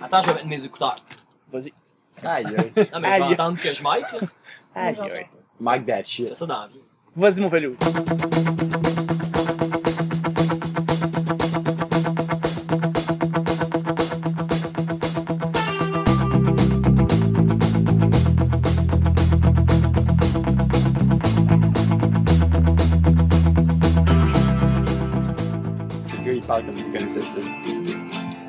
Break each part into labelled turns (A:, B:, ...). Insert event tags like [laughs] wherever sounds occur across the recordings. A: Attends, je vais mettre mes écouteurs.
B: Vas-y.
C: Aïe, aïe.
A: Non, mais je
B: Aïe.
A: vais entendre ce que je mic. là.
B: Aïe,
D: Bonjour.
B: aïe.
C: Mike that
A: C'est
C: shit.
A: ça dans la vie.
B: Ah, Vas-y, mon pelou.
C: Le gars, il parle comme s'il connaissait ça.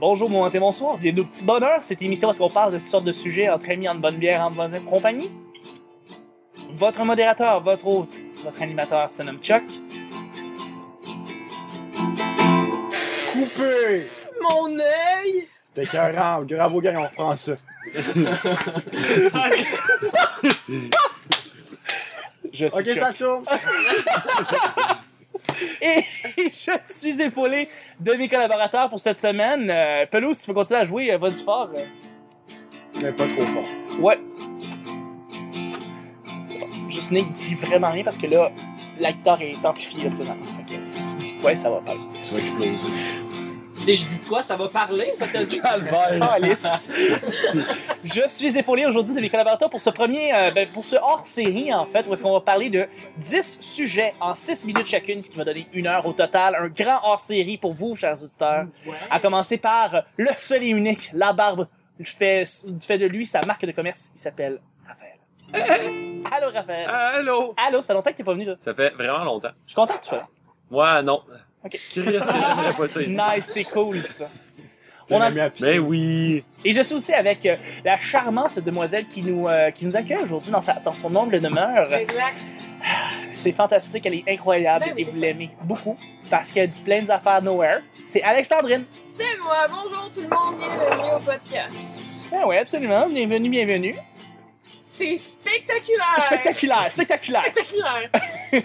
B: Bonjour, bon matin, bonsoir. Bienvenue au Petit Bonheur. Cette émission où est-ce qu'on parle de toutes sortes de sujets entre amis, en bonne bière, en bonne compagnie. Votre modérateur, votre hôte, votre animateur se nomme Chuck.
C: Coupé!
A: Mon
C: [laughs]
A: œil!
C: C'était écœurant. Bravo, gars, on reprend [laughs] ça.
B: Je suis
C: Ok,
B: Chuck.
C: ça tourne.
B: Et [laughs] je suis épaulé de mes collaborateurs pour cette semaine. Euh, Pelouse, si tu veux continuer à jouer, euh, vas-y fort.
C: Mais pas trop fort.
B: Ouais. C'est bon. Juste Nick dit vraiment rien parce que là, l'acteur est amplifié là, présentement. Fait que si tu dis quoi, ça va pas.
C: Ça va exploser.
A: Si je dis de quoi, ça va parler, ça te dit?
B: [laughs] Calice. Je suis épaulé aujourd'hui de mes collaborateurs pour ce premier, euh, ben, pour ce hors-série, en fait, où est-ce qu'on va parler de 10 sujets en 6 minutes chacune, ce qui va donner une heure au total. Un grand hors-série pour vous, chers auditeurs.
A: Ouais.
B: À commencer par le seul et unique, la barbe. Fait, fait de lui sa marque de commerce. Il s'appelle Raphaël. Allô, Raphaël.
E: Allô?
B: Allô, ça fait longtemps que t'es pas venu, là.
E: Ah, Ça fait vraiment longtemps.
B: Je suis content que tu sois là.
E: Moi, non.
B: Ok.
E: Chris, j'aurais pas ça ici.
B: Nice, c'est cool, ça.
C: On
B: On
C: a
B: a-
C: mis à pisser.
E: Ben oui!
B: Et je suis aussi avec euh, la charmante demoiselle qui nous, euh, qui nous accueille aujourd'hui dans, sa- dans son humble demeure.
D: Exact.
B: C'est fantastique, elle est incroyable
D: Ben oui,
B: et
D: c'est
B: vous
D: cool.
B: l'aimez beaucoup parce qu'elle dit plein d'affaires nowhere. C'est Alexandrine.
D: C'est moi. Bonjour tout le monde. Bienvenue au podcast.
B: Ah ouais, absolument. Bienvenue, bienvenue.
D: C'est spectaculaire.
B: Spectaculaire,
D: [laughs]
B: spectaculaire.
D: Spectaculaire.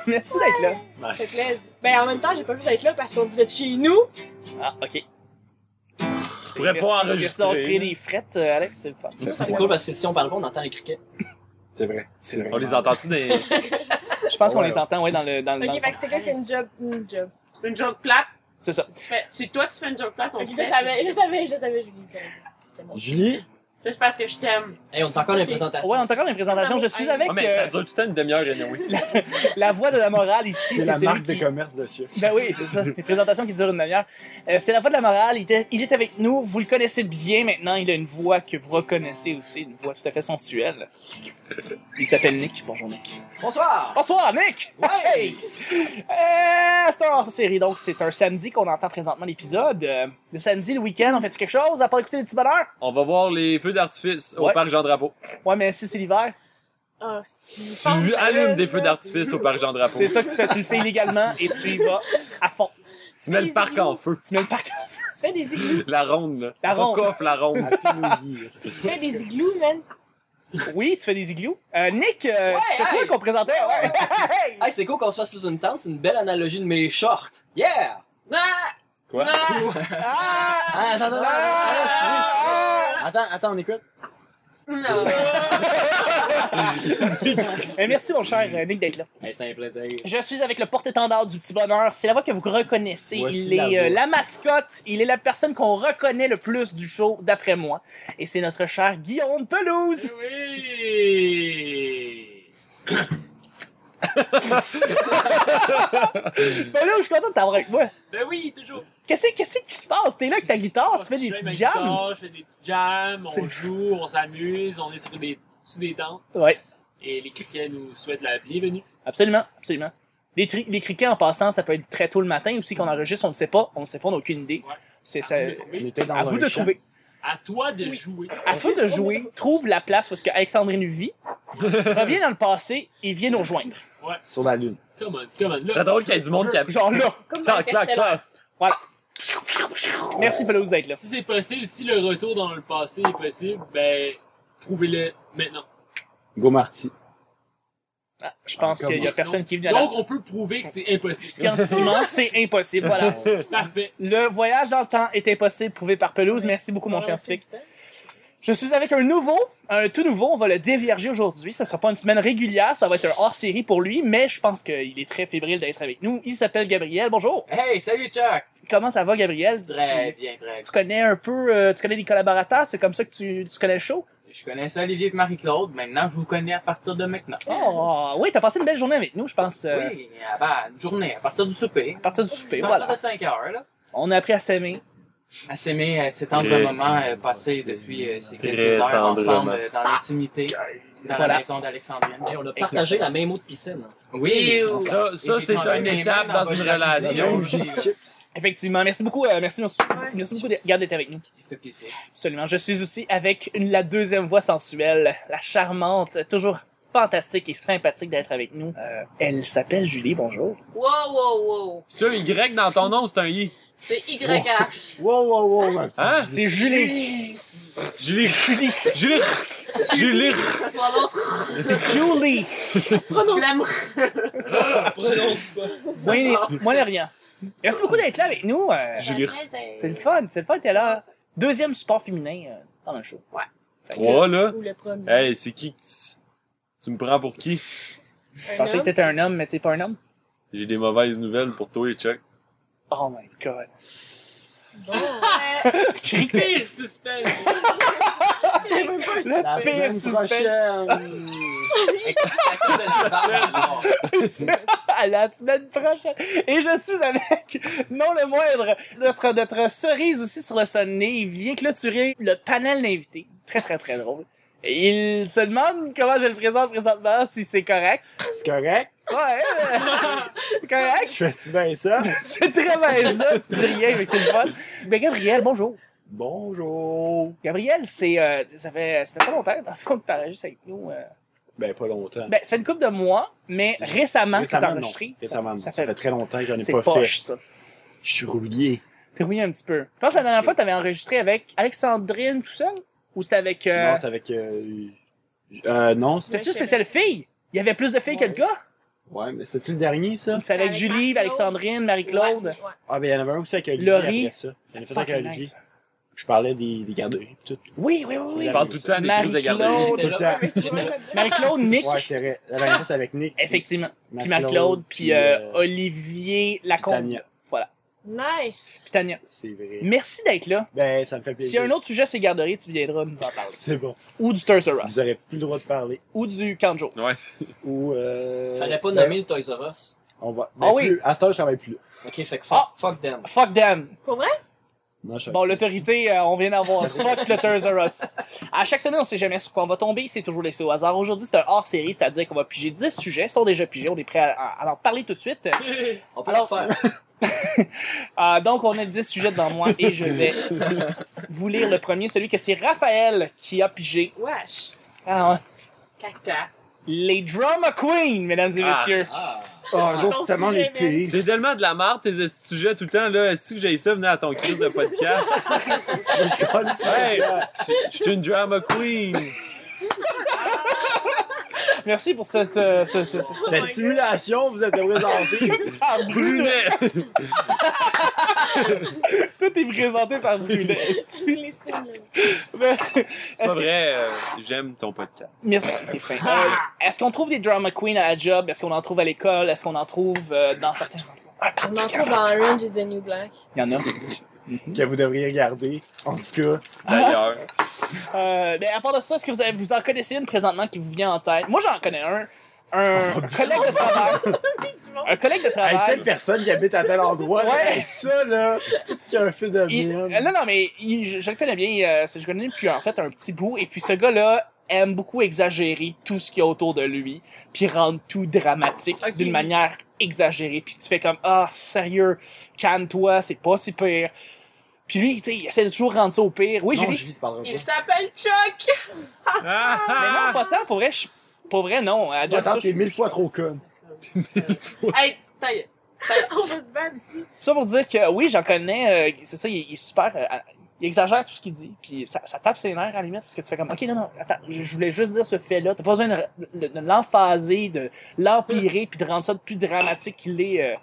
B: Merci d'être là.
D: Ça fait plaisir. Ben en même temps, j'ai pas vu d'être là parce que vous êtes chez nous.
B: Ah, ok. Je
E: pourrais pas enregistrer.
B: Merci d'avoir créé des frettes, euh, Alex, c'est le fun.
A: C'est cool parce que si on parle pas, on entend les criquets.
C: C'est vrai. C'est vrai.
E: On les entend-tu des.
B: [laughs] Je pense qu'on
C: Ouais.
B: les entend, ouais, dans le. Dans le, dans le
D: Ok,
B: son.
D: fait que c'est quoi, c'est une job, une job.
F: Une joke plate.
B: C'est ça.
F: Tu fais- C'est toi, tu fais une joke plate, on
D: Ok,
F: se
D: je
G: ben,
F: tait.
D: savais, je savais, je savais, Julie. C'était bon.
C: Julie,
F: Juste parce que je t'aime.
A: Hey, on est encore dans les présentations.
B: Ouais, on est encore dans les présentations. Je suis avec
E: Ah, mais ça
B: euh,
E: dure tout le temps une demi-heure, anyway.
B: la voix de la morale ici.
C: c'est la
B: celui
C: marque
B: qui-
C: de commerce de Chip.
B: [laughs] Ben oui, c'est ça. Des présentations qui durent une demi-heure. Euh, c'est la voix de la morale. Il, était- il est avec nous. Vous le connaissez bien maintenant. Il a une voix que vous reconnaissez aussi, une voix tout à fait sensuelle. Il s'appelle Nick. Bonjour Nick.
A: Bonsoir!
B: Bonsoir Nick!
A: Ouais!
B: Euh, c'est un hors-série, donc c'est un samedi qu'on entend présentement l'épisode. Euh, le samedi, le week-end, on fait-tu quelque chose à part écouter les petits bonheurs?
E: On va voir les feux d'artifice
B: Ouais.
E: au parc Jean-Drapeau.
B: Ouais, mais si c'est l'hiver,
D: Ah,
E: Tu allumes des feux d'artifice au parc Jean-Drapeau.
B: c'est ça que tu fais. Tu le fais illégalement et tu y vas à fond.
E: Tu mets le parc en feu.
B: Tu mets le parc.
D: Tu fais des igloos,
E: La ronde, là.
B: La ronde. Ah,
E: Fuck off, la ronde.
D: tu fais des igloos, man.
B: Oui, tu fais des igloos. Euh, Nick, euh,
A: Ouais,
B: c'est toi
A: hey!
B: qu'on présentait. Ouais.
A: Hey, c'est cool qu'on soit sous une tente, c'est une belle analogie de mes shorts. Yeah!
D: Ah!
E: Quoi?
D: Ah!
B: Ah!
C: Ah, attends, attends, attends,
B: Ah!
C: attends, attends, attends, on écoute.
D: Non.
B: Euh, merci mon cher euh, Nick d'être là.
C: Hey, c'est un plaisir.
B: Je suis avec le porte-étendard du petit bonheur. C'est la voix que vous reconnaissez.
C: Voici
B: il est
C: la
B: euh,
C: voix.
B: la mascotte. Il est la personne qu'on reconnaît le plus du show, d'après moi. Et c'est notre cher Guillaume Pelouse.
F: Eh Oui!
B: [laughs] Pelouse, je suis content de t'avoir avec moi.
F: Ben oui, toujours.
B: Qu'est-ce qu'est-ce qui se passe? T'es là avec ta guitare, tu fais des
F: Je ma
B: petits
F: guitare,
B: jams.
F: Je fais des petits jams,
B: C'est-
F: on joue, on s'amuse, on est sur des, sous des tentes.
B: Ouais,
F: Et les criquets nous souhaitent la bienvenue.
B: absolument, absolument. Les, tri- les criquets en passant, ça peut être très tôt le matin aussi qu'on enregistre, on ne sait pas, on ne sait pas, on n'a aucune idée.
F: Ouais. Ah,
B: C'est
F: À
B: ça.
F: vous de trouver.
C: On était dans
B: À vous
C: un
B: de
C: champ.
B: trouver.
F: À toi de jouer.
B: À toi de jouer, trouve la place où est-ce que Alexandrine
F: [laughs]
B: vit, reviens dans le passé et viens nous rejoindre.
C: Sur la lune.
F: Come on, come on.
E: C'est très
F: Là,
E: drôle qu'il y ait du monde qui a.
B: Genre là.
D: Comme dans
E: Clac, clac,
D: Interstellar.
E: clac.
B: Merci Pelouse d'être là.
F: si c'est possible, si le retour dans le passé est possible, ben, prouvez-le maintenant.
C: Go Marty.
B: Ah, Je pense
C: Ah,
B: qu'il y a
C: comment?
B: personne qui est venu à la...
F: Donc, on peut prouver que c'est impossible.
B: Scientifiquement, c'est impossible.
F: [laughs]
B: Voilà.
F: Parfait.
B: Le voyage dans le temps est impossible, prouvé par Pelouse. Merci beaucoup, mon
D: Ouais,
B: scientifique.
D: c'est
B: Je suis avec un nouveau, un tout nouveau. On va le dévierger aujourd'hui. Ça sera pas une semaine régulière. Ça va être un hors-série pour lui, mais je pense qu'il est très fébrile d'être avec nous. Il s'appelle Gabriel. Bonjour.
A: Hey, salut Chuck!
B: Comment ça va, Gabriel? Tu-
A: Très bien, très bien.
B: Tu connais un peu, euh, tu connais les collaborateurs, c'est comme ça que tu, tu connais le show?
A: Je connaissais Olivier et Marie-Claude, maintenant je vous connais à partir de maintenant.
B: Oh, oui, t'as passé une belle journée avec nous, je pense. euh,
A: Oui, ah ben, une journée, à partir du souper.
B: À partir du
A: À
B: souper,
A: partir
B: voilà.
A: de 5 heures, là.
B: On a appris à s'aimer.
A: À s'aimer euh, ces tendres
E: Très-
A: moments euh, passés depuis euh, ces
E: Très
A: quelques heures ensemble
E: tendrement.
A: euh, dans
F: Ah.
A: l'intimité, dans
B: Voilà.
A: la maison d'Alexandrine.
H: Hey, on a partagé la même eau de piscine.
A: hein.
C: [laughs]
A: Oui,
D: Ew.
E: Ça, ça,
A: Et j'ai
E: c'est
A: trempé
E: une
A: mes
E: étape
A: mains
E: dans une
A: votre
E: relation.
A: jacuzzi.
B: Effectivement, merci beaucoup, euh, merci, merci, merci beaucoup, de- garde d'être avec nous.
A: Ça fait plaisir.
B: Absolument. Je suis aussi avec une- la deuxième voix sensuelle, la charmante, toujours fantastique et sympathique d'être avec nous. Euh, elle s'appelle Julie, bonjour.
D: Wow, wow, wow.
E: C'est un Y dans ton nom, c'est un I.
D: C'est YH.
C: Wow, wow, wow, wow.
E: Hein?
B: Ah, C'est Julie.
E: Julie. Julie. Julie. Julie.
D: Ça se prononce [laughs]
B: C'est Julie.
D: flamme.
B: Moi, les- moi, les rien. Merci beaucoup d'être là avec nous. euh,
E: Julie.
B: c'est le fun, c'est le fun, t'es là. Deuxième support féminin euh, dans le show.
D: Ouais.
B: Fait que-
E: Trois, là.
D: Ou le premier.
E: Hey, c'est qui que tu... tu me prends pour qui?
D: Un
B: Je pensais que
D: homme.
B: t'étais un homme, mais t'es pas un homme.
E: J'ai des mauvaises nouvelles pour toi et Chuck.
B: Oh my [laughs] god.
D: Ouais.
F: Pire suspense!
D: C'était même pas un
C: La
B: Le pire
C: semaine
B: suspense.
C: prochaine.
A: Explication de la barbe, non.
B: [laughs] à la semaine prochaine. Et je suis avec, non le moindre, notre, notre cerise aussi sur le sonnet. Il vient clôturer le panel d'invités. Très, très, très drôle. Et il se demande comment je le présente présentement, si c'est correct.
C: C'est correct?
B: Ouais,
C: [laughs]
B: euh, correct.
C: Je fais-tu bien ça?
B: C'est très bien ça, tu dis rien, mais c'est le fun. Mais Gabriel, bonjour.
C: Bonjour.
B: Gabriel, c'est, euh, ça fait, ça fait pas longtemps, dans le fond, que t'enregistres avec nous. euh.
C: Ben, pas longtemps.
B: Ben, ça fait une couple de mois, mais récemment, que t'as
C: Récemment, non.
B: enregistré.
C: Récemment, non.
B: ça
C: ça,
B: fait-
C: fait... très longtemps que j'en ai
B: C'est
C: pas fait.
B: poche, ça.
C: Je suis rouillé.
B: T'es rouillé un petit peu. Je pense que la dernière fois, t'avais enregistré avec Alexandrine tout seul? Ou c'était avec... Euh...
C: Non, c'est avec... Euh... euh, non, c'est...
B: C'était-tu spécial fille? Il y avait plus de filles que de gars?
C: Ouais, mais c'était-tu le dernier, ça?
B: C'est avec
D: Avec
B: Julie,
D: Marie-Claude.
B: Alexandrine, Marie-Claude.
D: Ouais, ouais.
C: Ah, ben, il y en avait un aussi avec Olivier
B: Laurie.
C: après ça. Il y en a fait
B: Fucking
C: avec Olivier.
B: nice.
C: Je parlais des, des garderies pis tout.
B: Oui, oui, oui. oui.
E: Je parle tout le temps des crises de garderie.
B: Marie-Claude.
A: J'étais là.
C: Tout
D: Avec toi,
B: Marie-Claude, Nick.
C: Ouais, c'est vrai. La dernière fois, c'est avec Nick.
B: Effectivement. Puis Marie-Claude, puis euh, Olivier Lacombe.
C: Tania.
B: Voilà. [laughs]
D: Nice.
B: Puis Tania.
C: C'est vrai.
B: Merci d'être là.
C: Ben, ça me fait plaisir.
B: S'il y a un autre sujet, c'est garderie, tu viendras nous en parler.
C: [laughs] C'est bon.
B: Ou du Toys R Us.
C: Vous aurez plus le droit de parler.
B: Ou du Kanjo.
E: Ouais. c'est-
C: Ou, euh...
H: Fallait pas
C: ben,
H: nommer le Toys R Us.
C: On va...
B: Ah
C: Ben,
B: oui.
C: plus... À cette heure, je travaille plus là.
H: Ok, fait que fuck,
B: Ah!
H: fuck them.
B: Fuck them.
D: Pour vrai?
C: Non, je
B: Bon, l'autorité, euh, on vient d'avoir. Fuck le Toys R Us. À chaque semaine, on sait jamais sur quoi on va tomber. C'est toujours laissé au hasard. Aujourd'hui, c'est un hors-série, c'est-à-dire qu'on va piger 10 sujets. Ils sont déjà pigés. On est prêt à, à- à en parler tout de suite.
H: On peut
B: Alors-
H: le faire.
B: Euh, donc, on a 10 sujets devant moi et je vais vous lire le premier, celui que c'est Raphaël qui a pigé.
D: Wesh.
B: Ah,
D: Cactus.
B: les Drama Queen, mesdames et
E: Ah.
B: messieurs.
H: Ah.
C: Oh,
D: eux autres, c'est tellement les
B: [laughs]
D: pires.
E: C'est tellement de la marde, tes esti sujets tout le temps, là. Est-ce que j'ai ça, venez à ton crise de podcast? Hey, je suis une drama queen.
B: Merci pour cette. euh, ce- ce- ce-
C: Cette simulation vous
B: [laughs]
C: êtes présentée.
B: Ah, Brunet!
E: Brunet.
B: Tout est présenté par Brunet.
D: Les signes.
B: Mais-
E: C'est pas
B: Est-ce que-
E: vrai, euh, j'aime ton podcast.
B: Merci, t'es fin.
D: ah!
B: Euh, Est-ce qu'on trouve des drama queens à la job? Est-ce qu'on en trouve à l'école? Est-ce qu'on en trouve euh, dans certains endroits? Ah,
D: On en trouve dans Orange is the New Black.
B: Il y en a.
C: que vous devriez regarder. En tout cas,
E: D'ailleurs,
B: Euh, mais à part de ça, est-ce que vous, avez- vous en connaissez une présentement qui vous vient en tête? Moi, j'en connais un. Un collègue de travail. Un collègue de
C: hey, telle
B: travail.
C: personne qui habite à tel endroit, là,
B: Ouais.
C: hey, ça là, c'est un
B: il-
C: phénomène.
B: euh, non, non, mais il- je, je le connais bien. euh, c'est- je le connais depuis en fait un petit bout. Et puis ce gars-là aime beaucoup exagérer tout ce qu'il y a autour de lui. Puis rendre tout dramatique
A: Ok.
B: d'une manière exagérée. Puis tu fais comme, ah, sérieux, calme-toi, c'est pas si pire. Puis lui, tu sais, il essaie de toujours rendre ça au pire. Oui,
C: non,
B: Julie.
C: Julie, tu parleras
D: Il
C: pas.
D: s'appelle Chuck.
B: Mais non, pas tant, pour vrai, je- pour vrai, non. À Jeff,
C: Attends,
B: ça,
C: t'es
B: je-
C: mille fois trop con.
D: Hey, ta gueule. On va se battre ici.
B: ça pour dire que oui, j'en connais, euh, c'est ça, il, il est super. euh, il exagère tout ce qu'il dit, puis ça, ça tape ses nerfs à la limite, parce que tu fais comme, ok, non, non, attends, je, je voulais juste dire ce fait-là, t'as pas besoin de, re- de- de l'emphaser, de l'empirer, puis de rendre ça de plus dramatique qu'il est. euh,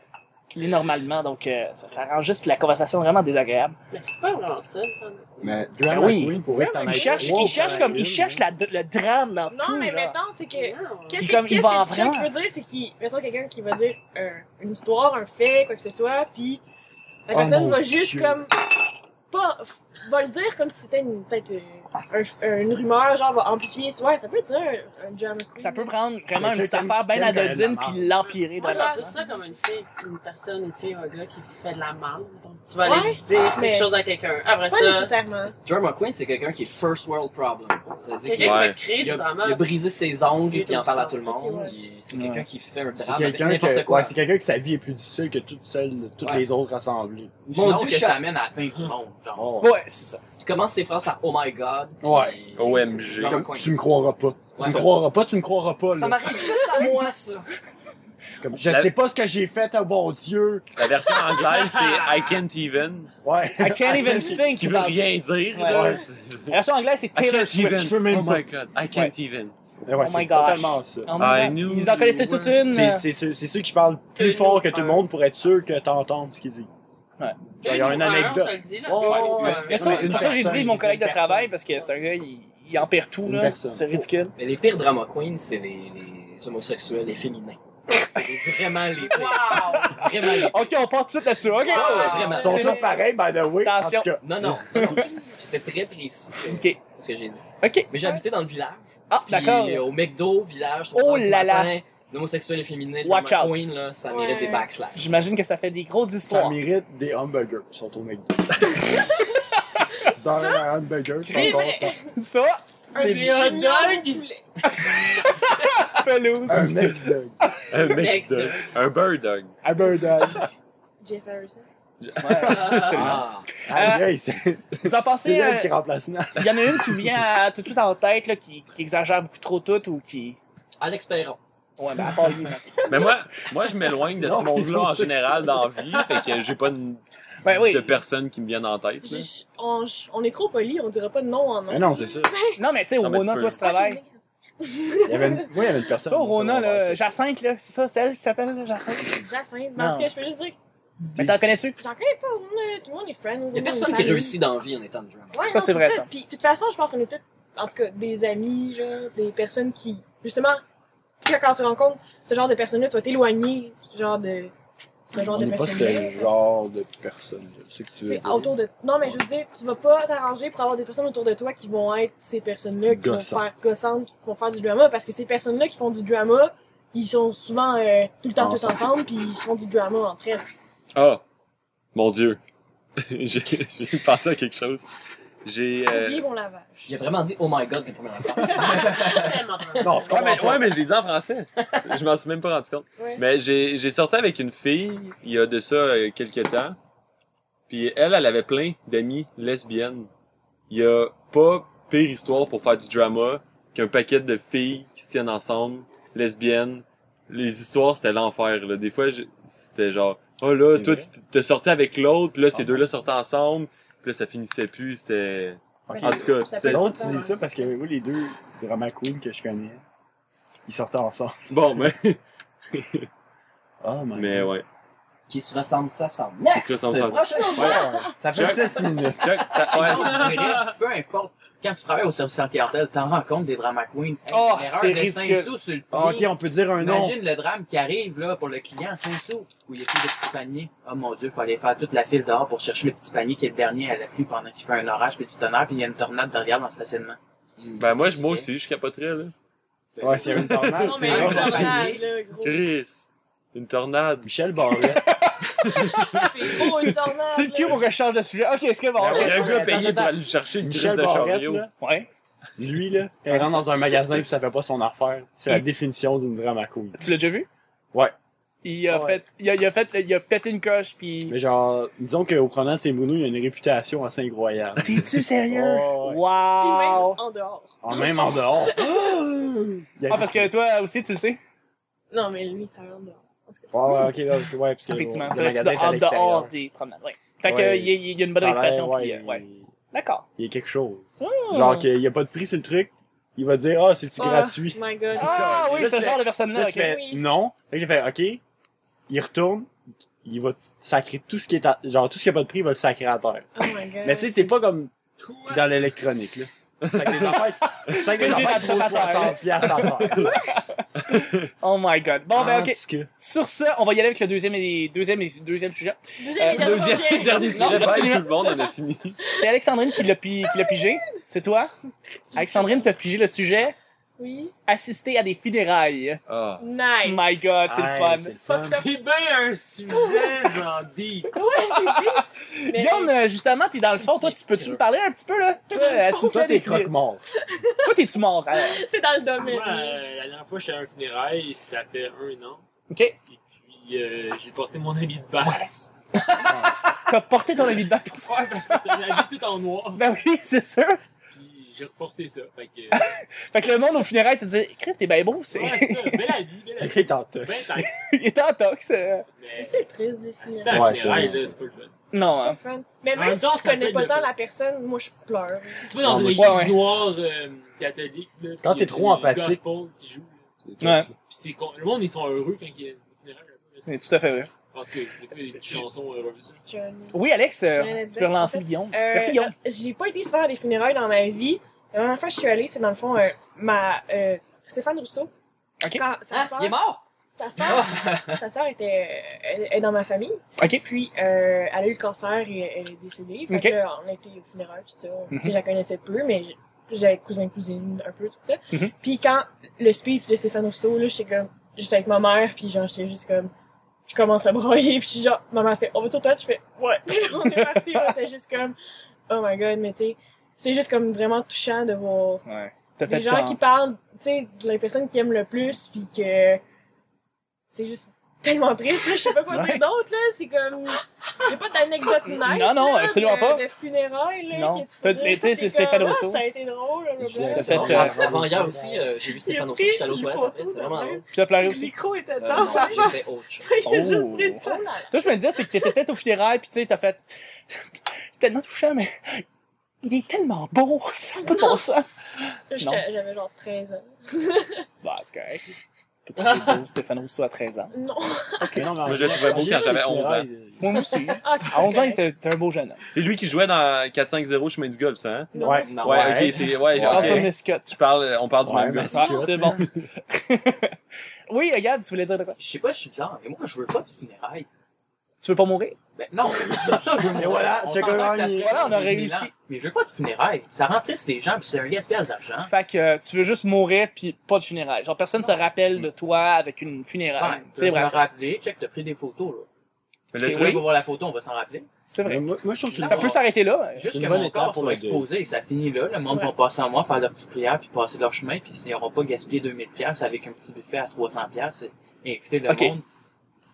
B: qu'il est normalement. Donc, euh, ça, ça rend juste la conversation vraiment désagréable.
G: Mais c'est pas vraiment ça. quand même.
C: Mais Drama
B: Ben oui.
C: Queen pourrait t'en
B: Il cherche, il cherche
C: ben,
B: comme, il cherche la- le drame dans
D: Non,
B: Ah, tout.
D: mais
B: genre.
D: mettons, c'est que.
G: Non.
D: Qu'est-ce
B: Puis
D: que,
B: comme,
D: comme
B: il va en
D: que Chuck
B: vraiment.
D: veut dire, c'est qu'il mettons quelqu'un qui va dire un- une histoire, un fait, quoi que ce soit, puis la
C: Oh
D: personne
C: mon
D: va juste
C: Dieu.
D: comme pas va le dire comme si c'était une peut-être euh, un- une rumeur, genre va amplifier. Ouais, ça peut être ça, un, un drama queen.
B: Ça peut prendre vraiment une petite
C: Quelqu'un
B: affaire bien
C: qui aime quand même la
B: anodine
C: marde.
B: puis l'empirer
G: Moi, je
B: dramatiquement.
G: vois ça comme une fille, une personne, une fille ou un gars qui fait de la merde. Donc, tu vas
D: Ouais.
G: aller dire
D: Mais-
G: quelque chose à quelqu'un. Après
D: Pas
G: ça,
D: nécessairement.
H: Drama Queen, c'est quelqu'un qui est first world problem. Ça veut
G: quelqu'un
H: dire qu'il
G: qui
E: Ouais.
G: va créer
H: il
G: du
H: a,
G: drama.
H: il a brisé ses ongles
G: Il est
H: puis il en parle à
G: au
H: tout le
D: centre,
H: monde.
D: ouais.
H: Il- C'est quelqu'un qui fait un
C: C'est
H: drame avec
C: quelqu'un que,
H: Ah, n'importe quoi.
C: ouais, c'est quelqu'un que sa vie est plus difficile que toute celle, toutes
H: Ouais.
C: les autres rassemblées.
H: Ou sinon
A: Mon Dieu,
H: que
A: je-
H: ça amène à la fin du monde. Genre.
C: Oh.
B: Ouais, c'est ça.
H: Tu commences ses phrases par Oh my god. puis-
C: Ouais.
E: OMG.
H: Drama
C: Comme,
H: Queen.
C: tu me croiras pas.
H: Ouais.
C: Tu me croiras pas, tu me croiras pas.
H: Ça
C: Là.
H: m'arrive juste [laughs] à moi, ça.
C: Comme, je
E: La-
C: sais pas ce que j'ai fait, oh bon Dieu.
E: La version anglaise, c'est I can't even.
C: Ouais.
B: I can't even think
E: Qui veut
B: about it.
E: rien dire.
B: Ouais.
E: là.
C: Ouais.
B: La version anglaise, c'est
E: I
B: Taylor
E: can't
B: Swift.
E: even.
C: je peux même
E: oh
C: pas.
E: my god. I can't even.
C: Eh [laughs] ouais,
B: Oh
C: c'est
B: my gosh.
C: totalement ça.
B: Oh my
E: I
B: God.
E: knew
B: Ils en connaissaient
E: you were-
B: toute une. euh,
C: C'est- C'est ceux, c'est ceux qui parlent plus
G: Une ou
C: fort que tout le
G: un.
C: monde pour être sûr que t'entends ce qu'ils disent.
G: Une
C: Il y a
G: ou
C: une
G: un,
C: anecdote.
G: on se le dit, là.
C: Ouais, ouais,
G: Une ou
C: ouais.
G: un.
B: Mais ça,
C: Ouais,
B: c'est
C: une
B: pour ça que j'ai
C: personne,
B: dit mon collègue de
C: une personne.
B: travail parce que c'est un gars, il, il en perd tout,
C: Une
B: là.
C: personne.
B: C'est ridicule.
H: Mais les pires drama queens, c'est les, les homosexuels, les féminins. C'est vraiment les pires.
G: Wow!
H: Vraiment les pires.
B: Ok, on part tout de suite là-dessus. Ok.
G: Ah ouais,
C: Ils
H: vraiment.
C: sont
B: C'est-
C: tous pareils, by the way.
B: Attention.
C: En tout cas,
H: Non, non, non, non. C'était très précis euh,
B: Ok.
H: ce que j'ai dit.
B: Ok.
H: Mais j'habitais dans le village.
B: Ah,
H: Puis,
B: d'accord.
H: euh, au McDo, village,
B: Oh
H: 3 heures du
B: là là.
H: matin, l'homosexuel efféminé, le
B: Watch
H: drama
B: out.
H: queen, là, ça
D: Ouais.
H: mérite des backslash.
B: J'imagine que ça fait des grosses
C: ça
B: histoires.
C: mérite des hamburgers. Ils sont au McDo. Dans un hamburger, ils
D: C'est
C: sont
D: vrai.
C: contents.
B: [laughs] Ça, c'est
G: Des
B: bien.
G: hot dogs.
D: Poulet.
B: Pelouse.
C: Un McDo.
E: Un mec
G: Mec
E: dog. Un bird dog.
C: Un burger.
D: Jeff Harrison.
B: Absolument.
H: Ah,
C: Aïe, aïe, c'est
B: Vous en
C: c'est
B: pensez.
C: elle
B: euh,
C: qui remplace Nat.
B: Il y en a une qui vient à- tout de suite en tête, là, qui, qui exagère beaucoup trop tout ou qui.
H: Alex Perron.
B: Ouais, ben, à part lui. maintenant.
E: Mais moi, moi je m'éloigne de ce
C: Non, mais
E: monde-là en
C: c'est-
E: général dans la vie. Fait que j'ai pas une-
B: Ben oui.
E: de personnes qui me viennent en tête. là.
D: J'ai- On, on est trop poli, on dira pas de nom en nom.
C: Mais non, c'est ça.
D: [laughs]
B: Non, mais tu sais, au
E: Non, mais tu
B: Rona,
E: peux.
B: toi, tu travailles.
C: Il y avait une- Moi, il y avait une personne.
B: Toi, au Rona, là, Jacinthe, là, c'est ça, c'est elle qui s'appelle, là, Jacinthe.
D: Jacinthe. Mais en tout cas, je peux juste dire
B: Mais t'en connais-tu?
D: J'en connais pas, on a- tout le monde est friends.
H: Il n'y a personne qui réussit dans la vie en étant de drama.
D: Ouais,
B: Ça,
D: non,
B: c'est vrai, ça.
D: Puis, de toute façon, je pense qu'on est tous, en tout cas, des amis, genre, des personnes qui, justement, que quand tu rencontres ce genre de personnes-là, tu vas t'éloigner, genre, de ce genre
C: On
D: de
C: n'est pas
D: personnes-là.
C: ce genre de personne. là. C'est que tu veux
D: C'est
C: dire.
D: autour de. Non, mais je veux dire, tu vas pas t'arranger pour avoir des personnes autour de toi qui vont être ces personnes-là qui
C: Gossant.
D: vont faire gossantes, qui vont faire du drama, parce que ces personnes-là qui font du drama, ils sont souvent euh, tout le temps tous
C: Ensemble.
D: ensemble, puis ils font du drama entre elles.
E: Ah! Mon Dieu. [laughs] j'ai j'ai pensé à quelque chose. J'ai. euh,
D: Oubliez mon lavage.
H: Il a vraiment dit Oh my god les premières fois.
B: [laughs]
G: Tellement drôle.
C: Non, tu
E: Ouais,
C: comprends
E: Ah, mais,
C: pas.
E: ouais, mais je l'ai dit en français. Je m'en suis même pas rendu compte.
D: Ouais.
E: Mais j'ai j'ai sorti avec une fille il y a de ça euh, quelques temps. Puis elle, elle avait plein d'amis lesbiennes. Il y a pas pire histoire pour faire du drama qu'un paquet de filles qui se tiennent ensemble, lesbiennes. Les histoires, c'était l'enfer. là. Des fois, je- c'était genre, oh là,
C: C'est
E: toi,
C: vrai?
E: tu t'es sorti avec l'autre, puis là, ces
C: Ah.
E: deux-là sortaient ensemble, puis là, ça finissait plus. C'était.
C: Ok.
E: En tout cas,
D: Ça
E: c'est-
D: peut-
C: L'autre, tu dis ça parce que oui, les deux drama queens que je connais, ils sortaient ensemble.
E: Bon, mais,
C: Oh my
E: [laughs] mais
C: god.
E: ouais.
H: Qui se ressemble, ça semble. Next!
E: Qui se ressemble,
D: Ah,
H: Prochain sujet.
C: Ça
E: Jack-
C: fait 6 minutes.
E: Jack, ça- ouais.
H: Sinon, je dirais, peu importe, quand tu travailles au service en clientèle, t'en rencontres des drama queens. Hey,
B: Oh,
H: une erreur
B: c'est
H: de cinq
B: ridicule.
H: sous sur le
C: Ah, ok,
H: prix.
C: on peut dire un nom.
H: Imagine le drame qui arrive là, pour le client, 5 sous, où il n'y a plus de petit panier. Oh mon dieu, il fallait faire toute la file dehors pour chercher le petit panier qui est le dernier à la pluie pendant qu'il fait un orage puis du tonnerre puis il y a une tornade derrière dans le stationnement.
E: Ben moi, je- moi aussi, je capoterais, là.
H: Ben,
C: Ouais,
H: c'est
C: s'il y avait une tornade,
B: Ah,
D: Non,
C: c'est
D: mais
H: vrai.
D: le
C: vraiment-
D: tornade, là, gros.
E: Chris, une tornade.
C: Michel Barret.
D: C'est gros, une tornade.
B: C'est le cul
D: là.
B: pour que je change de sujet. Ok, est-ce que bon?
C: Ben
B: ok.
E: Il y a un
C: Attends,
E: gars payé
C: attends.
E: pour aller chercher une crise
C: Michel
E: de
C: Barrette,
E: chariot.
C: là,
B: Ouais.
C: lui, là, elle rentre dans un magasin puis ça fait pas son affaire. C'est la définition d'une drama queen.
B: Tu l'as déjà vu?
C: Ouais.
B: Il a
C: Ouais.
B: fait, il a, il a fait, il a pété une coche puis.
C: Mais genre, disons qu'au promenade de Saint-Bruno, il y a une réputation assez incroyable.
B: T'es-tu sérieux?
C: Oh, ouais.
D: Puis même
B: Wow!
D: en dehors.
C: En même en dehors.
G: Euh,
C: Il y a-
B: Ah, parce que toi aussi, tu le sais?
D: Non, mais lui, il travaille en dehors. Oh
C: Ouais, ouais, ok, là, c'est- ouais, parce que.
B: Effectivement,
C: le
B: c'est vrai que tu
C: magasin est à
B: dois en dehors
C: l'extérieur.
B: des promenades. Ouais. Fait que,
C: Ouais.
B: il y, a- il y a une bonne
C: Ça a l'air,
B: réputation.
C: ouais,
B: puis, euh, ouais. Ah. D'accord.
C: Il y a quelque chose. Genre qu'il n'y a pas de prix sur le truc. Il va dire, ah, c'est-tu
D: Ah,
C: gratuit?
D: My god.
B: Ah oui,
C: Là,
B: ce
C: tu
B: genre
C: fais-
B: de personne-là.
C: Là,
B: ok.
C: tu fais
D: Oui.
C: non. Fait que j'ai fait, ok. il retourne, il va sacrer tout ce qui est à- genre tout ce qui a pas de prix, il va le sacrer à terre.
D: Oh my god.
C: Mais tu sais, c'est pas comme dans l'électronique là. Sacre des affaires, sacre des
B: J'ai
C: affaires qui
B: la
C: vaut
B: tête à terre.
C: 60 piastres à terre.
B: Oh my god. Bon, ben, ok.
C: Parce que-
B: Sur ça, on va y aller avec le deuxième et deuxième et deuxième sujet.
D: Deuxième et
B: Euh,
D: dernier
B: deuxième-
D: sujet.
E: Dernier
B: Non,
E: sujet, bye,
B: absolument.
E: tout le monde en a fini.
B: C'est Alexandrine qui l'a pi- qui l'a pigé. C'est toi? Alexandrine, t'as pigé le sujet.
D: Oui.
B: Assister à des funérailles.
E: Ah.
D: Nice.
B: Oh My god, c'est
C: Hey,
B: le fun.
C: Ah, c'est le fun.
D: Fuck up.
F: C'est bien un sujet, j'en dis.
D: Ouais,
B: [laughs]
D: c'est dit. Mais-
B: Guillaume, euh, justement, t'es dans le fond. Toi, tu peux-tu me parler un petit peu, là? [laughs] Toi, assister
C: Toi,
B: à
C: t'es
B: des funérailles.
C: [laughs] croque-mort.
B: Toi, t'es-tu mort? hein?
D: T'es dans le
F: Moi,
D: domaine.
F: euh, la dernière fois, j'étais à un funérail, ça fait un an.
B: Ok.
F: Et puis, euh, j'ai porté mon habit de basse.
B: T'as porté ton habit de bain pour ça?
F: Ouais, parce que c'était un habit tout en noir.
B: [laughs] Ben oui, c'est sûr.
F: Puis, j'ai reporté ça. Fait que.
B: Fait que le monde au funérailles te dit, Crête, t'es bien beau, c'est.
F: Ouais, Ah, c'est ça. Belle habit, belle
C: Il
F: [laughs] habit.
C: est en
F: Ben,
C: tux.
F: t'as-
B: [laughs] Il était en tox. euh.
F: mais
D: C'est triste, des
F: C'était
D: funérailles.
F: un
C: Ouais,
F: funérail,
C: c'est-
F: là, c'est pas le fun.
B: Non, hein.
D: Fun. Mais
F: En même
D: même si
F: temps,
D: tu
F: ça
D: connais
F: peut
D: pas
F: être
D: tant
F: le-
D: la personne, moi je pleure.
F: Si tu vas dans
C: Non,
F: une
C: moi,
F: église
B: je- Ouais, ouais.
F: noire euh, catholique, là,
C: Quand
F: puis il y a
C: t'es trop
F: du
C: empathique.
F: gospel qui joue, là.
B: Ouais,
F: Puis c'est con- Le monde, ils sont heureux quand il y a une funérailles. là.
B: c'est tout à fait vrai.
F: Parce que des fois, il y a des petites chansons euh, heureuses.
D: Johnny.
B: Oui, Alex, euh,
D: J'allais
B: tu peux
D: dire,
B: relancer
D: en fait,
B: Guillaume.
D: Euh,
B: Merci, Guillaume.
D: euh, J'ai pas été souvent à des funérailles dans ma vie. La dernière fois que je suis allée, c'est dans le fond, euh, ma, euh, Stéphane Rousseau.
B: Ok.
D: Quand sa
H: Ah,
F: Ah,
A: Hein?
D: sœur-
A: Il est mort?
B: [laughs]
D: sa sœur, sa sœur était, elle- elle est dans ma famille.
B: Ok.
D: Puis, euh, elle a eu le cancer et elle est décédée. Fait
B: Ok.
D: que là, on a été au funérailles, tout ça.
B: Mhm.
D: Tu sais, je la connaissais peu, mais j'avais cousin, cousine, un peu, tout ça.
B: Mhm.
D: Puis, quand le speech de Stéphane Rousseau, là, j'étais comme, j'étais avec ma mère, puis genre, j'étais juste comme, je commence à broyer, [laughs] puis genre, maman fait, on va tout au toit, je fais, ouais. [laughs] Puis on est parti, on était juste comme, oh my god, mais tu sais, c'est juste comme vraiment touchant de voir
B: Ouais. T'as fait
D: des gens
B: genre.
D: qui parlent, tu sais, de la personne qu'ils aiment le plus, puis que c'est juste tellement triste, là, je sais pas quoi
B: Ouais.
D: dire d'autre, là, c'est comme, j'ai pas d'anecdote nice,
B: Non, non,
D: là,
B: absolument
D: de-
B: pas.
D: de funérailles, là,
B: Non.
D: que
B: T'as-
D: peux
B: mais
D: dire,
B: tu sais, c'est
D: t'es
B: Stéphane
D: comme, Ah,
B: Rousseau.
D: Ça a été drôle, là,
C: Je l'ai
D: blablabla.
B: fait,
A: Bon,
B: euh,
A: Avant hier aussi, euh, j'ai vu Stéphane
D: Il a
A: Rousseau,
D: pris
A: j'étais allé aux
D: une
A: toilettes
D: photo
A: après, c'est vraiment
D: de
A: drôle.
H: euh,
B: Puis t'as pleuré
D: Le
B: aussi.
D: micro était
A: Euh,
D: dans
A: non,
D: sa
A: j'ai fait
D: face,
A: autre chose.
D: [laughs] il a juste
B: Oh.
D: pris une photo.
B: Ça, je me disais, c'est que t'étais peut-être au funérail, puis tu sais, t'as fait. [laughs] C'est tellement touchant, mais. Il est tellement beau, ça n'a pas de bon sens.
D: J'étais- J'avais genre 13 ans.
B: Bah, c'est correct. Peut-être que beau, Stéphane Rousseau à 13 ans.
D: Non.
E: Moi, Ah, je le trouvais beau quand j'avais 11 ans.
B: Moi aussi.
D: Ah,
B: À 11 ans, il était t'es un beau jeune homme.
E: C'est lui qui jouait dans 4-5-0 Chemin du Golfe, ça, hein?
D: Non.
C: Ouais.
E: Ouais,
H: Non,
E: ok, c'est. Ouais,
C: Ouais.
E: ok.
B: François Mescotte.
E: Tu parles, on parle du
C: Ouais,
E: même gars.
C: mais-
B: Ah, c'est bon. oui, euh, Gab, tu voulais dire de quoi
H: Je sais pas, je suis bizarre, mais moi, je veux pas de funérailles.
B: Tu veux pas mourir
H: Ben, non, ça, ça, je veux mourir.
C: voilà,
H: On
C: check
H: s'entend
C: around,
H: que ça serait
B: voilà, on a
H: dans les mille
B: réussi.
H: ans. Mais je veux pas de funérailles. Ça rend triste les gens, puis c'est un gaspillage d'argent.
B: Fait que euh, tu veux juste mourir, puis pas de funérailles. Genre, personne se rappelle de toi avec une funéraille.
H: Ouais, tu
B: c'est
H: peux me
B: vrai. ça.
H: rappeler, check, t'as pris des photos, là.
E: Mais
B: Ok,
E: le
H: Tu
E: truc,
H: vas voir la photo, on va s'en rappeler.
B: C'est vrai.
C: Moi, moi, je trouve que
B: Ça
C: c'est-
B: peut s'arrêter là.
H: Juste
C: une
H: que
C: bonne
H: mon
C: étape
H: corps
C: pour
H: soit
C: le deuil.
H: exposé, ça finit là. Le monde
D: Ouais.
H: va passer en moi, faire leur petite prière, puis passer leur chemin, puis ils n'auront pas gaspillé 2000 pièces avec un petit buffet à 300 pièces et inviter le
B: Ok.
H: monde.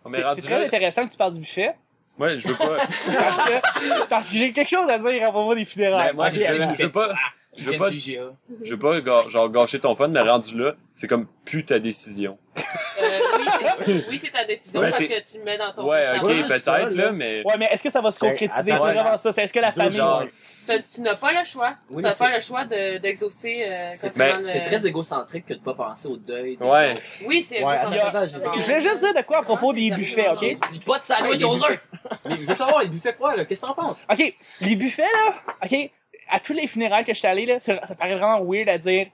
E: on est
B: C'est
E: rendu
B: c'est très
E: là.
B: intéressant que tu parles du buffet,
E: Ouais, je veux pas.
B: parce que, parce que j'ai quelque chose à dire à propos des
E: Mais
B: funérailles.
E: moi, je
H: Ok,
E: veux-
H: allez.
E: je veux pas. Je veux
H: Viennent
E: pas,
H: du IGA.
E: je veux pas gâ- genre, gâcher ton fun, mais rendu là, c'est comme plus ta décision.
G: Euh, oui, c'est- oui, c'est ta décision
E: Ouais,
G: parce
E: t'es-
G: que tu le mets dans ton
E: Ouais,
G: petit
E: ok,
G: savoir.
C: juste ça,
E: peut-être,
C: là.
E: là, mais.
B: Ouais, mais est-ce que ça va se
C: Ben,
B: concrétiser?
C: attends,
B: C'est
E: ouais.
B: vraiment ça. C'est est-ce que la
C: Deux
B: famille.
C: genres.
E: Genre,
G: T'as- Tu n'as pas le choix.
H: Oui, mais
G: T'as
H: c'est-
G: pas le choix de- d'exaucer euh,
E: C'est-
G: concernant
E: ben,
G: le-
A: C'est très égocentrique que de pas penser au deuil. des
E: Ouais.
A: autres.
G: Oui, c'est
C: Ouais,
G: égocentrique.
A: attends, j'ai-
G: Bon.
B: Je voulais juste dire de quoi à propos des buffets, ok?
A: Dis pas de sandwich aux œufs!
H: Mais je veux savoir, les buffets froids, là, qu'est-ce que t'en penses?
B: OK, les buffets, là, OK, à tous les funérailles que je suis allé, là, ça, ça paraît vraiment weird à dire,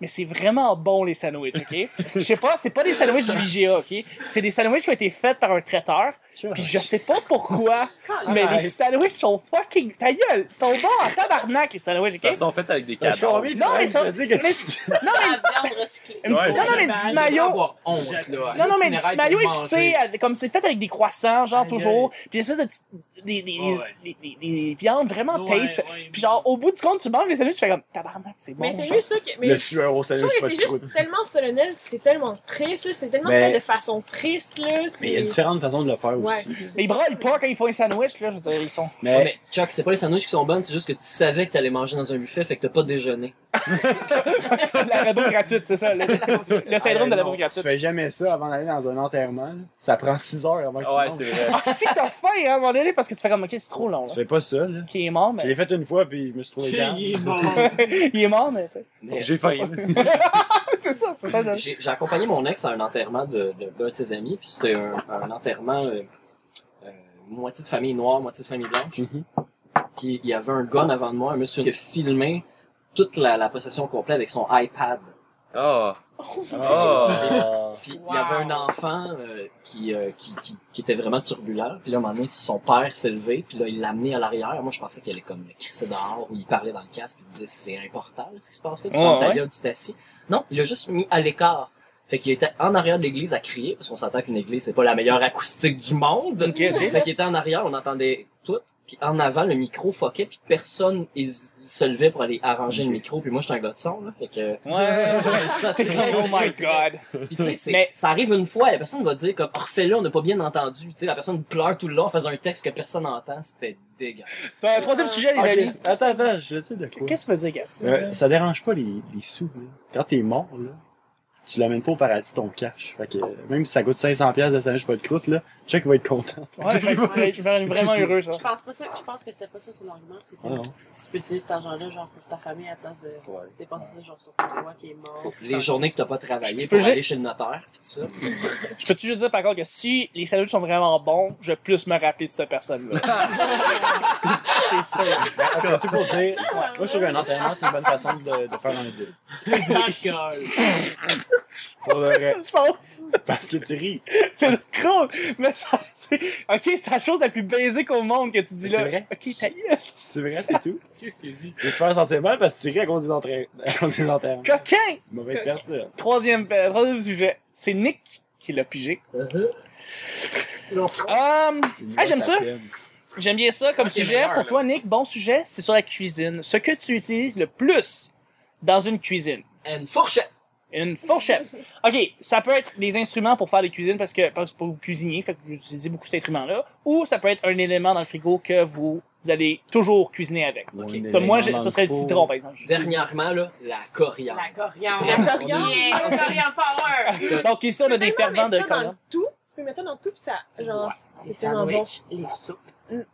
B: mais c'est vraiment bon, les sandwichs, OK? Je sais pas, c'est pas des sandwichs du IGA, OK? C'est des sandwichs qui ont été faits par un traiteur, puis je sais pas pourquoi, mais les sandwichs sont fucking... Ta gueule! Ils sont bons en tabarnak, les sandwichs,
E: De toute
B: OK?
E: façon, fait avec des
C: Je
E: cadavres.
C: suis envie de
B: Non, mais
C: te
B: ça-
C: dire que
B: mais- Non,
C: tu-
B: mais...
G: La Ah, viande recyclée.
B: une petite-
E: Ouais.
B: non, non, mais une petite
H: Tu vas
B: maillot...
H: avoir honte,
B: Non,
H: là. Aller
B: non,
H: au
B: mais une petite
H: funérailles
B: maillot
H: pour
B: épicée,
H: manger.
B: avec- comme c'est fait avec des croissants, genre,
H: Aïe,
B: toujours, puis une espèce de petite- des, des,
F: Ouais, ouais.
B: des, des, des viandes vraiment
F: Ouais,
B: taste.
F: ouais,
B: Puis genre, au bout du compte, tu manges les sandwichs, tu fais comme tabarnak, c'est bon.
D: Mais c'est
B: genre.
D: juste ça que. mais
C: Le tueur au
D: Je
C: sandwich,
D: trouve
C: pas
D: que
C: de
D: c'est
C: croûte.
D: juste tellement solennel, pis c'est tellement triste, là, c'est tellement
C: Mais-
D: fait de façon triste, là. c'est-
C: Mais il y a différentes façons de le faire
D: Ouais,
C: aussi.
D: c'est ça.
B: Mais ils braillent pas quand ils font un sandwich, là, je veux dire, ils sont.
C: Mais
A: Chuck, c'est pas les sandwichs qui sont bonnes, c'est juste que tu savais que t'allais manger dans un buffet, fait que t'as pas déjeuné.
B: La rabo gratuite, c'est ça. Le, le syndrome de la
C: Ah, non,
B: rabo
C: Tu
B: gratuite.
C: fais jamais ça avant d'aller dans un enterrement. là. Ça prend 6 heures avant que tu
E: Ouais,
C: manges.
E: c'est vrai.
B: Ah, si t'as faim, hein, à un moment donné, parce que tu fais comme, ok, c'est trop long, là.
C: Tu fais pas ça, là.
B: Ok, il est mort,
C: Je
B: mais.
C: l'ai fait
F: [laughs]
C: une fois, puis je me suis trouvé
F: Qui
C: calme.
F: est mort?
C: [laughs]
B: il est mort, mais, tu sais.
E: J'ai faim.
B: [laughs] c'est ça, c'est ça. là.
A: J'ai j'ai accompagné mon ex à un enterrement de, de, d'un de ses amis, puis c'était un, un enterrement euh, euh, moitié de famille noire, moitié de famille blanche. Puis il y avait un gun avant de moi, un monsieur qui a filmé toute la, la possession complète avec son iPad.
E: Ah!
B: [laughs]
E: Ah!
A: Puis
G: Wow.
A: il y avait un enfant euh, qui, euh, qui, qui, qui était vraiment turbulent. Puis là, à un moment donné, son père s'est levé, puis là, il l'a amené à l'arrière. Moi, je pensais qu'elle allait comme le crisser dehors, où il parlait dans le casque, puis il disait « C'est important, là, ce qui se passe là, tu
B: Ouais,
A: fermes ta
B: ouais.
A: gueule, tu t'assis. » Non, il l'a juste mis à l'écart. Fait qu'il était en arrière de l'église à crier, parce qu'on s'entend qu'une église, c'est pas la meilleure acoustique du monde.
B: Ok, ok.
A: Fait qu'il était en arrière, on entendait tout, puis en avant, le micro foquait, puis personne hés- se levait pour aller arranger le micro, puis moi, j'étais un gars de son, là, fait
B: [laughs]
A: que...
B: Ouais.
A: Ça,
B: T'es comme, oh my god.
A: Puis tu sais, c'est-
B: Mais-
A: ça arrive une fois, la personne va dire comme, oh, refais-le, on n'a pas bien entendu. Tu sais, la personne pleure tout le long en faisant un texte que personne n'entend, c'était dégueulasse.
B: T'as un troisième sujet, les
C: Ok,
B: amis.
C: Attends, attends, je veux dire de quoi.
B: Qu'est-ce que tu veux dire, Gaston?
C: Euh, ça dérange pas les, les sous. là. Quand t'es mort, là, tu l'amènes pas au paradis ton cash. Fait que euh, même si ça coûte 500$ piastres de sandwich pas de croûte, là, Chuck va être [laughs] content.
B: Ouais, je vais je vais être vraiment heureux, ça.
G: Je pense pas ça. Je pense que c'était pas ça son argument. C'est que
C: Ah non.
G: tu peux utiliser cet argent-là genre pour ta famille à la place de
C: Ouais.
G: dépenser ça genre sur toi qui est mort.
A: Les journées que t'as pas travaillé
B: Je peux
A: pour
B: juste-
A: aller chez le notaire, pis tout ça.
B: Je peux-tu juste dire par contre que si les saluts sont vraiment bons, je vais plus me rappeler de cette personne-là. c'est ça.
C: Ah, [laughs] C'est tout pour dire, ouais, moi je trouve qu'un enterrement c'est une bonne façon de, de faire un deuil.
F: D'accord.
C: Pour le vrai.
B: Tu me sens-
C: Parce que tu ris.
B: C'est drôle! Mais ça, c'est... Ok, c'est la chose la plus basique au monde que tu dis là.
C: C'est vrai.
B: Ok, ta gueule.
C: C'est vrai, c'est tout.
F: [laughs] Qu'est-ce qu'il dit?
C: Je vais te faire sentir mal parce que tu ris à cause des enterrements. [laughs] À cause des enterrements.
B: Coquin!
C: Mauvaise personne.
B: Troisième, euh, troisième sujet. C'est Nick qui l'a pigé.
A: Uh-huh.
B: Hum, Ah, j'aime ça. j'aime bien ça comme
H: Ok,
B: sujet.
H: meilleur,
B: Pour
H: là.
B: toi, Nick, bon sujet, c'est sur la cuisine. Ce que tu utilises le plus dans une cuisine.
A: Une fourchette!
B: Une fourchette. OK, ça peut être des instruments pour faire des cuisines parce que parce que vous cuisiniez, fait que vous utilisez beaucoup cet instrument-là. Ou ça peut être un élément dans le frigo que vous allez toujours cuisiner avec. Comme moi, j'ai- ce serait le citron, par exemple.
A: Dernièrement, là, la coriandre.
G: La coriandre.
D: La coriandre.
G: Yeah, coriandre power.
B: [laughs] Donc ici, on a des
D: Tu peux tellement
B: fervents de
D: mettre ça dans
B: coriandre.
D: tout. Tu peux mettre ça dans tout, pis ça, genre,
G: Les
D: c'est tellement bon. Mm.
G: sandwichs, les soupes, euh,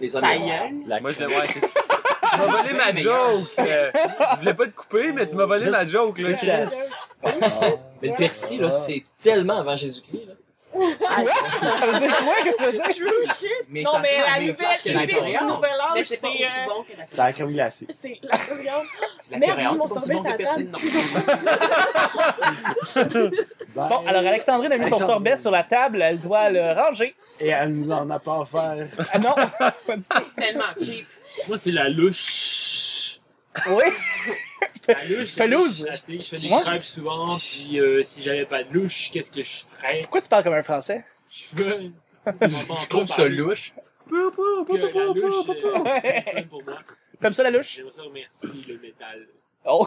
A: Les
G: ta
A: oignons.
G: gueule.
C: La
E: Moi, je l'ai. Ouais, c'est- tu m'as volé [laughs] ma joke! euh, Je voulais pas te couper, mais tu m'as volé ma joke, là.
C: Yes.
D: Euh,
C: Ah,
A: Mais le persil, là, c'est tellement avant Jésus-Christ, là.
D: Ah,
B: Ça veut dire quoi? Qu'est-ce que ça veut dire?
D: True shit!
H: Mais
D: Non,
H: ça
D: mais
H: sent
D: la
H: la même
D: nouvelle
H: place que la
D: épice du
H: coriandre.
D: nouvel
G: Mais
D: âge,
G: c'est pas aussi
D: c'est euh,
G: bon que la
C: C'est la crème glacée.
D: c'est
B: [laughs]
D: la coriandre.
H: C'est la
D: Merde,
H: coriandre,
D: mon
H: c'est pas
D: sorbet,
H: du bon
D: ça
H: que
D: table.
H: personne n'en
B: Bon, alors Alexandrine a mis son
C: Alexandrine.
B: sorbet sur la table, elle doit le ranger.
C: Et elle nous en a pas offert.
B: Ah non!
G: C'est tellement cheap.
F: Moi, c'est la louche.
B: [laughs] Oui!
F: La louche.
B: Pelouse.
F: Je fais des
B: Ouais.
F: crêpes souvent, puis euh, si j'avais pas de louche, qu'est-ce que je ferais?
B: Pourquoi tu parles comme un Français?
F: Je veux.
H: Je trouve ça louche.
F: Parce que la louche, euh, c'est pas pour moi.
B: Comme ça, la louche?
F: J'aimerais ça remercier le métal.
B: Oh!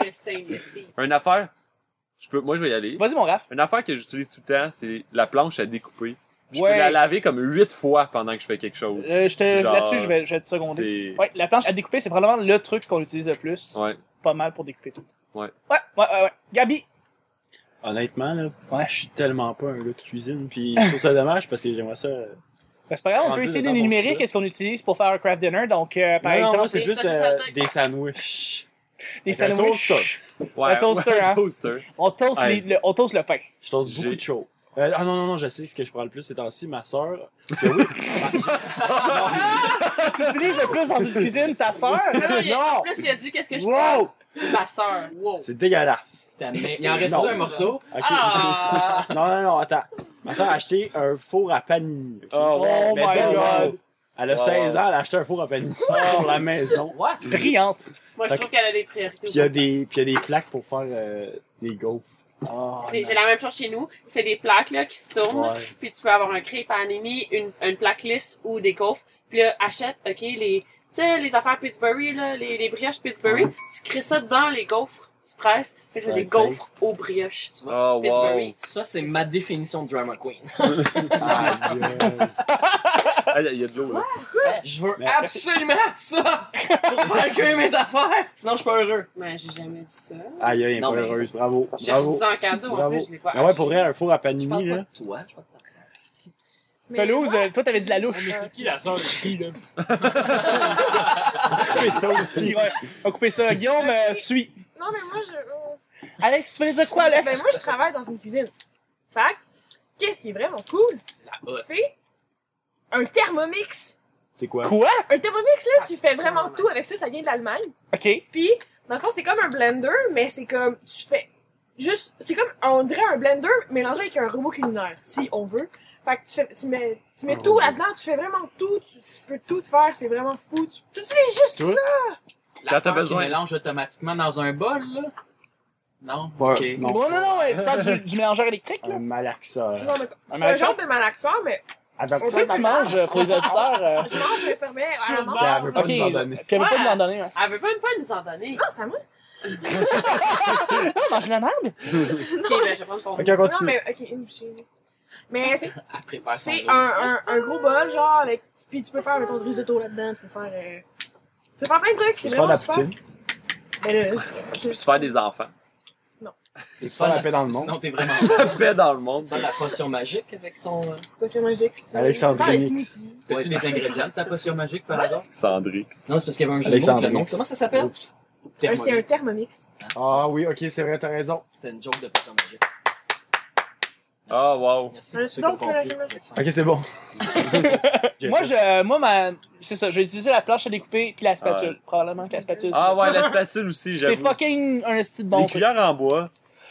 G: Le stainless steel.
E: Une affaire. Je peux... Moi, je vais y aller.
B: Vas-y, mon Raph.
E: Une affaire que j'utilise tout le temps, c'est la planche à découper. Je
B: Ouais.
E: peux la laver comme huit fois pendant que je fais quelque chose.
B: Euh, je te-
E: Genre,
B: Là-dessus, je vais, je vais te seconder.
E: C'est.
B: Ouais, la planche à découper, c'est probablement le truc qu'on utilise le plus.
E: Ouais.
B: Pas mal pour découper tout.
E: Ouais.
B: Ouais, ouais, ouais. ouais. Gabi!
C: Honnêtement, là, je suis tellement pas un gars de cuisine. Puis je trouve ça dommage parce que j'aimerais ça. euh,
B: Ben, c'est pas grave, on
C: En
B: peut
C: plus,
B: essayer
C: dedans, on
B: d'énumérer
C: sait.
B: qu'est-ce qu'on utilise pour faire un craft dinner. Donc, euh, par
C: non, non,
B: exemple,
C: moi, c'est
G: des
C: plus
G: saucisses
C: euh,
G: à
C: des sandwichs.
B: [laughs] des
C: Avec un
B: sandwichs.
C: toaster.
E: Ouais,
B: Un toaster,
E: ouais, un
B: hein.
E: toaster.
B: On toast,
E: Ouais.
B: les- le, on toast le pain.
C: Je toast beaucoup
E: J'ai-
C: de choses. Euh, ah non, non, non, je sais ce que je prends le plus ces temps-ci. Ma soeur. C'est oui.
B: Ce que tu utilises le plus dans
E: [laughs]
B: une cuisine, ta sœur?
G: Non,
D: Ah,
G: non, il y a-
B: Non!
G: en plus, il a dit qu'est-ce que je
B: Wow!
G: prends. Ma soeur. Wow.
C: C'est dégueulasse.
A: Ta mère.
H: Il en reste
C: Non.
H: un morceau.
C: Ok.
G: Ah!
C: [laughs] Non, non, non, attends. Ma soeur a acheté un four à panini. ok?
E: Oh,
B: Oh
C: Mais
B: my
C: dans le
B: god! Oh!
C: monde. Elle a
E: Wow.
C: 16 ans, elle a acheté un four à panini pour
B: [laughs]
C: la maison.
A: What?
E: [laughs]
B: Brillante!
G: Moi, je trouve qu'elle a des priorités.
C: Puis il y a des, puis il y a des plaques pour faire euh, des gaufres.
G: C'est- J'ai la même chose chez nous. C'est des plaques là, qui se tournent.
C: Ouais.
G: Puis tu peux avoir un crêpe panini, une, une plaque lisse ou des gaufres. Puis là, achète, OK, les, tu sais, les affaires Pittsburgh, là, les, les brioches Pittsburgh. Tu crées ça dedans, les gaufres. Tu presses. Puis c'est
C: Ouais,
G: des gaufres aux brioches.
E: Oh, wow.
G: Pittsburgh.
A: Ça, c'est ma définition de drama queen.
H: [laughs]
E: [laughs]
C: Ah, yeah.
E: Ah, Il y a de l'eau, là.
A: Je veux
C: Mais-
A: absolument ça pour faire cuire mes affaires, sinon je suis pas heureux.
G: Mais Ben, j'ai jamais dit ça.
C: Aïe, aïe, elle est
A: Non,
C: pas
A: mais-
C: heureuse. Bravo.
G: J'ai reçu
C: Bravo.
G: ça en cadeau. En
C: Bravo.
G: plus, je l'ai pas
C: Mais ouais, pour
G: acheté.
C: vrai, un four à
A: Je parle
C: panini,
A: pas
C: là.
A: de toi, je parle de ta sœur.
D: Mais-
B: Pelouse, euh, toi, t'avais dit la
F: Mais
B: louche.
F: c'est qui la soeur de qui, là?
C: Tu fais ça
B: [laughs]
E: [laughs]
C: aussi.
B: Ouais. On va couper ça. Guillaume, euh, suis.
D: Non, mais moi, je. euh,
B: Alex, tu voulais dire quoi,
D: Ben,
B: Alex?
D: moi, je travaille dans une cuisine. Fait que, qu'est-ce qui est vraiment cool, c'est un Thermomix.
C: C'est quoi?
B: Quoi?
D: Un Thermomix, là,
H: Ah,
D: tu fais vraiment
H: Thermomix.
D: tout avec ça. Ça vient de l'Allemagne.
B: OK.
D: Puis, dans le fond, c'est comme un blender, mais c'est comme, tu fais juste, c'est comme, on dirait un blender mélangé avec un robot culinaire, si on veut. Fait que tu, fais, tu mets, tu mets
C: Un
D: tout
C: robot.
D: là-dedans, tu fais vraiment tout, tu, tu peux tout faire, c'est vraiment fou. Tu, tu utilises juste
C: Toi?
D: ça!
E: Quand t'as
H: L'affaire qui
E: besoin.
H: mélange automatiquement dans un bol, là? Non?
C: Ouais,
H: Ok.
C: non.
B: Non, non, non, ouais, tu parles du, du mélangeur électrique, là?
C: Un malaxeur.
D: Non, mais
B: Un
D: c'est un
B: malaxeur?
D: genre de malacteur, mais
C: Avec
D: On
B: C'est que tu manges euh, pour les auditeurs. euh,
D: je mange, je me permets à la
G: Sûrement.
D: mort.
C: Elle veut pas
B: Ok.
C: nous en donner.
B: Puis elle veut pas
G: Ouais.
B: nous en donner hein. un.
G: Elle veut même pas nous
C: [laughs]
G: en donner.
D: Non, c'est à moi.
B: Ah, mange la
E: [laughs]
B: merde?
G: Ok, ben je pense qu'on.
C: Ok, on
D: Non,
C: continue.
D: mais, ok, une bouchée. Mais c'est
H: Après faire son
D: C'est
H: lot.
D: un, un, un gros bol, genre, avec. Puis tu peux faire, mettons, du risotto là-dedans, tu peux faire. euh, Tu peux faire plein de trucs, c'est
C: Tu faire de
D: vraiment
C: la
D: super.
C: poutine.
D: Mais là, c'est-
E: Puis tu fais des enfants. [laughs]
C: Tu faire la paix dans le monde.
H: Sinon, t'es vraiment.
E: Paix dans le monde.
A: Tu as la potion magique avec ton. euh,
D: potion magique. c'est-
C: Alexandre
D: Ah, les
C: Mix.
D: smoothies.
H: T'as-tu des ingrédients de ta potion magique par hasard?
E: Cendrix.
A: Non, c'est parce qu'il y avait un jeu de mots.
C: Alexandre
A: avec le nom.
C: Mix.
A: Comment ça s'appelle
C: Oups.
D: Un- C'est un
H: Thermomix.
D: thermomix.
C: Ah oui, ok, c'est vrai, t'as raison.
A: C'était une joke de potion magique.
E: Ah, wow.
A: Merci
D: Un
A: pour ceux qui ont
D: autre, euh,
A: compris.
C: Ok, c'est bon. [laughs] J'ai
B: Moi,
C: fait-
B: je, euh, moi ma, c'est ça, j'ai utilisé la planche à découper puis la spatule. Probablement que la spatule,
E: Ah,
B: c'est-
E: ouais, la spatule aussi,
B: c'est
E: j'avoue.
B: fucking un esti de
E: Les
B: bon truc.
E: cuillères en bois.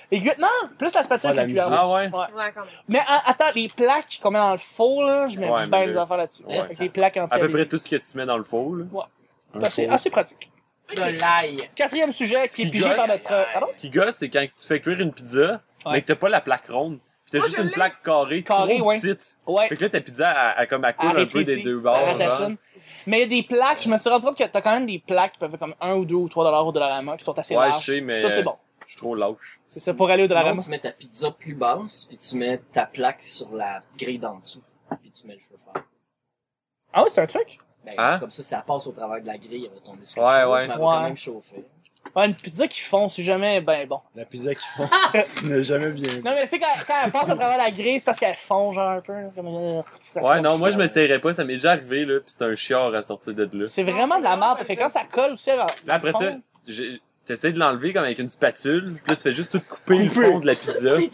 B: Les cuillères- Non, plus la spatule
C: Ouais,
B: que la
C: la
B: cuillère.
E: Ah, ouais.
D: Ouais, quand même.
B: Mais ah, attends, les plaques qu'on met dans le four, là, je mets
E: Ouais, mais
B: bien
E: le-
B: des affaires là-dessus.
E: Ouais.
B: Fait que les plaques
E: À
B: entières.
E: peu près tout ce que tu mets dans le four, là.
C: Un
B: C'est assez,
C: four.
B: assez pratique.
H: De l'ail.
B: Quatrième sujet qui est
E: Qui
B: pigé
E: gosse.
B: par notre. euh, Pardon?
E: Ce qui gosse, c'est quand tu fais cuire une pizza,
B: Ouais.
E: mais que t'as pas la plaque ronde. Puis t'as
D: Moi,
E: juste
D: je
E: une
D: l'ai.
E: plaque carrée,
B: Carrée,
E: trop
B: ouais.
E: petite.
B: Ouais.
E: Fait que là, ta pizza, elle, elle comme elle coule un
B: Arrêtez
E: peu des
B: ici,
E: deux
B: la
E: bords. genre.
B: ratatine. Mais il y a des plaques, je me suis rendu compte que t'as quand même des plaques qui peuvent être comme 1 ou 2 ou 3 dollars au Dollarama qui sont assez
E: Ouais, je
B: larges.
E: sais, mais euh,
B: Ça, c'est bon.
E: je suis trop lâche.
B: C'est ça pour aller au
A: Sinon,
B: Dollarama.
A: Tu mets ta pizza plus basse, puis tu mets ta plaque sur la grille d'en dessous, puis tu mets le feu fort.
B: Ah ouais, c'est un truc?
A: Ben,
E: Hein?
A: Comme ça, ça passe au travers de la grille avec ton biscuit.
E: Ouais,
A: chaud,
E: ouais.
A: Tu m'avais
B: Ouais.
A: quand même chauffé.
B: Ouais, une pizza qui fond, si jamais, ben bon.
C: La pizza qu'ils
B: [laughs]
C: font, tu n'as jamais bien.
B: Non, mais c'est quand, quand elle passe à travers la grille, c'est parce qu'elle fond, genre, un peu. là, comme- euh,
E: Ouais, non, moi, je m'essayerais pas. Ça m'est déjà arrivé, là, pis c'est un chiard à sortir de là.
B: C'est vraiment de la merde, parce que quand ça colle aussi, elle-
E: Là, après
B: fond-
E: ça, j'ai- t'essayes de l'enlever comme avec une spatule, puis là, tu fais juste tout couper le
C: Couper.
E: fond de la
B: [laughs]
E: pizza.
D: C'est-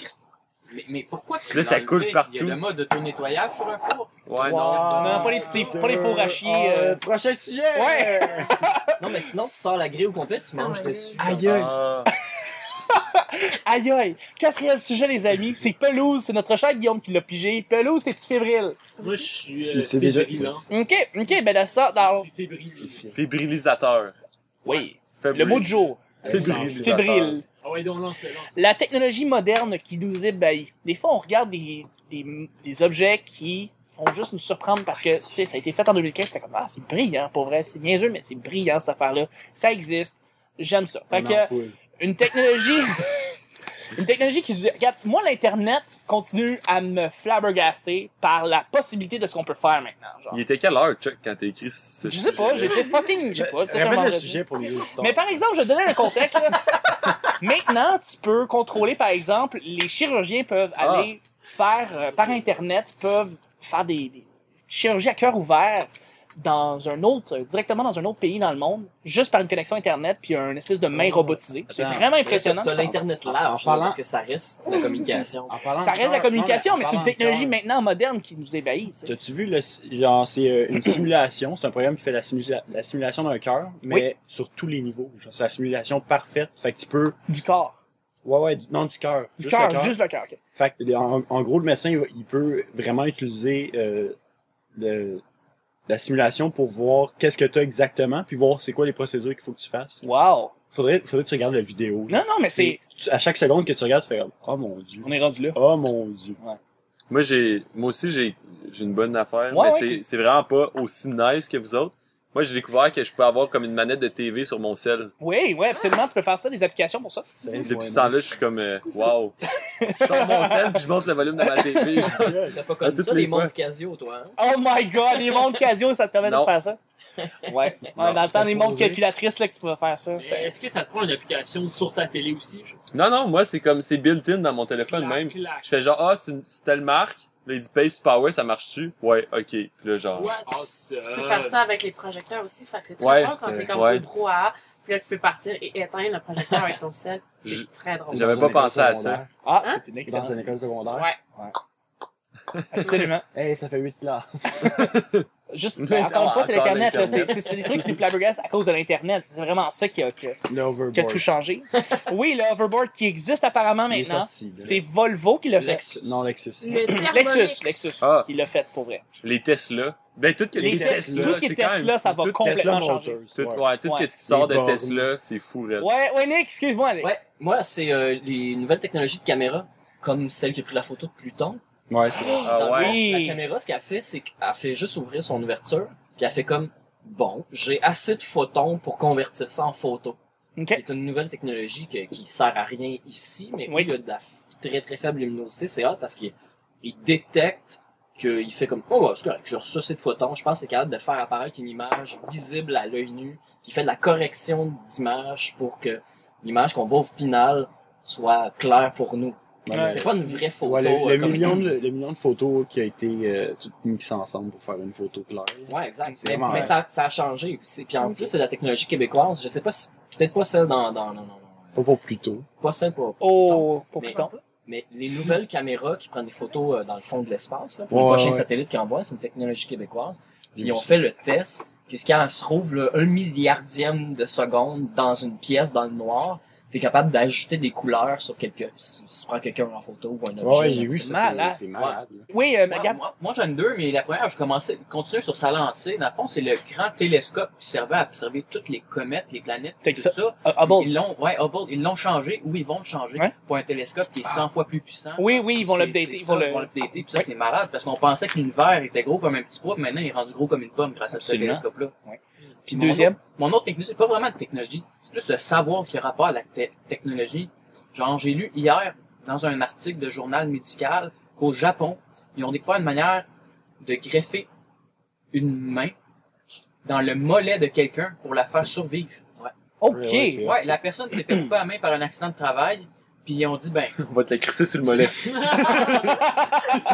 H: Mais, mais pourquoi tu
E: Là, ça
H: l'as
E: coule
H: enlevé?
E: partout.
H: Il y a le mode auto-nettoyage sur un four.
E: Ouais,
B: Wow.
E: non.
B: Non, pas les petits- pas les fours à chier,
C: Ah,
B: euh.
C: Prochain sujet!
B: Ouais!
A: Non, mais sinon, tu sors la grille au complet, tu manges
D: Oh my
A: dessus.
C: God. Aïe, aïe.
E: Ah,
B: Aïe aïe! Quatrième sujet, les amis, c'est Pelouse. C'est notre cher Guillaume qui l'a pigé. Pelouse, t'es-tu fébrile?
F: Moi, je suis euh,
C: Il s'est déjà-
F: fébrile, hein.
B: OK, OK, ben là, ça,
F: Je
B: dans...
F: suis fébrile.
E: Fébrilisateur.
B: Oui,
E: Fébrile.
B: le mot du jour,
E: Fébrilisateur.
B: fébrile.
F: Ah ouais, donc lance, lance.
B: La technologie moderne qui nous ébahit. Des fois, on regarde des, des, des objets qui font juste nous surprendre parce que, tu sais, ça a été fait en 2015, c'est comme, ah, c'est brillant, pour vrai, c'est niaiseux, mais c'est brillant, cette affaire-là. Ça existe. J'aime ça. Fait
C: Un
B: que,
C: ampoule.
B: une technologie [laughs] une technologie qui regarde moi l'internet continue à me flabbergaster par la possibilité de ce qu'on peut faire maintenant genre.
E: Il était quelle heure, Chuck, quand t'as écrit ce
B: je sais pas
E: sujet-là?
B: j'étais fucking je sais pas peut-être un
C: Répète le
B: vendredi.
C: sujet pour les auditeurs.
B: mais par exemple je vais te donner un contexte là. [laughs] maintenant tu peux contrôler par exemple les chirurgiens peuvent
E: Ah.
B: aller faire euh, par internet peuvent faire des, des chirurgies à cœur ouvert dans un autre euh, directement dans un autre pays dans le monde juste par une connexion internet puis un espèce de main
C: Oh.
B: robotisée c'est
C: Attends.
B: vraiment impressionnant
A: T'as
B: ça.
A: l'Internet
C: En
A: large,
C: parlant-
A: parce que ça reste la communication.
C: En parlant
B: Ça
C: de
B: reste la
C: cœur,
B: communication,
C: non,
B: mais
C: en
B: c'est une
C: parlant de
B: technologie
C: cœur,
B: maintenant moderne qui nous ébahit. tu sais.
C: T'as-tu vu, le, genre, c'est euh, une simulation, c'est un programme qui fait la, simula- la simulation d'un cœur, mais sur tous les niveaux. Genre, c'est la simulation parfaite. Fait que tu peux.
B: Du corps.
C: Ouais, ouais, du- non, du cœur.
B: Du
C: Juste
B: cœur,
C: le cœur.
B: juste le cœur. ok.
C: Fait que, en, en gros, le médecin, il, va- il peut vraiment utiliser euh, le- la simulation pour voir qu'est-ce que t'as exactement, puis voir c'est quoi les procédures qu'il faut que tu fasses.
B: Wow.
C: Faudrait, faudrait que tu regardes la vidéo.
B: Non, non, mais c'est.
C: Tu- à chaque seconde que tu regardes, tu fais comme, Oh mon dieu.
B: On est rendu là.
C: Oh mon dieu.
E: Moi, j'ai, moi aussi, j'ai, j'ai une bonne affaire,
B: Ouais,
E: mais
B: ouais,
E: c'est,
B: que-
E: c'est vraiment pas aussi nice que vous autres. Moi, j'ai découvert que je peux avoir comme une manette de TV sur mon cell.
B: Oui, oui, absolument. Tu peux faire ça, des applications pour ça.
C: C'est
E: Depuis
C: moins
E: ce temps-là, je
C: nice.
E: suis
B: [laughs]
E: comme, euh, wow. je sors mon cell puis je monte le volume de
B: [laughs]
E: ma TV.
A: T'as pas
E: À
A: connu
E: toutes
A: ça,
E: les
A: les montres
E: fois.
A: Casio, toi, hein?
B: Oh my god, les montres Casio, ça te permet de
E: Non.
B: faire ça. Ouais. Ouais, dans le temps des
C: supposé.
B: montres calculatrices là, que tu pouvais faire ça.
F: Mais
B: c'était-
F: Est-ce que ça te prend une application sur ta télé aussi? genre?
E: Non, non, moi, c'est comme, c'est built-in dans mon téléphone même.
F: Clac,
E: Je fais genre, ah, c'est, une- c'est telle marque. Là, il dit Pace Power, ça marche-tu? Ouais, ok. Puis là, genre.
F: clac. Awesome.
G: Tu peux faire ça avec les projecteurs aussi, fait que c'est très
E: Ouais,
G: bon quand t'es
E: euh,
G: comme
E: ouais.
G: au brouhaha. Puis là, tu peux partir et éteindre le projecteur avec ton sel.
E: Je-
G: C'est très drôle.
E: [laughs] J'avais pas pensé à ça.
B: Ah,
G: Hein?
B: c'est une
C: Dans
B: excellente
C: une école secondaire.
G: Ouais.
B: Absolument.
C: Hey, ça fait 8 classes.
B: [laughs] Juste,
E: Mais
B: ben, encore une
E: attends,
B: fois, c'est
E: encore
B: l'Internet. là. C'est
E: l'Internet.
B: c'est- c'est des trucs qui nous flabbergastent à cause de l'Internet. C'est vraiment ça qui a, qui a- qui a
C: L'overboard.
B: tout changé. Oui, le hoverboard qui existe apparemment
C: Il est
B: maintenant.
C: sorti, là.
B: C'est Volvo qui l'a fait.
A: Lexus.
C: Non, Lexus.
G: Le
B: Lexus,
G: Thermomix.
B: Lexus,
E: Ah.
B: qui l'a fait pour vrai.
E: Les Tesla. Ben, tout, que-
B: Les
E: les
B: Tesla,
E: Tesla,
B: tout ce qui est
E: c'est quand
B: Tesla,
E: même-
B: ça va
E: tout-
B: complètement
C: Tesla
B: changer.
C: Motors,
E: Tout,
C: ouais.
E: ouais, tout
B: Ouais.
E: ce qui sort
C: Les
E: de
C: bornes.
E: Tesla, c'est fou, raide.
B: Ouais, ouais, Nick, excuse-moi. Nick.
A: Ouais, moi, c'est euh, les nouvelles technologies de caméra, comme celle qui a pris la photo de Pluton.
C: Ouais, c'est
E: Ah
A: Dans le
E: ouais.
A: fond, La
B: Oui.
A: caméra, ce qu'elle fait, c'est qu'elle fait juste ouvrir son ouverture, puis elle fait comme, bon, j'ai assez de photons pour convertir ça en photo.
B: OK.
A: C'est une nouvelle technologie que- qui sert à rien ici, mais
B: Oui.
A: oui. il y a de la f- très très faible luminosité, c'est hot parce qu'il il détecte qu'il fait comme Oh, c'est correct, j'ai reçu assez de photons, je pense que c'est capable de faire apparaître une image visible à l'œil nu, qui fait de la correction d'image pour que l'image qu'on voit au final soit claire pour nous.
B: Ouais.
A: C'est pas une vraie photo.
C: Ouais, le, le
A: euh, comme-
C: million de, le million de photos qui a été euh, toutes mixées ensemble pour faire une photo claire.
A: Ouais, exact.
C: C'est
A: Mais,
C: vraiment
A: mais
C: vrai.
A: ça, ça a changé. C'est- Puis en plus, c'est de la technologie québécoise. Je sais pas si, peut-être pas celle dans, dans, non, non, non.
C: Pas pour plus tôt.
A: Pas celle pour,
B: Oh, pour
A: Mais-
B: Python.
A: Mais les
H: [laughs]
A: nouvelles caméras qui prennent des photos euh, dans le fond de l'espace, là, pour
C: Ouais,
A: les prochains
C: ouais.
A: satellites qu'ils envoient, c'est une technologie québécoise. Puis ils ont fait le test, puis quand on se trouve là, un milliardième de seconde dans une pièce, dans le noir, t'es capable d'ajouter des couleurs sur quelque... Si si tu prends quelqu'un en photo ou un objet.
C: Ouais, ouais,
A: là.
C: j'ai vu ça.
H: hein?
B: Malade.
C: c'est- C'est malade. là.
B: Oui, euh,
H: Moi,
B: Gab-
H: moi, moi, j'en ai deux, mais la première, je commençais, continue sur sa lancée. Dans le fond, c'est le grand télescope qui servait à observer toutes les comètes, les planètes,
B: Fait
H: tout
B: que
H: ça.
B: Ah, Hubble.
H: Ils l'ont, ouais, Hubble, ils l'ont changé ou ils vont le changer
B: Ouais.
H: pour un télescope qui est 100 fois plus puissant.
B: Oui, oui, Ah. ils vont
H: C'est-
B: l'updater.
H: c'est
B: Ils vont
H: ça,
B: le...
H: Ils vont l'updater, puis ça,
B: Oui.
H: c'est malade, parce qu'on pensait que l'univers était gros comme un petit pois, puis maintenant, il est rendu gros comme une pomme grâce
B: Absolument.
H: à ce télescope-là.
B: Ouais.
H: Puis
B: Mon
H: mon autre- Mon autre technologie, c'est pas vraiment de technologie, c'est plus le savoir qui a rapport à la te- technologie. Genre, j'ai lu hier, dans un article de journal médical, qu'au Japon, ils ont découvert une manière de greffer une main dans le mollet de quelqu'un pour la faire survivre.
B: OK.
C: Ouais, ouais, c'est-
H: Ouais, la personne s'est fait couper la main par un accident de travail, puis ils ont dit, ben,
E: On va te la crisser sur le mollet.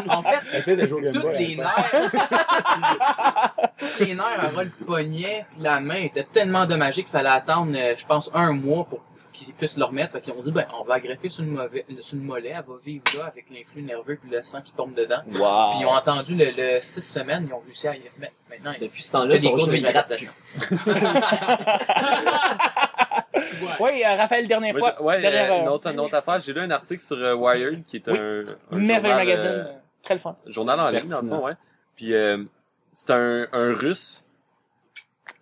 H: en fait,
C: Essaye de jouer au Game
H: toutes
C: Boy. hein,
H: les
C: Einstein.
H: nerfs, toutes les nerfs avant le poignet, puis la main était tellement dommagée qu'il fallait attendre, euh, je pense, un mois pour qu'ils puissent le remettre. Fait qu'ils ont dit, ben, on va la greffer sur le, mauvais- sur le mollet, elle va vivre là avec l'influx nerveux puis le sang qui tombe dedans. Puis ils ont attendu le, le six semaines, ils ont réussi à y remettre. Maintenant, ils
A: Depuis ce temps-là,
H: des
A: son
H: cours
A: jeu,
H: de
A: il gratte.
H: réadaptation.
F: Tu vois.
B: Oui, euh, Raphaël, dernière
E: Moi,
B: fois.
E: j'ai- ouais,
B: dernière,
E: euh,
B: euh,
E: une, autre, une autre affaire. J'ai lu un article sur euh, Wired, qui est
B: Oui.
E: un, un
B: merveilleux
E: journal,
B: magazine.
E: euh,
B: euh, Très le fun.
E: journal en ligne, dans le
C: Pertinent.
E: fond, ouais. Puis euh, c'est un, un russe,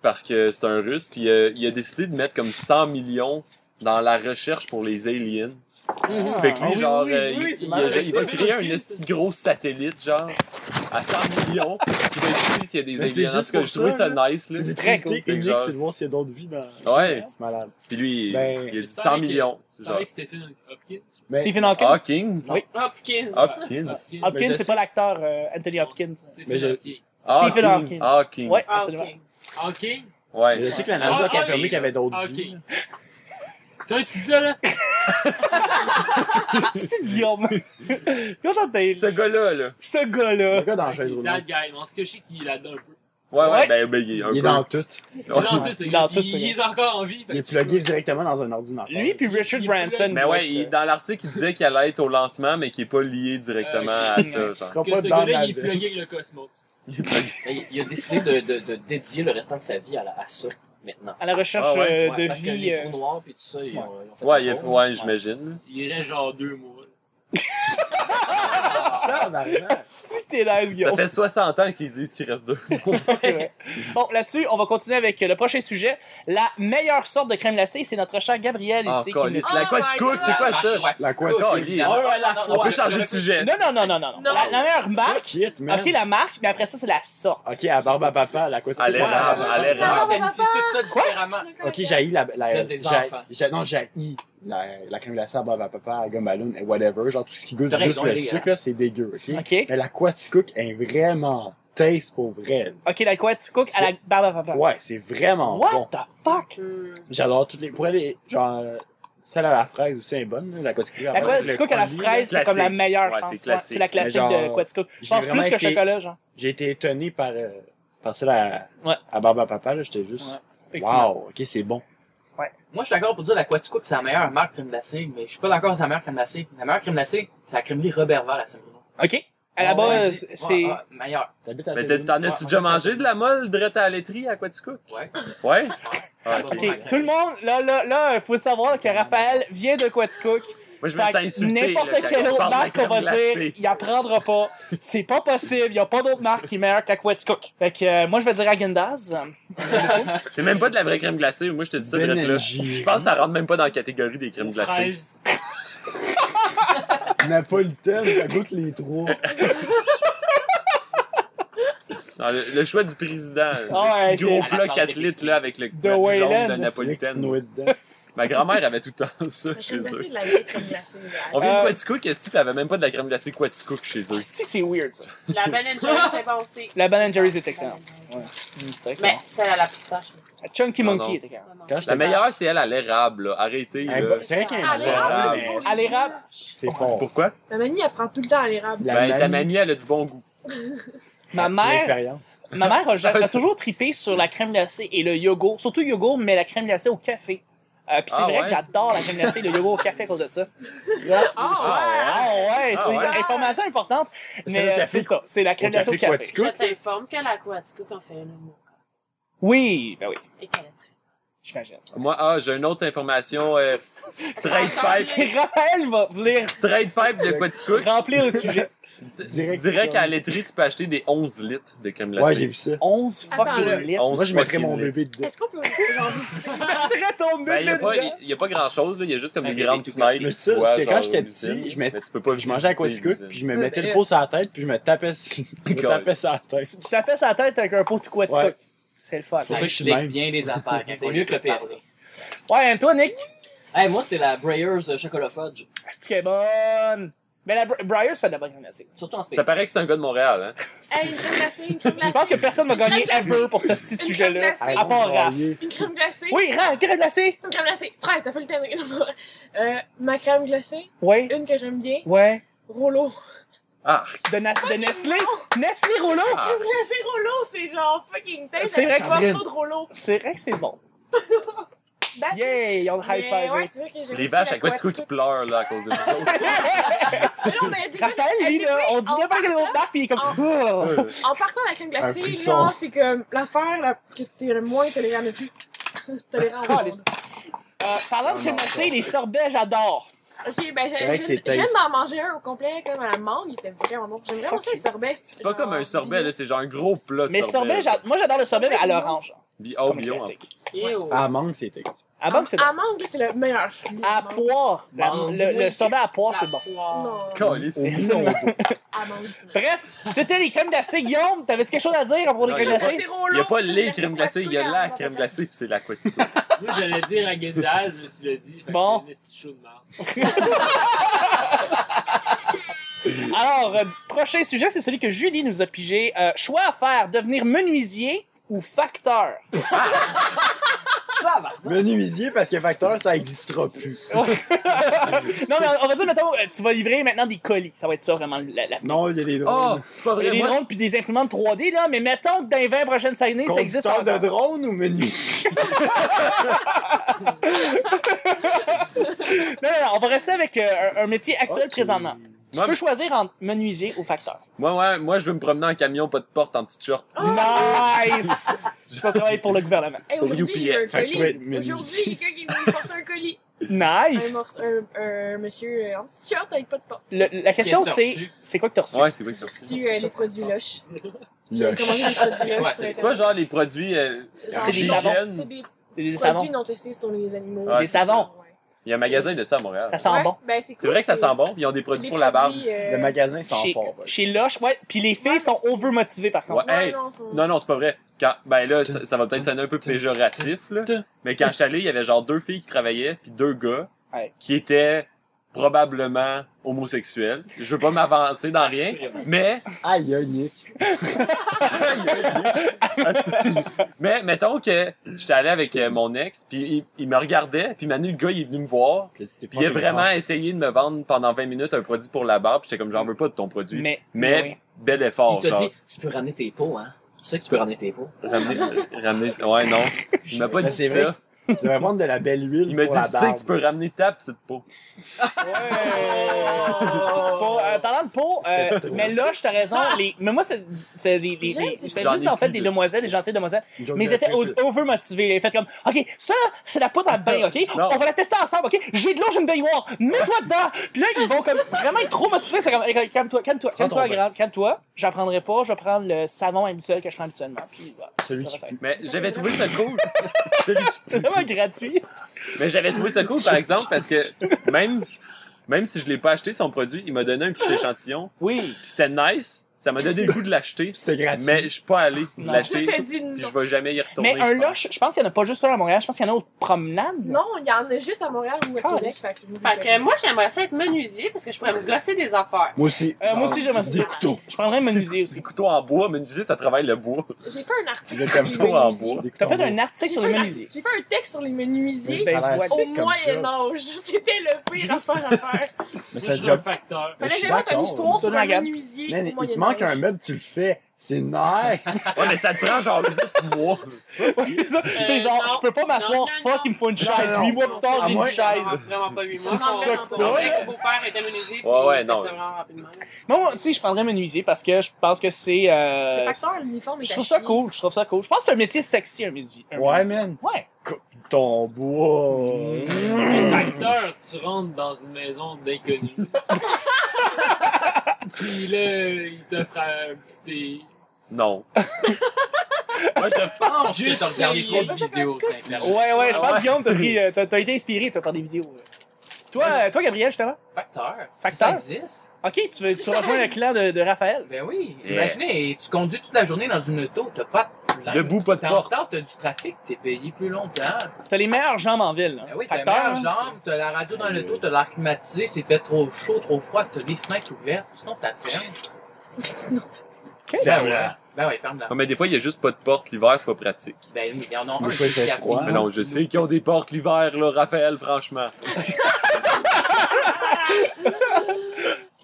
E: parce que c'est un russe, puis euh, il a décidé de mettre comme 100 millions dans la recherche pour les aliens. Fait que lui,
B: Ah oui,
E: genre,
B: oui,
E: euh,
B: oui,
E: il,
B: oui, c'est
E: il-
B: marrant,
E: il
B: c'est
E: va
B: vrai,
E: créer un
B: ok.
E: petit gros satellite, genre, à 100 millions, qui va être tué s'il y a des
C: Mais c'est
E: aliens. En
C: juste
E: tout cas,
C: pour
E: je trouvais
C: ça,
E: ça nice, là.
C: C'est des
B: très
C: très
B: cool.
C: unique,
E: Fait que genre-
C: c'est de voir s'il y a d'autres vies dans.
E: Ouais,
C: C'est malade.
E: puis lui, il-
C: Ben-
E: il a dit 100 millions.
F: C'est
E: Genre, Ah,
F: avec Stephen Hopkins.
C: Mais-
B: Stephen Hawking.
E: Hawking?
G: Hopkins.
E: Hopkins?
B: Hopkins,
C: mais je
B: c'est pas l'acteur euh, Anthony
E: Ah.
B: Hopkins.
C: Mais je-
B: Stephen Hawking.
E: Hawking. Hawking.
B: Ouais,
G: Ah,
B: absolument.
G: ok.
F: Hawking.
E: Ouais.
C: Mais Je sais que la
F: Ah,
C: NASA a
F: ah,
C: confirmé
F: oui.
C: qu'il y avait d'autres vies.
F: Hawking. Quand tu dis ça, là,
B: Ah, C'est
E: [laughs]
B: Guillaume. Comment t'as dit?
E: Ce gars-là, là.
B: Ce
C: Le
B: gars-là.
C: gars dans la
F: il
C: chaise
F: est
C: roulante.
F: bad guy. mais En tout cas, je sais qu'il est là-dedans un peu.
E: Ouais,
B: Ouais.
E: ouais, ben, ben, il est un
C: Il est
E: peu-
C: dans tout.
F: Il est dans
E: Ouais.
F: tout, ce
B: Il est
F: gars.
B: dans tout, ce
F: Il est encore en vie.
C: Il est plugué directement dans un ordinateur.
B: Lui puis Richard
F: Il- il-
B: Branson.
E: Mais
B: doit
E: ouais,
B: être,
E: il-
B: euh,
E: dans l'article, il disait qu'il allait être au lancement, mais qu'il est pas lié directement
F: Euh,
E: à ça,
C: Il
E: genre.
C: sera
F: Parce que
C: pas
F: ce
C: dans
F: gars-là,
C: la
F: il est plugué avec le cosmos.
A: Mais Il a décidé de, de, de dédier le restant de sa vie à, la, à ça, maintenant.
B: à la recherche
E: Ah ouais.
B: euh,
A: Ouais,
B: de
A: parce que
B: vie.
A: les
B: euh,
A: trous noirs puis tout ça, ils ont, ils ont fait
E: Ouais,
A: un
E: il a-
A: tour.
E: ouais, j'imagine.
F: Il reste genre deux mois.
C: Tabarnak.
B: Si t'es nice,
E: Ça
B: Guillaume.
E: fait 60 ans qu'ils disent qu'il reste deux.
B: C'est vrai. Bon, là-dessus, on va continuer avec euh, le prochain sujet. La meilleure sorte de crème glacée, c'est notre cher Gabriel ici. qui
E: Encore
B: nous-
E: Ah, La Quaticook, c'est quoi
H: Ah,
E: ça?
C: La
E: On peut changer de sujet.
B: Non, non, non, non, non.
G: Non.
B: La, la meilleure marque.
C: Fuck it, man.
B: Ok, la marque, mais après ça, c'est la sorte.
C: Ok, à barbe à papa, la quoi tu
E: Allez,
C: fais,
E: là,
C: la-
E: allez, là.
H: Moi, je qualifie tout ça différemment.
C: Ok, j'ai la, la,
A: C'est des
C: j'haïs-
A: enfants.
C: j'haïs- non, j'ai la, la crème glacée à barbe à papa, à gomme ballon, et whatever. Genre, tout ce qui goûte
H: T'as
C: juste
H: raison,
C: le
H: les
C: sucre,
H: gars.
C: là, c'est dégueu, ok?
B: Ok,
C: Mais la Quaticook est vraiment taste pour vrai.
B: ok, la Quaticook à la
C: C'est-
B: barbe à papa.
C: Ouais, c'est vraiment
B: What
C: bon.
B: the fuck?
G: Hmm.
C: J'adore toutes les, pour les, genre, euh, celle à la fraise aussi est bonne, là, la Quaticook à
B: La
C: la fraise.
B: Quaticook à la
C: Le
B: fraise, c'est
E: classique.
B: comme la meilleure, je
E: Ouais,
B: pense.
E: c'est
B: Ouais,
E: classique.
B: C'est la classique
C: Mais genre,
B: de Quaticook. Je
C: j'ai
B: pense
C: vraiment
B: plus que
C: été-
B: chocolat, genre.
C: J'ai été étonné par, euh, par celle à,
B: Ouais.
C: à barbe à papa, là, j'étais juste,
B: Ouais, effectivement.
C: wow, ok, c'est bon.
H: Moi, je suis d'accord pour dire la Quatico que c'est la meilleure marque crème glacée, mais je suis pas d'accord avec sa meilleure crème glacée. La meilleure crème glacée, c'est la crèmerie Robert Val à Saint-Bruno.
B: OK? À la
H: Ouais,
B: base,
H: ouais,
B: c'est.
H: ouais, meilleure.
A: T'habites à
E: Mais t'as-
A: Saint-Denis?
E: t'en as-tu
H: Ouais,
E: déjà
H: moi,
E: mangé
H: j'ai-
E: de la molle drette à la laiterie à Quatico?
H: Ouais.
E: Ouais?
H: Ah,
E: Ok.
H: bon, la crème.
B: Tout le monde, là, là, là, faut savoir que Raphaël vient de Quaticook.
E: Moi, je me
B: Fait
E: sens
B: que
E: insulté.
B: N'importe
E: là, quand
B: quelle
E: on
B: autre
E: parle de la
B: marque, on
E: crème
B: va dire,
E: glacée.
B: il en prendra pas. C'est pas possible. Il n'y a pas d'autre marque qui est meilleure qu'Aquaticook. Fait que euh, moi, je vais dire Agendaz.
E: C'est même pas de la vraie crème glacée. Moi, je te dis ça, drette là.
C: Benji.
E: Je pense que ça rentre même pas dans la catégorie des crèmes glacées.
F: Fraise.
C: Napolitaine, ça goûte les trois.
E: Non, le, le choix du président. Le
B: ouais,
E: petit gros
H: ok.
E: plat 4 litres, là, avec le
B: The
E: la jaune
B: Wayland.
E: de
C: C'est vrai que tu
E: Napolitaine.
C: noyais dedans.
E: Ma grand-mère avait tout le temps ça
D: Je
E: chez
D: crème glacée
E: eux.
D: de la vieille crème glacée. là.
E: On vient
B: Euh, Ah,
E: de Quatico, qu'est-ce que tu avait même pas de la crème glacée Quatico chez eux?
B: Si, c'est weird, ça.
G: La Ben Jerry's, c'est bon aussi.
B: La Ben Jerry's est excellente. Mm, c'est
G: Mais
B: excellent.
G: celle à la pistache.
B: Chunky
E: Non, non.
B: Monkey est excellent.
G: non, non.
C: Quand j'étais
E: La meilleure, c'est elle à l'érable, là. Arrêtez,
C: Elle est
E: là.
C: bonne. C'est vrai qu'elle
G: Ah,
C: est
E: l'érable,
C: bonne,
E: c'est
C: mais
B: À l'érable,
C: c'est
E: [laughs] C'est
C: fort.
E: pourquoi?
D: Ma mamie, elle prend tout le temps à l'érable.
C: La
E: ben, ta
C: mamie,
E: mamie, elle a du bon goût.
B: ma
C: c'est
B: mère,
C: l'expérience.
B: ma mère
E: [laughs]
B: a, ja-
E: Ah,
B: a
E: c'est-
B: toujours tripé sur la crème glacée et le yogourt. Surtout yogourt, mais la crème glacée au café. Euh, Puis c'est
E: Ah,
B: vrai
E: ouais?
B: que j'adore la crème glacée et le yogourt au café à cause de ça.
E: Ah,
B: Ah ouais,
E: Ah
B: c'est
E: ouais.
B: une information importante.
C: le
B: Mais euh,
C: café
B: c'est ça, c'est la crème
C: au
B: glacée au
C: café
B: café.
C: Quatico.
G: Je t'informe que l'aquatico en fait un humour
B: Oui, ben oui,
G: et qu'elle est très-
B: j'imagine.
E: Moi, ah, j'ai une autre information. euh, straight pipe.
B: Raphaël va venir
E: Straight pipe de Quatico.
B: remplir le sujet.
E: Direct, Direct à la laiterie, tu peux acheter des 11 litres de crème glacée.
C: Ouais, j'ai vu ça.
B: 11
D: Attends,
B: fucking
D: là.
B: litres.
E: On
C: Moi, je mettrais
E: fucking
C: mon
E: litres.
C: bébé dedans.
D: Est-ce qu'on peut genre visiter?
B: Très tombé
E: Ben, il n'y a, pas-
B: dedans.
E: y- y a pas grand chose, là. Il y a juste comme
H: Un
E: des
H: bébé
E: grandes
H: tout
E: fenêtres.
C: Mais c'est ça,
E: Ouais,
C: parce que
E: genre
C: quand j'étais
E: une usine.
C: petit, je mettais-
E: Mais tu peux pas
C: Je mangeais à
E: visiter
C: Quatico,
E: l'usine.
C: puis je me mettais le pot sur la tête, puis je me tapais sur, je me tapais sur la tête.
B: Tu tapais sa tête avec un pot de Quatico.
C: Ouais.
B: C'est le fun.
C: C'est pour ça que je suis
H: explique
C: même.
H: bien des affaires. quand
A: C'est
H: on
A: mieux
H: les
A: que le
H: prépare,
A: PSP.
B: Ouais, et toi, Nick,
A: Hey, moi, c'est la Breyers euh, Chocolat Fudge.
B: c'est qu'elle est bonne. Mais la Bri- Briars fait de la bonne crème glacée.
A: Surtout en
E: Ça
A: spécial.
E: paraît que c'est un gars de Montréal, hein.
D: Hey, une crème glacée, une crème
B: Je
D: glacée.
B: pense que personne va gagner ever pour ce petit
D: Une
B: sujet-là.
D: crème glacée.
B: [laughs] À part Raph.
D: Une crème glacée.
B: Oui, Raph, crème glacée.
D: Une crème glacée. Fraise, t'as fait le terme. Euh, ma crème glacée,
B: Ouais.
D: une que j'aime bien,
B: Ouais.
D: Rouleau.
E: Ah,
B: De, Na- de Nestlé.
D: Ah,
B: Nestlé Rouleau.
E: Ah.
D: Crème glacée Rouleau, c'est genre fucking tête
B: C'est
D: avec
B: vrai
D: un
B: que c'est-
D: morceau de Rouleau.
B: C'est vrai que c'est bon.
D: That's it.
B: Yay, on high
D: Mais
B: five.
D: ouais,
B: [laughs]
D: c'est vrai que j'aime
E: les
D: aussi
E: vaches
D: la
E: à Quatico qui
D: Quatico.
E: pleurent, là, à cause de ça.
D: Non,
E: [laughs]
D: mais elle dit-
B: Raphaël, lui,
D: elle dit
B: là,
D: oui,
B: on dit
D: en
B: n'importe quel
D: partant-
B: autre marque, puis il est comme ça. Oh.
D: En partant de la crème
C: Un
D: glacée,
C: frisson.
D: là, c'est comme l'affaire là, que t'es le moins tolérant de [laughs] plus. tolérant.
E: Ah,
D: au monde.
B: Euh, parlant de crème glacée, les sorbets, j'adore.
D: Ok, ben
C: C'est vrai que
D: j'ai-
C: c'est
D: j'ai- je viens
C: taste.
D: d'en manger un au complet, comme à la mangue, il était vraiment bon. J'aime vraiment
B: Fuck
D: ça les sorbets.
E: C'est pas comme un sorbet, là. C'est genre un gros plat de oh,
B: Mais sorbet,
E: genre.
B: j'ad- moi, j'adore le sorbet, mais à
D: Sorbet
B: l'orange.
E: Bio,
B: Comme un
E: bio.
B: classique.
G: Ew.
C: À Ah, manque, c'est texte.
B: À banque, c'est bon.
D: À mangue, c'est le meilleur fruit.
B: À
D: mangue.
B: poire, la- le, le sorbet à poire, Oh, c'est bon.
D: Non,
E: Calice.
C: Au
B: absolument.
C: bout, on-
D: à mangue, c'est bon.
B: Bref, c'était les crèmes glacées. Guillaume, t'avais quelque chose à dire pour les
E: Non,
B: crèmes
E: j'ai
B: glacées?
E: Il n'y a pas les crèmes glacées, il y a la crème glacée, puis c'est
B: [laughs]
E: l'aquatico.
F: Moi, j'allais dire à Gendaz, mais tu l'as dit. fait que
B: Bon.
F: c'est une esti de chose de marde.
B: [laughs] Alors, euh, prochain sujet, c'est celui que Julie nous a pigé. Euh, choix à faire, devenir menuisier ou facteur?
C: Menuisier, parce que facteur, ça
B: [laughs]
C: n'existera plus.
B: Non, mais on va dire, mettons, euh, tu vas livrer maintenant des colis. Ça va être ça, vraiment, la, la
C: Non, il y a des
E: Oh,
C: drones.
E: c'est pas
B: Et
E: vrai,
B: des
E: moi.
B: drones puis des imprimantes 3D, là, mais mettons que dans les 20 prochaines années, ça existe
C: Conducteur
B: encore.
C: de drone
B: [laughs]
C: ou menuisier?
B: Non, non, non, on va rester avec euh, un, un métier actuel
C: Ok.
B: présentement. Tu
E: Moi-
B: peux choisir entre menuisier ou facteur.
E: Moi, ouais, moi, je veux me promener en camion, pas de porte, en petite short.
B: Nice! Ça travaille pour le gouvernement.
D: Ah! Hey, aujourd'hui, j'ai eu un
E: UPS.
C: Fait que tu vas
D: colis.
C: être menuisier.
D: Aujourd'hui, il y a quelqu'un qui est venu me porter un colis. Un,
B: Nice!
D: morceau, un, un monsieur euh, en petit t-shirt avec pas de porte.
B: Le- la question,
H: Qu'est-ce que t'as
B: c'est,
H: reçu?
B: c'est quoi que t'as reçu?
E: Ouais, c'est vrai que
D: J'ai
E: ça.
D: reçu euh, des produits Lush. J'ai
C: Là,
D: commandé des produits Lush.
H: Ouais,
D: sur
H: c'est
E: C'est pas
D: Internet.
E: genre les produits euh,
D: genre-
B: C'est des savons.
E: vegan.
D: C'est des
B: Des, des
D: produits
B: savons.
D: non testés sur les animaux.
E: Ouais,
B: Des savons.
D: Ouais.
E: Il y a un magasin de ça à Montréal.
B: Ça sent
D: Ouais,
B: bon.
D: Ben, c'est
E: C'est vrai que ça sent bon, puis ils ont des produits pour la barbe.
C: Le
D: euh,
C: magasin sent
B: Chez,
C: fort. ouais.
B: chez Lush, ouais. Puis les filles
D: Ouais,
B: sont overmotivées, par contre.
E: Ouais, hey, Non, non, c'est pas vrai. Quand, ben là, ça, ça va peut-être sonner un peu péjoratif, là. Mais quand j'étais allé, il y avait genre deux filles qui travaillaient, puis deux gars,
B: Ouais.
E: qui étaient probablement homosexuels. Je veux pas m'avancer dans rien, mais, [laughs]
C: Aïe, aïe, Nick.
E: mais mettons que j'étais allé avec euh, mon ex, puis il, il me regardait, puis maintenant le gars, il est venu me voir, puis
C: Oh,
E: il a vraiment essayé de me vendre pendant 20 minutes un produit pour la barbe, puis j'étais comme, j'en veux pas de ton produit. Mais,
B: Mais, oui.
E: bel effort,
A: Il t'a
E: genre.
A: dit, tu peux ramener tes pots, hein. Tu sais que tu peux ramener tes pots.
E: Ramener, ramener, ouais, non. Il m'a pas
C: Mais
E: dit
C: c'est
E: ça.
C: vrai. Tu vas prendre de la belle huile
E: Il m'a dit,
C: pour la
E: tu sais
C: barbe.
E: que tu peux ramener ta petite peau.
B: Pour, euh, parlant de peau, euh,
C: C'était trop.
B: mais là, je t'ai raison. les- mais moi, c'est- c'est des- des-
D: J'aime
B: des-
D: ces
B: c'était
E: choses.
B: juste
E: J'en ai
B: en fait
E: plus
B: des
E: de-
B: demoiselles, des gentilles demoiselles.
C: Une joke
B: Mais ils
C: de
B: étaient
C: pute.
B: au- overmotivés. Ils étaient comme, OK, ça, c'est la poudre à bain, OK?
E: Non.
B: On va la tester ensemble, OK? J'ai de l'eau, j'ai une baignoire. Mets-toi dedans. Puis là, ils vont comme vraiment être trop motivés. C'est comme, Hey, calme-toi, calme-toi, calme-toi,
E: ton bain.
B: grave, calme-toi. J'en prendrai pas. Je vais prendre le savon habituel que je prends habituellement. Puis voilà.
C: Celui
B: Ça va,
C: qui
B: ça va être-
E: Mais j'avais trouvé ça
C: [laughs]
E: cool. Celui qui
B: C'est vraiment gratuit.
E: Mais j'avais trouvé ça cool, par exemple, parce que même, même si je l'ai pas acheté son produit, il m'a donné un petit échantillon.
B: Oui.
E: Puis c'était nice. Ça m'a donné le goût de l'acheter.
C: C'était gratuit.
E: Mais je suis pas allé
B: Non.
E: l'acheter.
D: Je t'ai dit non.
E: Je vais jamais y retourner.
B: Mais un
E: je pense.
B: loche, je pense qu'il n'y en a pas juste un à Montréal. Je pense qu'il y en a aux promenades.
D: Non, il y en a juste à Montréal ou à
B: Carlos.
D: Québec. Fait que,
G: Fait que moi, j'aimerais ça être menuisier parce que je pourrais me gosser des affaires.
C: Moi aussi.
B: Euh, moi aussi, j'aimerais ça.
C: Des couteaux.
B: Je prendrais un menuisier aussi.
E: Des couteaux en bois, mais tu sais, ça travaille le bois.
D: j'ai fait un article
C: Des
D: sur les
E: couteaux en
D: menuisiers.
E: bois.
C: Des
B: T'as fait
C: couteaux.
B: un article sur les
D: J'ai fait un-
B: menuisiers.
D: J'ai fait un texte sur les menuisiers.
B: Ben
C: Ça a l'air
B: voilà.
D: Au
C: sick comme
D: Moyen
C: job.
D: Âge, [laughs] c'était le pire affaire à faire.
C: Mais ça
F: Moi, je suis un
C: job.
F: facteur.
C: Mais
D: Fallait
C: je
D: que
C: suis
D: j'invente une
C: d'accord.
D: histoire
B: Tout
D: sur
B: dans la
D: un
B: gamme.
D: menuisier
C: Man,
D: au
C: il
D: Moyen
C: te manque un
D: Âge.
C: meuble, tu le fais. C'est nice.
E: Ouais, mais ça te prend genre 8 mois.
B: Oui, [laughs] c'est ça. C'est
G: Euh,
B: genre,
G: non.
B: je peux pas m'asseoir,
G: Non, non,
B: fuck, il me faut une chaise.
C: non.
B: Huit mois plus tard,
C: Ah,
B: j'ai une
C: moi,
B: chaise.
G: Vraiment pas lui. Moi,
B: C'est
G: non,
B: ça
G: non,
B: que
G: non.
B: pas,
G: Mon
B: là.
G: ex-beau-père était menuisier. puis
E: Ouais, ouais,
G: il fait
E: non.
G: ça vraiment rapidement.
B: Moi, moi aussi, je prendrais menuisier parce que je pense que c'est.
D: Le
B: euh,
D: facteur, l'uniforme est
B: Je trouve ça
D: acheté.
B: cool, je trouve ça cool. Je pense que c'est un métier sexy, un menuisier. un
C: Ouais,
B: menuisier.
C: man.
B: Ouais.
C: Ton bois.
F: C'est facteur, tu rentres dans une maison d'inconnu. Puis là, il t'offre un petit thé.
B: [laughs]
E: Non. Moi, je
H: pense que
F: Juste
H: t'as regardé trop
F: essayer.
H: de vidéos sur Internet.
B: Ouais, ouais, je pense,
E: Ouais.
B: Guillaume, t'as pris, euh, t'as- t'as été inspiré, toi, par des vidéos. euh. Toi, euh, toi, Gabriel, justement.
H: Facteur. Si
B: Facteur.
H: ça existe.
B: Ok, tu, veux- tu rejoins le clan de, de Raphaël.
H: Ben oui.
E: Yeah.
H: Imaginez, tu conduis toute la journée dans une auto, t'as pas de problème.
E: Debout, pas de
H: T'es en
E: porte.
H: retard, t'as du trafic, t'es payé plus longtemps.
B: T'as les meilleures jambes en ville. là.
H: Ben oui, t'as le
B: Facteur,
H: meilleur
B: hein,
H: jambe, t'as la radio dans le dos, t'as l'air climatisé, c'est fait trop chaud, trop froid, t'as les fenêtres ouvertes, sinon t'as ferme.
B: Ok.
E: Ferme-la.
H: Ben oui, ferme la.
E: Non, mais des fois, il y a juste pas de porte l'hiver, c'est pas pratique.
H: Ben oui, il y en a un
C: Des fois, il fait
H: jusqu'à
C: froid.
E: Mais non, je sais qu'ils ont des portes l'hiver, là, Raphaël, franchement.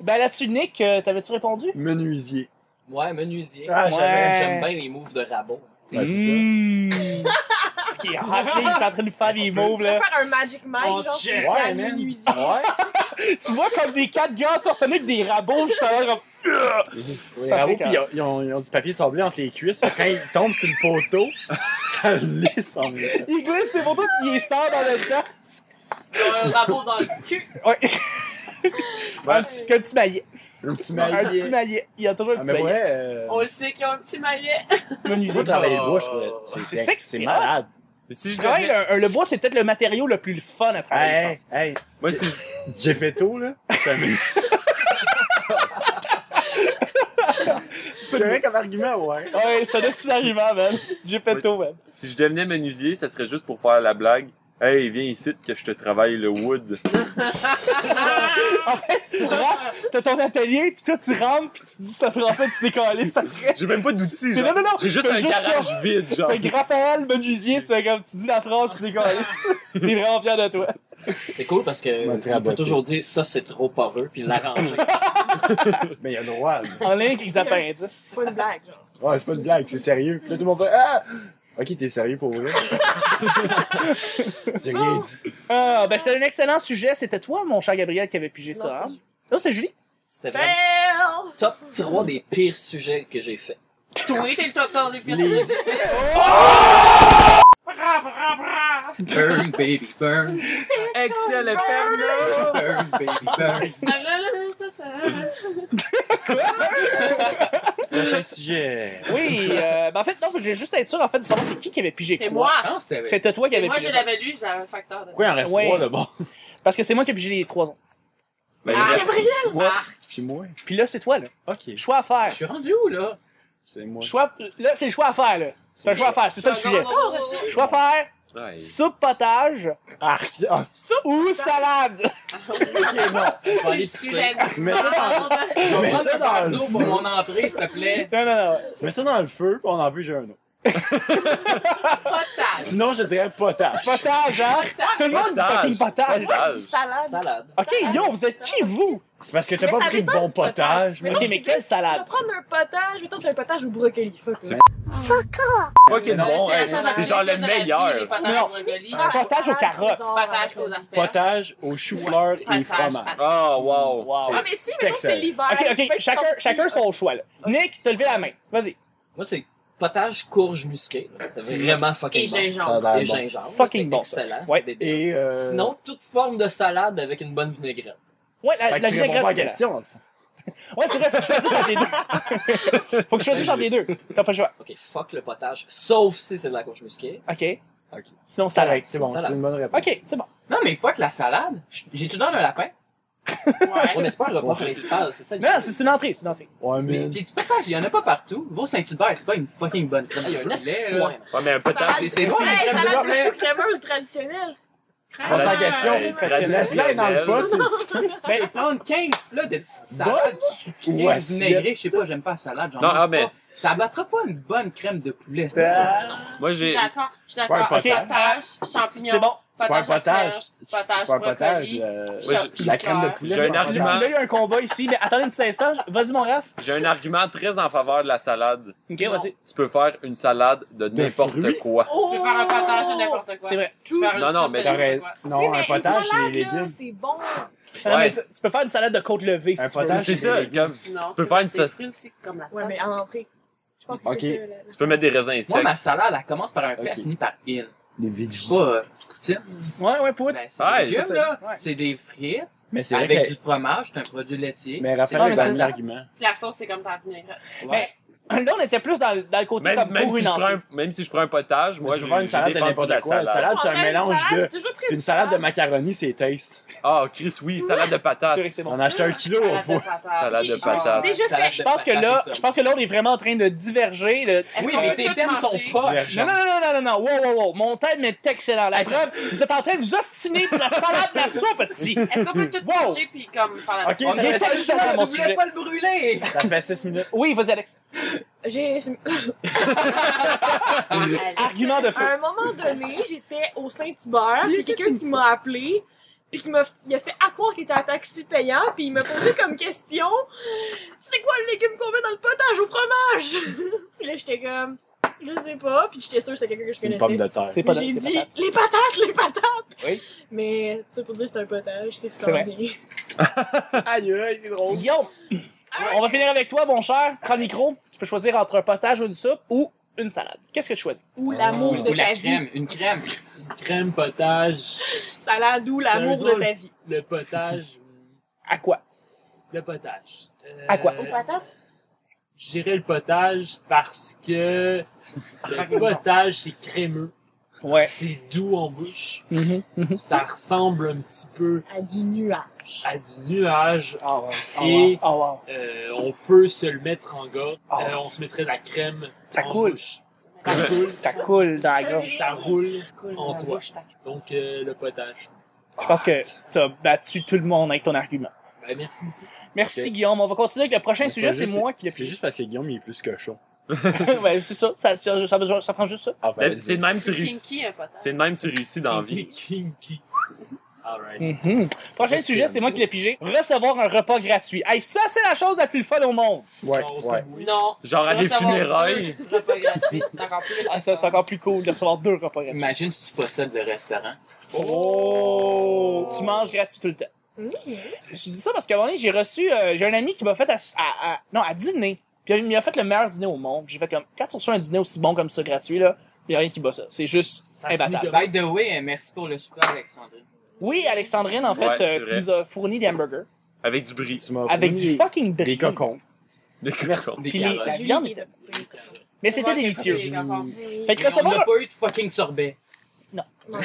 B: Ben là-dessus, Nick, euh, t'avais-tu répondu?
C: Menuisier.
A: Ouais, menuisier.
C: Ah,
A: Moi,
B: j'avais-
A: J'aime bien les moves de rabot.
C: Ouais, c'est ça.
B: Mmh. [laughs] Ce qui est hot, là, il est en train de faire des moves,
D: Je
B: là.
D: vais faire un Magic
F: Oh,
D: Mike, genre,
F: yes.
D: pour
C: Ouais,
D: la
C: man.
D: menuisier.
C: Ouais.
B: Tu vois comme des quatre gars torsonnés avec des rabots, juste à l'heure,
C: Les
B: Ça
C: rabots,
B: fait
C: Ah, puis ils ont, ils ont- ils ont du papier sablé entre les cuisses. Fait que Quand ils tombent sur le poteau, [laughs] ça lisse en même temps.
B: il glisse ses motos puis il sort dans le temps.
G: Un rabot dans le cul.
B: Ouais. Un petit, qu'un petit maillet.
C: Un petit
B: Un petit
C: maillet.
B: maillet. Il y a toujours un
C: Ah,
B: petit
C: mais
B: maillet.
C: ouais, euh,
G: On le sait qu'ils ont un petit maillet.
B: Menuisier.
C: faut travailler le bois, je
H: Oh.
C: trouve.
B: C'est sexy,
C: C'est hein. malade.
E: Mais si
B: Tu
E: je
B: travailles
E: devais-
B: le, le bois, c'est peut-être le matériau le plus fun à travailler, je
C: Hey,
B: pense.
C: hey,
E: Moi, si
C: Gepetto, là. c'est un- C'est vrai comme argument, ouais.
B: Ouais, c'est un aussi arrivant, man. Gepetto, man.
E: Si je devenais menuisier, ça serait juste pour faire la blague. Hey, viens ici que je te travaille le wood.
B: En fait, Raph, t'as ton atelier, puis toi, tu rentres, puis tu dis ça français, tu décolles, ça serait...
E: [laughs] J'ai même pas d'outils.
B: C'est-
E: genre.
B: non, non, non,
E: J'ai juste
B: tu fais
E: un
B: juste
E: garage vide, genre.
B: C'est un Raphaël menuisier, tu fais comme tu dis la phrase, tu décolles. [laughs] T'es vraiment fier de toi.
A: C'est cool parce que
C: Ouais, très
A: on peut
C: aboté.
A: toujours dire ça c'est trop poreux puis l'arranger.
C: Mais il y a le droit. là.
B: En lien avec les appendices.
D: C'est pas une blague, genre.
C: Ouais, c'est pas une blague, c'est sérieux. Puis là, tout le monde fait Ah Ok, t'es sérieux pour vrai. J'ai rien dit.
B: Ah, ben c'est un excellent sujet. C'était toi, mon cher Gabriel, qui avait pigé
D: Non,
B: ça.
D: c'était
B: hein? Non, c'est Julie.
A: C'était vraiment
D: Fail!
A: top 3 des pires sujets que j'ai fait.
G: Toi, t'es le top 10 des pires sujets du Québec.
D: Bra, bra, bra!
H: Burn, baby, burn.
E: Excellent Inferno!
H: Burn, baby, burn.
C: Prochain sujet.
B: Oui, euh, ben en fait, non, je voulais juste être sûr, en fait, de savoir c'est qui qui avait pigé
G: C'est
B: quoi.
G: moi.
H: Ah, c'était avec.
B: C'était toi qui
G: C'est
B: avais
G: Moi, je
B: pigé. ça.
G: l'avais lu, j'avais un facteur de
C: Pourquoi il en reste
B: Ouais.
C: trois là-bas
B: Parce que c'est moi qui ai pigé les trois ans.
E: Ben, il
G: Ah,
E: reste-
G: Gabriel!
C: Moi, puis moi.
B: Puis là, c'est toi, là.
C: Ok.
B: Choix à
H: Je
B: faire.
H: suis rendu où, là?
C: C'est moi.
B: Choix... Là, c'est le choix à faire, là. C'est un choix à faire, c'est ça le sujet. Choix à faire,
E: Ouais.
B: soupe potage
C: Ah, ah,
B: ou salade.
C: ok, non.
A: Je vais aller pisser.
C: Tu mets, ça dans,
H: Je vais
C: Mais
H: prendre
C: ça,
H: un
C: dans
H: verre d'eau pour mon entrée, s'il te plaît.
B: Non, non, non.
C: tu mets ça dans le feu, puis on en veut, j'ai un autre.
G: Potage.
C: Sinon, je dirais potage.
B: Potage, hein? Tout le monde dit
E: Potage.
B: fucking potage.
E: Potage.
D: Je dis salade.
A: Salade.
B: Ok, yo, vous êtes qui, vous?
C: C'est parce que t'as
D: Mais
C: pas
D: ça
C: pris le
D: dépend
C: bon
D: du potage.
C: potage.
D: Mais
B: Ok, mais quelle
D: Je vais
B: salade?
D: prendre un potage. Mettons, c'est un potage au brocoli. Fuck.
E: C'est-
D: ouais.
E: Fucking
H: Non,
E: bon,
G: la
E: hey,
G: chose la
E: c'est
G: plus
E: genre le
G: chère de la vie, les
E: meilleur.
G: patates
B: Non.
G: au brocoli,
D: Ah,
B: Potage aux
D: salade,
B: carottes.
D: saison,
G: Potage aux
D: euh,
G: asperges.
C: Potage aux choux-fleurs et
G: Potage,
C: fromage.
G: potage.
E: Oh, wow.
B: Wow.
D: Ah, mais si, mettons, c'est
C: Excellent.
D: l'hiver.
B: Ok,
D: tu
B: ok,
D: fais que
B: chacun,
D: tu
B: chacun son choix, là. Nick, t'as levé la main. Vas-y.
C: Ah,
A: Moi, c'est potage courge musquée. là. C'est vraiment fucking
G: Et
A: bon.
G: gingembre.
C: Ah,
A: Et
C: bon.
A: gingembre.
B: Fucking
A: c'est
B: bon, ça.
A: Excellent.
B: Ouais.
A: c'est débile.
C: Et euh...
A: Sinon, toute forme de salade avec une bonne vinaigrette.
B: Ouais, la,
C: fait que
B: la
C: tu réponds
B: vinaigrette.
C: pas à la question.
B: [laughs] Ouais, c'est vrai, faut que je choisisse entre les deux. [laughs] faut que je choisisse entre les deux. T'as pas le choix.
A: Ok, fuck le potage, sauf si c'est de la courge musquée.
B: Ok.
C: Ok.
B: Sinon, salade.
C: Correct, c'est bon,
A: Salade.
C: c'est une bonne réponse.
B: Ok, c'est bon.
H: Non, mais fuck la salade. J'ai-tu dans le lapin?
A: Ouais, mais c'est pas un repas
C: Ouais.
A: principal, c'est ça.
B: Non, c'est c'est une entrée, c'est une entrée.
C: Ouais,
H: Mais
C: mais...
H: pis du potage, il y en a pas partout. Vos Saint-Hubert, c'est pas une fucking bonne crème
A: Il y a un
H: de
A: esti
H: poulet,
A: de
H: là.
A: point.
E: Ouais, mais un potage.
H: C'est c'est bon,
D: Hey,
H: la crème de
D: salade de
H: poulet.
D: choux crémeuse traditionnelle.
C: Pas
E: la
C: sans question.
B: [laughs]
E: Ouais,
C: Laisse-la dans le pot, c'est...
H: Tu peux prendre 15 plats de petites salades sucrées,
C: Ouais,
H: vinaigrées, je sais pas, j'aime pas la salade, j'en
E: Non,
H: mange
E: ah, mais-
H: pas. Ça battra pas une bonne crème de poulet.
E: Moi,
G: Je suis
E: j'ai.
G: d'accord. Je suis
C: Ouais,
G: d'accord.
C: potage.
G: Potage,
B: Ben, C'est
G: champignons.
B: bon.
C: C'est pas un
G: Potage,
C: potage.
G: asperges,
C: C'est pas
G: potage,
C: un potage.
G: brocoli.
C: euh,
E: Moi,
G: cha-
E: j'ai-
C: La crème de
G: chou-fleur.
C: poulet.
E: J'ai
C: c'est
E: un
C: pas
E: argument.
C: potage.
B: Là, il y a un combat ici, mais attendez un petit instant. je- Vas-y, mon Raph.
E: J'ai un argument très en faveur de la salade.
B: Ok,
G: Non.
B: vas-y.
E: Tu peux faire une salade de
C: De
E: n'importe
C: fruits?
E: quoi.
G: Tu peux faire un potage de n'importe quoi.
B: C'est vrai.
G: Tu peux faire une
E: Non, non,
G: soupe de
E: mais
C: T'as
G: n'importe
C: raison.
G: quoi.
D: Oh! Oui,
C: Non,
D: mais
C: un
D: une
C: potage, c'est les
D: salade, là,
C: légumes.
D: C'est bon.
B: Non, mais
E: Ouais.
B: ça- tu peux faire une salade de côte levée si
C: Un
B: tu
C: potage,
B: veux.
E: C'est ça, comme.
G: Non,
E: Tu peux faire une
G: des fruits aussi, comme la
D: Ouais,
G: tarte.
D: mais en entrée. Je pense que
C: Ok.
D: c'est ça, là.
E: Tu peux mettre des raisins
H: Moi, ma
E: secs.
H: salade, elle commence par un P, elle
C: Ok.
H: finit par il.
C: Les
H: Je
C: veggies.
H: sais pas, euh, poutine.
B: Ouais, ouais, pour.
H: Ben, c'est
E: Ouais,
H: des légumes,
E: c'est-
H: là.
B: ouais.
H: C'est des frites
C: Mais c'est vrai
H: avec du
C: que...
H: fromage, c'est un produit laitier.
C: Mais
B: Non,
C: Raphaël
B: mais
C: a
B: c'est-
C: gagné l'argument.
G: Puis La sauce, c'est comme ta vinaigrette.
H: Ouais.
B: Là, on était plus dans, le- dans le côté
E: Même,
B: comme
E: même
B: pour
E: si
B: une
E: je prends
B: entrée.
E: un, même si je prends un potage, moi,
C: Mais
E: je
C: tu peux faire une salade de n'importe quoi. Une salade, c'est un
G: Une
C: mélange
G: salade,
C: de...
G: j'ai toujours pris
C: Une salade de macaroni, c'est taste.
E: Ah, Chris, oui, salade de patates.
B: C'est vrai, c'est bon.
C: On a acheté un kilo,
G: Ah, Salade
C: au
G: de
C: fond.
G: patates.
E: Salade de
G: Ok,
E: patates.
G: j'ai déjà
H: Salade
G: fait.
H: de
B: Je pense que
H: patates
B: là,
H: et ça.
B: je pense que là, on est vraiment en train de diverger. le-
G: Est-ce
H: Oui,
G: qu'on
H: mais
G: peut
H: tes
G: tout
H: thèmes sont
G: manger?
H: pas.
B: Non, non, non, non, non, non, wow, wow, wow, mon thème est excellent. La preuve, vous êtes en train de vous ostiner pour la salade de [laughs] la soupe, hostie. Euh,
G: Est-ce qu'on peut tout
B: Wow.
G: manger puis comme faire la
C: Ok,
H: On
C: ça
B: est
H: est
C: fait-
H: pas le
B: excellent,
H: choix,
B: mon
H: je voulais
B: sujet.
H: pas le brûler.
C: ça fait 6 minutes.
B: Oui, vas-y, [laughs] Alex.
D: J'ai.
G: Ah,
B: Argument de feu.
D: [laughs] À un moment donné, j'étais au Saint-Hubert, puis quelqu'un qui m'a appelé, puis qui m'a il a fait à croire qu'il était un taxi payant, puis il m'a posé comme question c'est quoi le légume qu'on met dans le potage au fromage [laughs] Puis là, j'étais comme je sais pas, puis j'étais sûre que c'était quelqu'un que je
C: C'est une pomme
D: connaissais.
C: de terre.
B: C'est pas
D: J'ai
B: c'est
D: dit
B: patate.
D: les patates, les patates
B: Oui.
D: [laughs] Mais c'est pour dire que c'est un potage, c'est
B: C'est vrai.
D: standard.
C: Aïe, aïe, c'est drôle.
B: Guillaume, on va finir avec toi, mon cher. Prends le micro. Tu peux choisir entre un potage ou une soupe ou une salade. Qu'est-ce que tu choisis?
D: Ou l'amour
H: Ou
D: de ta
H: la
D: vie.
H: crème, une crème.
F: Crème potage,
D: Salade ou l'amour de
F: Sérieusement,
D: ta vie.
F: le potage,
B: À quoi?
F: le potage. Euh,
B: À quoi?
D: Aux patates
F: Je dirais le potage parce que le potage, c'est crémeux.
B: Ouais.
F: C'est doux
B: [laughs]
F: en bouche.
B: Mhm, mhm.
F: Ça ressemble un petit peu
D: à du nuage.
F: à du nuage.
B: Ah ouais. Ah
F: Et-
B: ouais. Ah ouais.
F: Euh, on peut se le mettre en gorge.
B: Ah.
F: Euh, on se mettrait de la crème.
B: Ça
F: en
B: coule.
F: bouche. Ça coule.
B: Ça coule dans la gorge.
F: Ça roule. En
G: En
F: toi.
G: toi.
F: Donc, euh, le potage.
B: Je pense que t'as battu tout le monde avec ton argument.
F: Ben, merci beaucoup.
B: Merci,
C: Ok.
B: Guillaume. On va continuer avec le prochain
C: Mais
B: sujet.
C: c'est
B: C'est
C: juste-
B: moi qui l'ai
C: C'est
B: pris.
C: juste parce que Guillaume, il est plus cochon.
B: [laughs] ouais, c'est ça. Ça, ça, ça, besoin- ça prend juste ça.
C: Ah, ben,
E: Mais C'est de même que tu réussis.
G: Kinky, un potage.
E: C'est de même que tu réussis dans la vie.
F: C'est kinky. Alright.
B: Mhm. Prochain sujet, c'est moi qui l'ai pigé. Recevoir un repas gratuit. Hey, ça, c'est la chose la plus folle au monde.
C: Ouais,
F: On se
C: ouais.
F: mouille.
G: Non.
E: Genre à des
G: Recevoir
E: funérailles.
G: deux repas gratuits. C'est encore plus.
B: Ah, ça, c'est encore plus cool de recevoir deux repas gratuits.
H: Imagine si tu fais ça de restaurant.
B: Oh! Tu manges gratuit tout le temps. Je dis ça parce qu'à un moment donné, j'ai reçu. euh, j'ai un ami qui m'a fait à, à- à- non, à dîner. Puis il m'a fait le meilleur dîner au monde. J'ai fait comme. Quand tu reçois un dîner aussi bon comme ça gratuit, là, il n'y a rien qui bat ça. C'est juste
F: Ça
B: imbattable.
F: finit
H: Eh ben, By the way, euh, merci pour le souper, Alexandrine.
B: Oui, Alexandrine, en fait,
E: Ouais,
B: euh,
E: c'est
B: tu
E: vrai.
B: nous as fourni des hamburgers
E: Avec du bris.
C: Tu m'as
B: avec
C: fourni
B: du fucking
C: des-
B: brie.
C: Des cocons.
E: Des
B: Merci.
E: cocons.
H: Des
B: Puis les- la
H: carottes.
B: viande était- Mais c'était
G: Ouais,
B: délicieux.
G: quelque chose, d'accord.
B: Fait que
H: Mais On n'a
B: recevoir.
H: pas eu de fucking sorbet.
D: Non.
G: Ouais.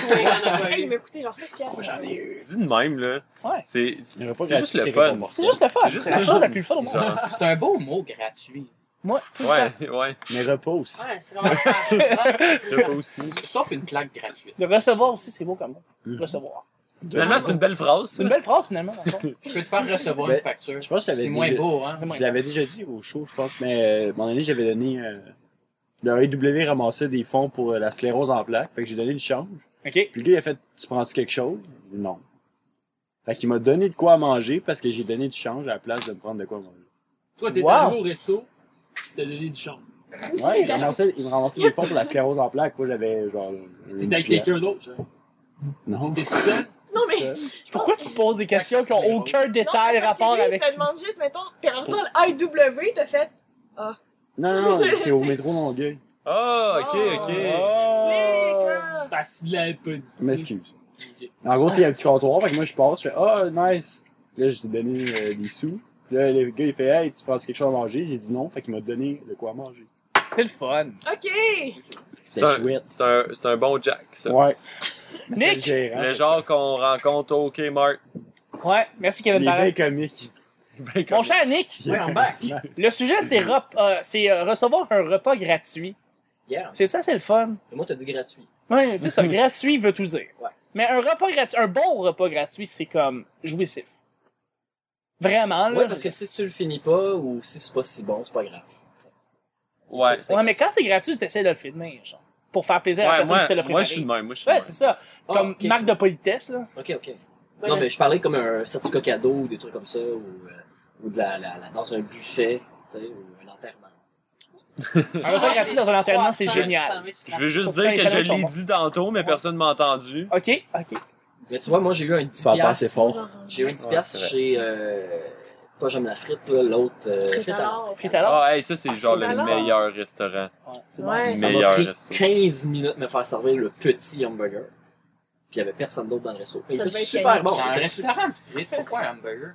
D: Hey, il m'a coûté genre 7 piastres.
E: Dis de même, là.
B: Ouais.
E: C'est
C: Il y aurait pas
E: C'est juste
C: gratuit,
E: le
C: c'est
E: fun.
C: réconfortant.
B: C'est juste le fun.
E: C'est juste
B: C'est la
E: le
B: chose
E: fun.
B: la plus folle au monde.
E: genre-
H: C'est un beau mot, gratuit.
B: Moi, tout le temps.
E: Ouais, ouais.
C: Mais repas aussi.
G: Ouais, c'est vraiment ça.
E: Je sais pas
B: [laughs]
E: aussi.
H: Sauf une claque gratuite.
B: De recevoir aussi, c'est beau comme
C: Mhm.
B: recevoir.
E: Finalement, c'est une belle phrase.
B: C'est
E: ça.
B: une belle phrase, finalement. dans le fond.
H: [laughs] Je peux te faire recevoir
C: Ben,
H: une facture.
C: je pense que j'avais
H: C'est moins
C: déjà-
H: beau, hein?
B: C'est moins
C: Je l'avais déjà dit au show, je pense, mais euh, à un moment donné, j'avais donné euh, le AEW ramassait des fonds pour euh, la sclérose en plaques. Fait que j'ai donné le change.
B: OK.
C: Puis le gars, il a fait Tu prends-tu quelque chose J'ai dit, Non. Fait qu'il m'a donné de quoi à manger parce que j'ai donné du change à la place de me prendre de quoi manger.
F: Toi, t'es
B: Wow.
F: allé au resto, tu t'as donné du champ.
C: Ouais, il ramassait, il me ramassait des fonds pour la sclérose en plaques. Moi, j'avais genre.
F: T'es
C: une
F: avec
C: pièce.
F: quelqu'un d'autre, genre.
C: Non.
F: T'es tout seul.
D: Non, mais.
B: Pourquoi tu poses des questions qui n'ont aucun détail rapport avec...
D: Je te demande juste, mettons, t'es rentré dans le IW, t'as fait.
C: Non, non, non, c'est au métro Longueuil.
E: Ah, ok, ok.
B: Oh.
D: Explique,
B: Euh,
F: C'est parce qu'il l'avait pas dit.
C: Je m'excuse.
F: Ok.
C: En gros, il y a un petit comptoir, fait que moi, je passe, je fais Ah, nice. Là, j'ai donné euh, des sous. Puis là, le gars, il fait Hey, tu prends quelque chose à manger J'ai dit non, fait qu'il m'a donné de quoi manger.
B: C'est le fun.
D: là! Ok!
E: C'est
C: C'était
E: un,
C: chouette.
E: c'est un, c'est un bon Jack, ça.
C: Ouais.
B: Nick!
C: C'était le gérant.
E: Le genre qu'on rencontre au Kmart.
B: Ouais, merci
C: Il est
B: Kevin
C: bien
B: Parent.
C: comique.
B: Mon cher Nick,
C: Il est
F: Ouais, on
C: charismatique.
B: le sujet, c'est rep- euh, c'est, euh, recevoir un repas gratuit.
A: Yeah.
B: C'est ça, c'est le fun.
A: Et moi, t'as dit gratuit.
B: Ouais, c'est
E: Mhm.
B: ça, gratuit veut tout dire.
A: Ouais.
B: Mais un repas gratuit, un bon repas gratuit, c'est comme jouissif. Vraiment, là.
A: Ouais, parce que si tu le finis pas ou si c'est pas si bon, c'est pas grave.
E: Ouais.
A: C'est- c'est-
B: Ouais, mais quand c'est gratuit, t'essaies de le filmer, genre. Pour faire plaisir à la
E: Ouais,
B: personne
E: moi,
B: qui te l'a
E: moi,
B: préparé.
E: je suis le même. Moi, je suis
B: ouais,
E: le
B: c'est
E: même.
B: ça.
A: Ah,
B: Comme
A: ok.
B: marque de politesse, là.
A: Ok, ok.
G: Moi,
A: non,
G: je-
A: mais je parlais comme un certificat cadeau ou des trucs comme ça, ou, euh, ou de la, la, la- dans un buffet, tu sais, ou un enterrement.
B: Un repas gratuit dans un enterrement, c'est
G: Sandwich,
B: génial.
G: sandwich,
E: Je veux juste
B: Surtout
E: dire
B: les
E: que je
B: salades sont
E: l'ai
B: bons.
E: dit tantôt, mais personne m'a entendu.
B: OK, OK.
A: Mais tu vois, moi, j'ai eu un 10$.
C: Tu vas pas assez fort.
A: J'ai eu un 10$
E: Ouais, c'est vrai.
A: chez, euh, pas J'aime la frite, là, l'autre euh, frite à l'or.
B: Puis tout à l'heure,
E: Ah, hey, ça, c'est genre le
D: c'est bon.
E: meilleur restaurant.
B: ouais, c'est bon.
D: Ouais,
A: Ça
E: Mais- Meilleur
A: m'a pris
E: resto.
A: 15 minutes de me faire servir le petit hamburger. Puis il y avait personne d'autre dans le resto. Mais Il
D: Ça
A: était
D: devait être
A: super
D: caillou.
A: bon.
H: un
A: il était super-
H: restaurant de frites, pourquoi un hamburger?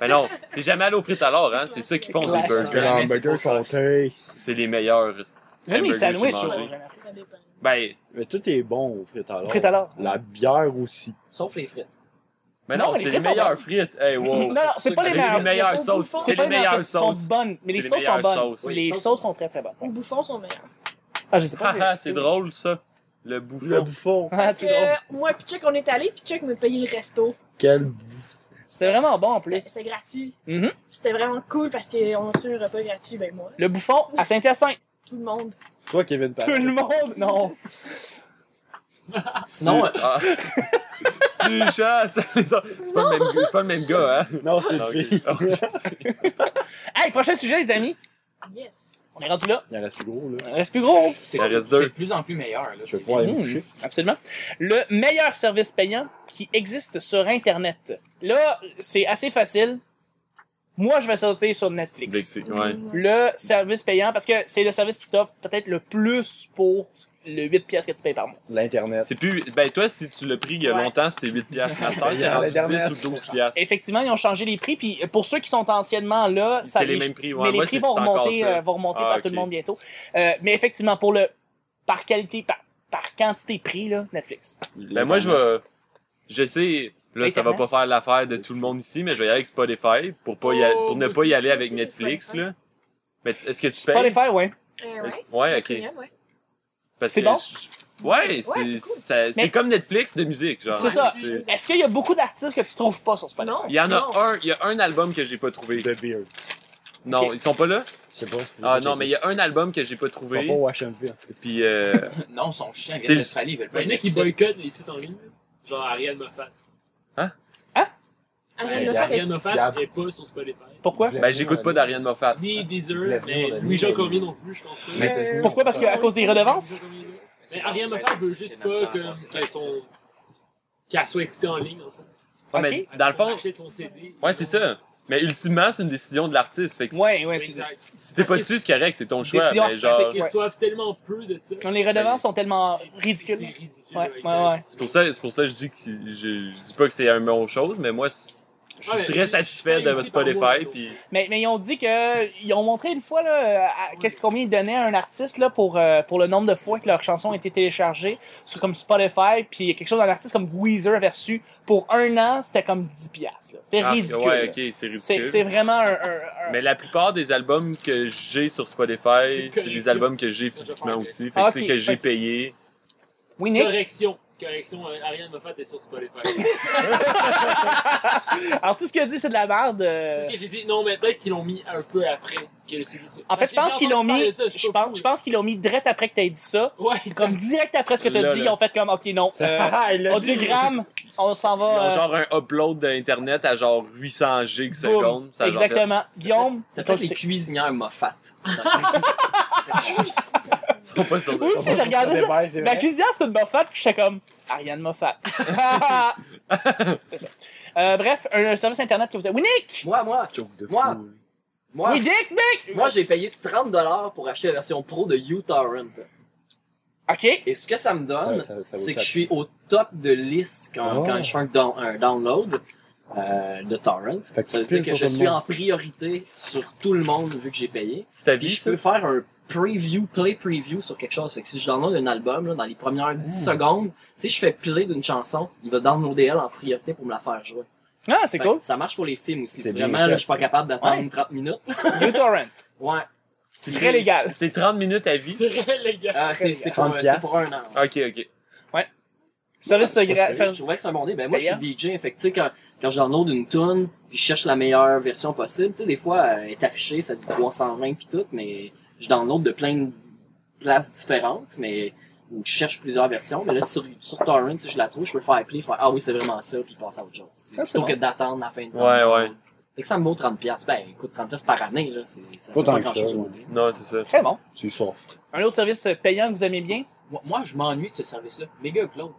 E: Mais non, t'es jamais allé au frites alors, hein? C'est ça qu'ils font des
B: Classique.
C: Parce que
E: burgers.
C: leur burger sont hey.
E: C'est les meilleurs restaurants.
B: J'aime les
E: hamburgers,
B: sandwichs,
E: j'ai mangé.
B: ouais, j'aime la frite.
D: Ça dépend.
E: Ben,
C: Mais tout est bon au frites alors.
B: Frite à l'or.
C: La bière aussi.
A: Sauf les frites.
E: mais
B: Non,
E: non,
B: mais les
E: c'est les
B: frites sont
E: meilleures frites. Hey, wow.
B: Non, non, c'est pas les
E: C'est
B: meilleures
E: les meilleures
D: frites.
E: sauces.
D: Au
E: C'est
B: pas
E: les meilleures
B: frites, elles
E: sauces.
B: sont bonnes, mais les
E: C'est les
B: sauces sont
E: meilleures
B: bonnes.
E: sauces.
A: Oui,
B: Les
A: les sauces
B: sauces
A: sont
B: sont très très bonnes.
D: Les bouffons sont meilleurs.
B: Ah, je sais
E: [laughs]
B: pas.
E: Haha,
B: j'ai-
E: c'est drôle, ça. Le
C: Le
E: bouffon.
C: bouffon.
B: Ah,
D: Parce
B: c'est drôle.
D: que moi, puis Chuck, on est allé, puis Chuck m'a payé le resto.
C: Quel.
B: C'est vraiment bon en
D: C'était-
B: plus.
D: C'était gratuit.
B: Mhm.
D: C'était vraiment cool parce qu'on a eu un repas gratuit, ben moi,
B: Le bouffon à Saint-Hyacinthe.
D: tout le monde.
C: Toi, Kevin Parent.
B: Tout le monde. Non.
A: Sinon, euh,
C: [laughs]
E: Ah. tu chasses [laughs] les autres. C'est pas, le même gars- c'est pas le même
C: [laughs]
E: gars, hein?
C: [laughs] Non, c'est
E: Ah,
C: une
E: ok.
C: fille.
E: Ah, je sais.
B: Hey, prochain sujet, les amis.
D: Yes.
B: On est rendu là.
C: Il en reste plus gros, là.
B: On reste plus gros.
H: C'est
E: Ça reste
H: c'est
E: deux.
H: de plus en plus meilleur. Là.
C: Je vais pouvoir aller me
B: Mmh,
C: coucher.
B: absolument. Le meilleur service payant qui existe sur Internet. Là, c'est assez facile. Moi, je vais sauter sur Netflix.
E: Dixie, Ouais.
B: Le service payant, parce que c'est le service qui t'offre peut-être le plus pour le 8 pièces que tu payes par mois.
C: L'Internet.
E: C'est plus. Ben, toi, si tu l'as pris il y a
D: Ouais.
E: longtemps, c'est 8
C: [laughs]
E: piastres. À cette heure,
C: Il y
E: c'est
C: a
E: rendu
C: l'Internet.
E: 10 ou 12 piastres.
B: Effectivement, ils ont changé les prix. Puis pour ceux qui sont anciennement là, ça
E: C'est les
B: les-
E: mêmes prix. Ouais,
B: mais les
E: moi,
B: prix
E: c'est-
B: vont
E: c'est encore
B: remonter,
E: ça.
B: euh, vont remonter
E: Ah,
B: par
E: ok.
B: tout le monde bientôt. Euh, mais effectivement, pour le par qualité, par, par quantité prix, là, Netflix.
E: Ben, moi, je vais. Je sais, là, ça va pas faire l'affaire de tout le monde ici, mais je vais y aller avec Spotify pour, pas y aller-
F: Oh,
E: pour ne
F: moi
E: pas y
F: aussi,
E: aller
D: moi
E: avec
D: aussi, j'ai
E: Netflix,
D: Spotify.
E: là. Mais t- est-ce que tu payes?
B: Spotify, ouais.
D: Euh, ouais.
E: Ouais, ok.
D: Premium, ouais.
E: Parce
B: C'est
E: que
B: bon?
E: je- Ouais, c'est
D: c'est cool.
E: ça- c'est
B: Mais-
E: comme Netflix de musique, genre.
B: C'est ça.
E: C'est-
B: Est-ce qu'il y a beaucoup d'artistes que tu trouves pas sur Spotify?
D: Non.
E: Il y en a
D: non.
E: un, il y a un album que j'ai pas trouvé.
C: The Beard.
E: Non, ils sont pas là?
C: Je sais pas.
E: Ah non, mais il y a un album que j'ai pas
C: Ils sont
E: trouvé.
C: pas au HMV, en tout cas.
E: Puis euh,
H: Non, son chien
E: C'est
H: vient
E: le-
H: d'Australie, ils
F: Ben,
H: veulent
F: Il
H: pas
F: y en a
H: être
F: qui boycottent les sites en ligne. là. Genre Ariane Moffat. Ben,
D: Ariane
C: Ouais,
D: Moffat, elle-
F: Ariane Moffat n'est pas sur Spotify.
B: Pourquoi?
E: ben j'écoute pas d'Ariane Moffat.
F: Ni
C: voulais
F: Deezer,
C: venir,
F: mais
C: on a
F: Louis-Jean
C: dit-
F: Cormier non plus, je pense pas.
H: Mais c'est-
B: Pourquoi? Parce que à cause des redevances?
F: Mais Ariane Moffat veut juste pas que- qu'elle son- qu'elle soit écoutée en ligne, en fait.
E: Ouais, mais
B: Ok.
E: dans le fond,
F: Acheter son CD.
E: ouais, c'est ça. Mais ultimement, c'est une décision de l'artiste. Fait que si
B: Ouais, ouais. c'est-
F: Exact.
E: t'es pas
F: Parce que-
E: dessus, euh, c'est correct, c'est ton choix.
B: Décision
E: mais genre,
B: artistique.
F: Ils
B: Ouais.
F: reçoivent tellement peu de ça.
B: Les redevances sont tellement
F: C'est
B: ridicules.
F: ridicule.
B: Ouais, ouais,
F: exact.
B: ouais.
E: c'est pour ça, c'est pour ça que je dis que je, je dis pas que c'est un bon chose, mais moi, c'est- je
F: Ouais,
E: suis
F: mais
E: très
F: je-
E: satisfait
F: je
E: de
F: suis réussi par
E: Spotify.
F: moi,
E: Puis
B: Mais, mais ils ont dit que ils ont montré une fois là, à- qu'est-ce combien ils donnaient à un artiste là pour euh, pour le nombre de fois que leur chanson a été téléchargée sur comme Spotify puis il y a quelque chose d'un artiste comme Weezer avait reçu pour un an c'était comme 10 piastres. là. C'était
E: Ah,
B: ridicule.
E: Ouais,
B: là.
E: ok, c'est
B: C'est
E: ridicule.
B: c'est vraiment un, un- un-
E: Mais la plupart des albums que j'ai sur Spotify, c'est
F: collection.
E: des albums que j'ai physiquement aussi. Fait que,
B: Ah,
E: tu sais,
B: ok.
E: que j'ai
B: Fait-
E: payé.
B: Oui Nick.
F: Correction. Correction, euh, Ariane m'a fait des sources
B: [laughs]
F: Spotify.
B: Alors, tout ce qu'il a dit, c'est de la merde. euh,
F: C'est ce que j'ai dit. Non, mais peut-être qu'ils l'ont mis un peu après que c'est dit ça.
B: En fait, je pense qu'ils l'ont mis. Je pense, je pense qu'ils l'ont mis direct après que t'as dit ça.
F: Ouais,
B: Comme direct après ce que t'as
E: Là,
B: dit,
E: là.
B: ils ont fait comme, ok, non. euh,
C: [laughs] Ah, il l'a dit.
B: audiogramme, on s'en
E: Ils ont
B: va. euh,
E: genre un upload d'internet à genre 800 gigs
B: boum.
E: secondes. Ça a genre fait-
B: Exactement. Guillaume,
A: C'est
B: toi,
A: peut-être les cuisinières moffat.
E: Ils sont pas sur le-
B: Moi aussi, j'ai regardé ça. Ben,
C: Ouais, c'est
B: Ma
C: vrai.
B: cuisinière, c'était une Moffat, puis j'étais comme Ariane Moffat. C'était ça. Euh, bref, un, un service internet que vous avez. Oui, Nick!
A: Moi, moi,
E: Joke de fou.
A: Moi. moi,
B: Oui, Nick, Nick!
A: moi j'ai payé 30$ pour acheter la version pro de uTorrent.
B: Ok.
A: Et ce que ça me donne,
C: Ça- ça- ça vaut
A: c'est
C: le
A: que
C: cap.
A: je suis au top de liste quand,
C: Oh.
A: quand je fais un, down- un download euh, de Torrent.
C: Fait que
A: Ça
C: tu
A: veut dire
C: piles
A: que
C: sur
A: je
C: tout le
A: suis
C: monde.
A: en priorité sur tout le monde vu que j'ai payé.
E: C'est ta
A: Puis
E: vie,
A: je
E: ça?
A: peux faire un preview, play preview sur quelque chose. Fait que si je download un album là, dans les premières 10
C: Ah.
A: secondes, si je fais play d'une chanson, il va downloader elle en priorité pour me la faire jouer.
B: Ah, c'est
A: Fait
B: cool.
A: que Ça marche pour les films aussi.
C: C'est
A: C'est
C: bien
A: vraiment, là,
C: fait.
A: je suis pas capable d'attendre
B: Ouais.
A: 30 minutes.
B: uTorrent.
A: Ouais.
B: Très légal.
E: C'est 30 minutes à vie?
F: Très légal.
A: Ah, c'est c'est pour,
C: 30
A: un- c'est
C: piastres.
A: pour un an.
E: Ok, ok.
B: Service secret.
A: Je trouvais que c'est un bon dé. Ben, moi, je
B: Payant.
A: suis DJ. Fait que, tu sais, quand, quand je download une tune puis je cherche la meilleure version possible, tu sais, des fois, euh, elle est affichée, ça dit 320 puis tout, mais je download de plein de places différentes, mais où je cherche plusieurs versions. Mais là, sur, sur Torrent, si je la trouve, je peux le faire play, faire « Ah oui, c'est vraiment ça », puis passer à autre chose. tu sais.
B: Ah, c'est
A: Plutôt
B: bon.
A: que d'attendre la fin de
E: Ouais, ouais.
A: Fait que ça me vaut 30$. piastres. Ben, écoute, 30$ piastres par année, là, c'est ça
C: Pas
A: fait pas
C: tant que ça,
A: grand-chose.
C: ouais.
A: au dé.
E: Non, c'est ça.
B: Très bon.
C: C'est soft.
B: Un autre service payant que vous aimez bien.
H: Moi, moi, je m'ennuie de ce service-là. Méga upload.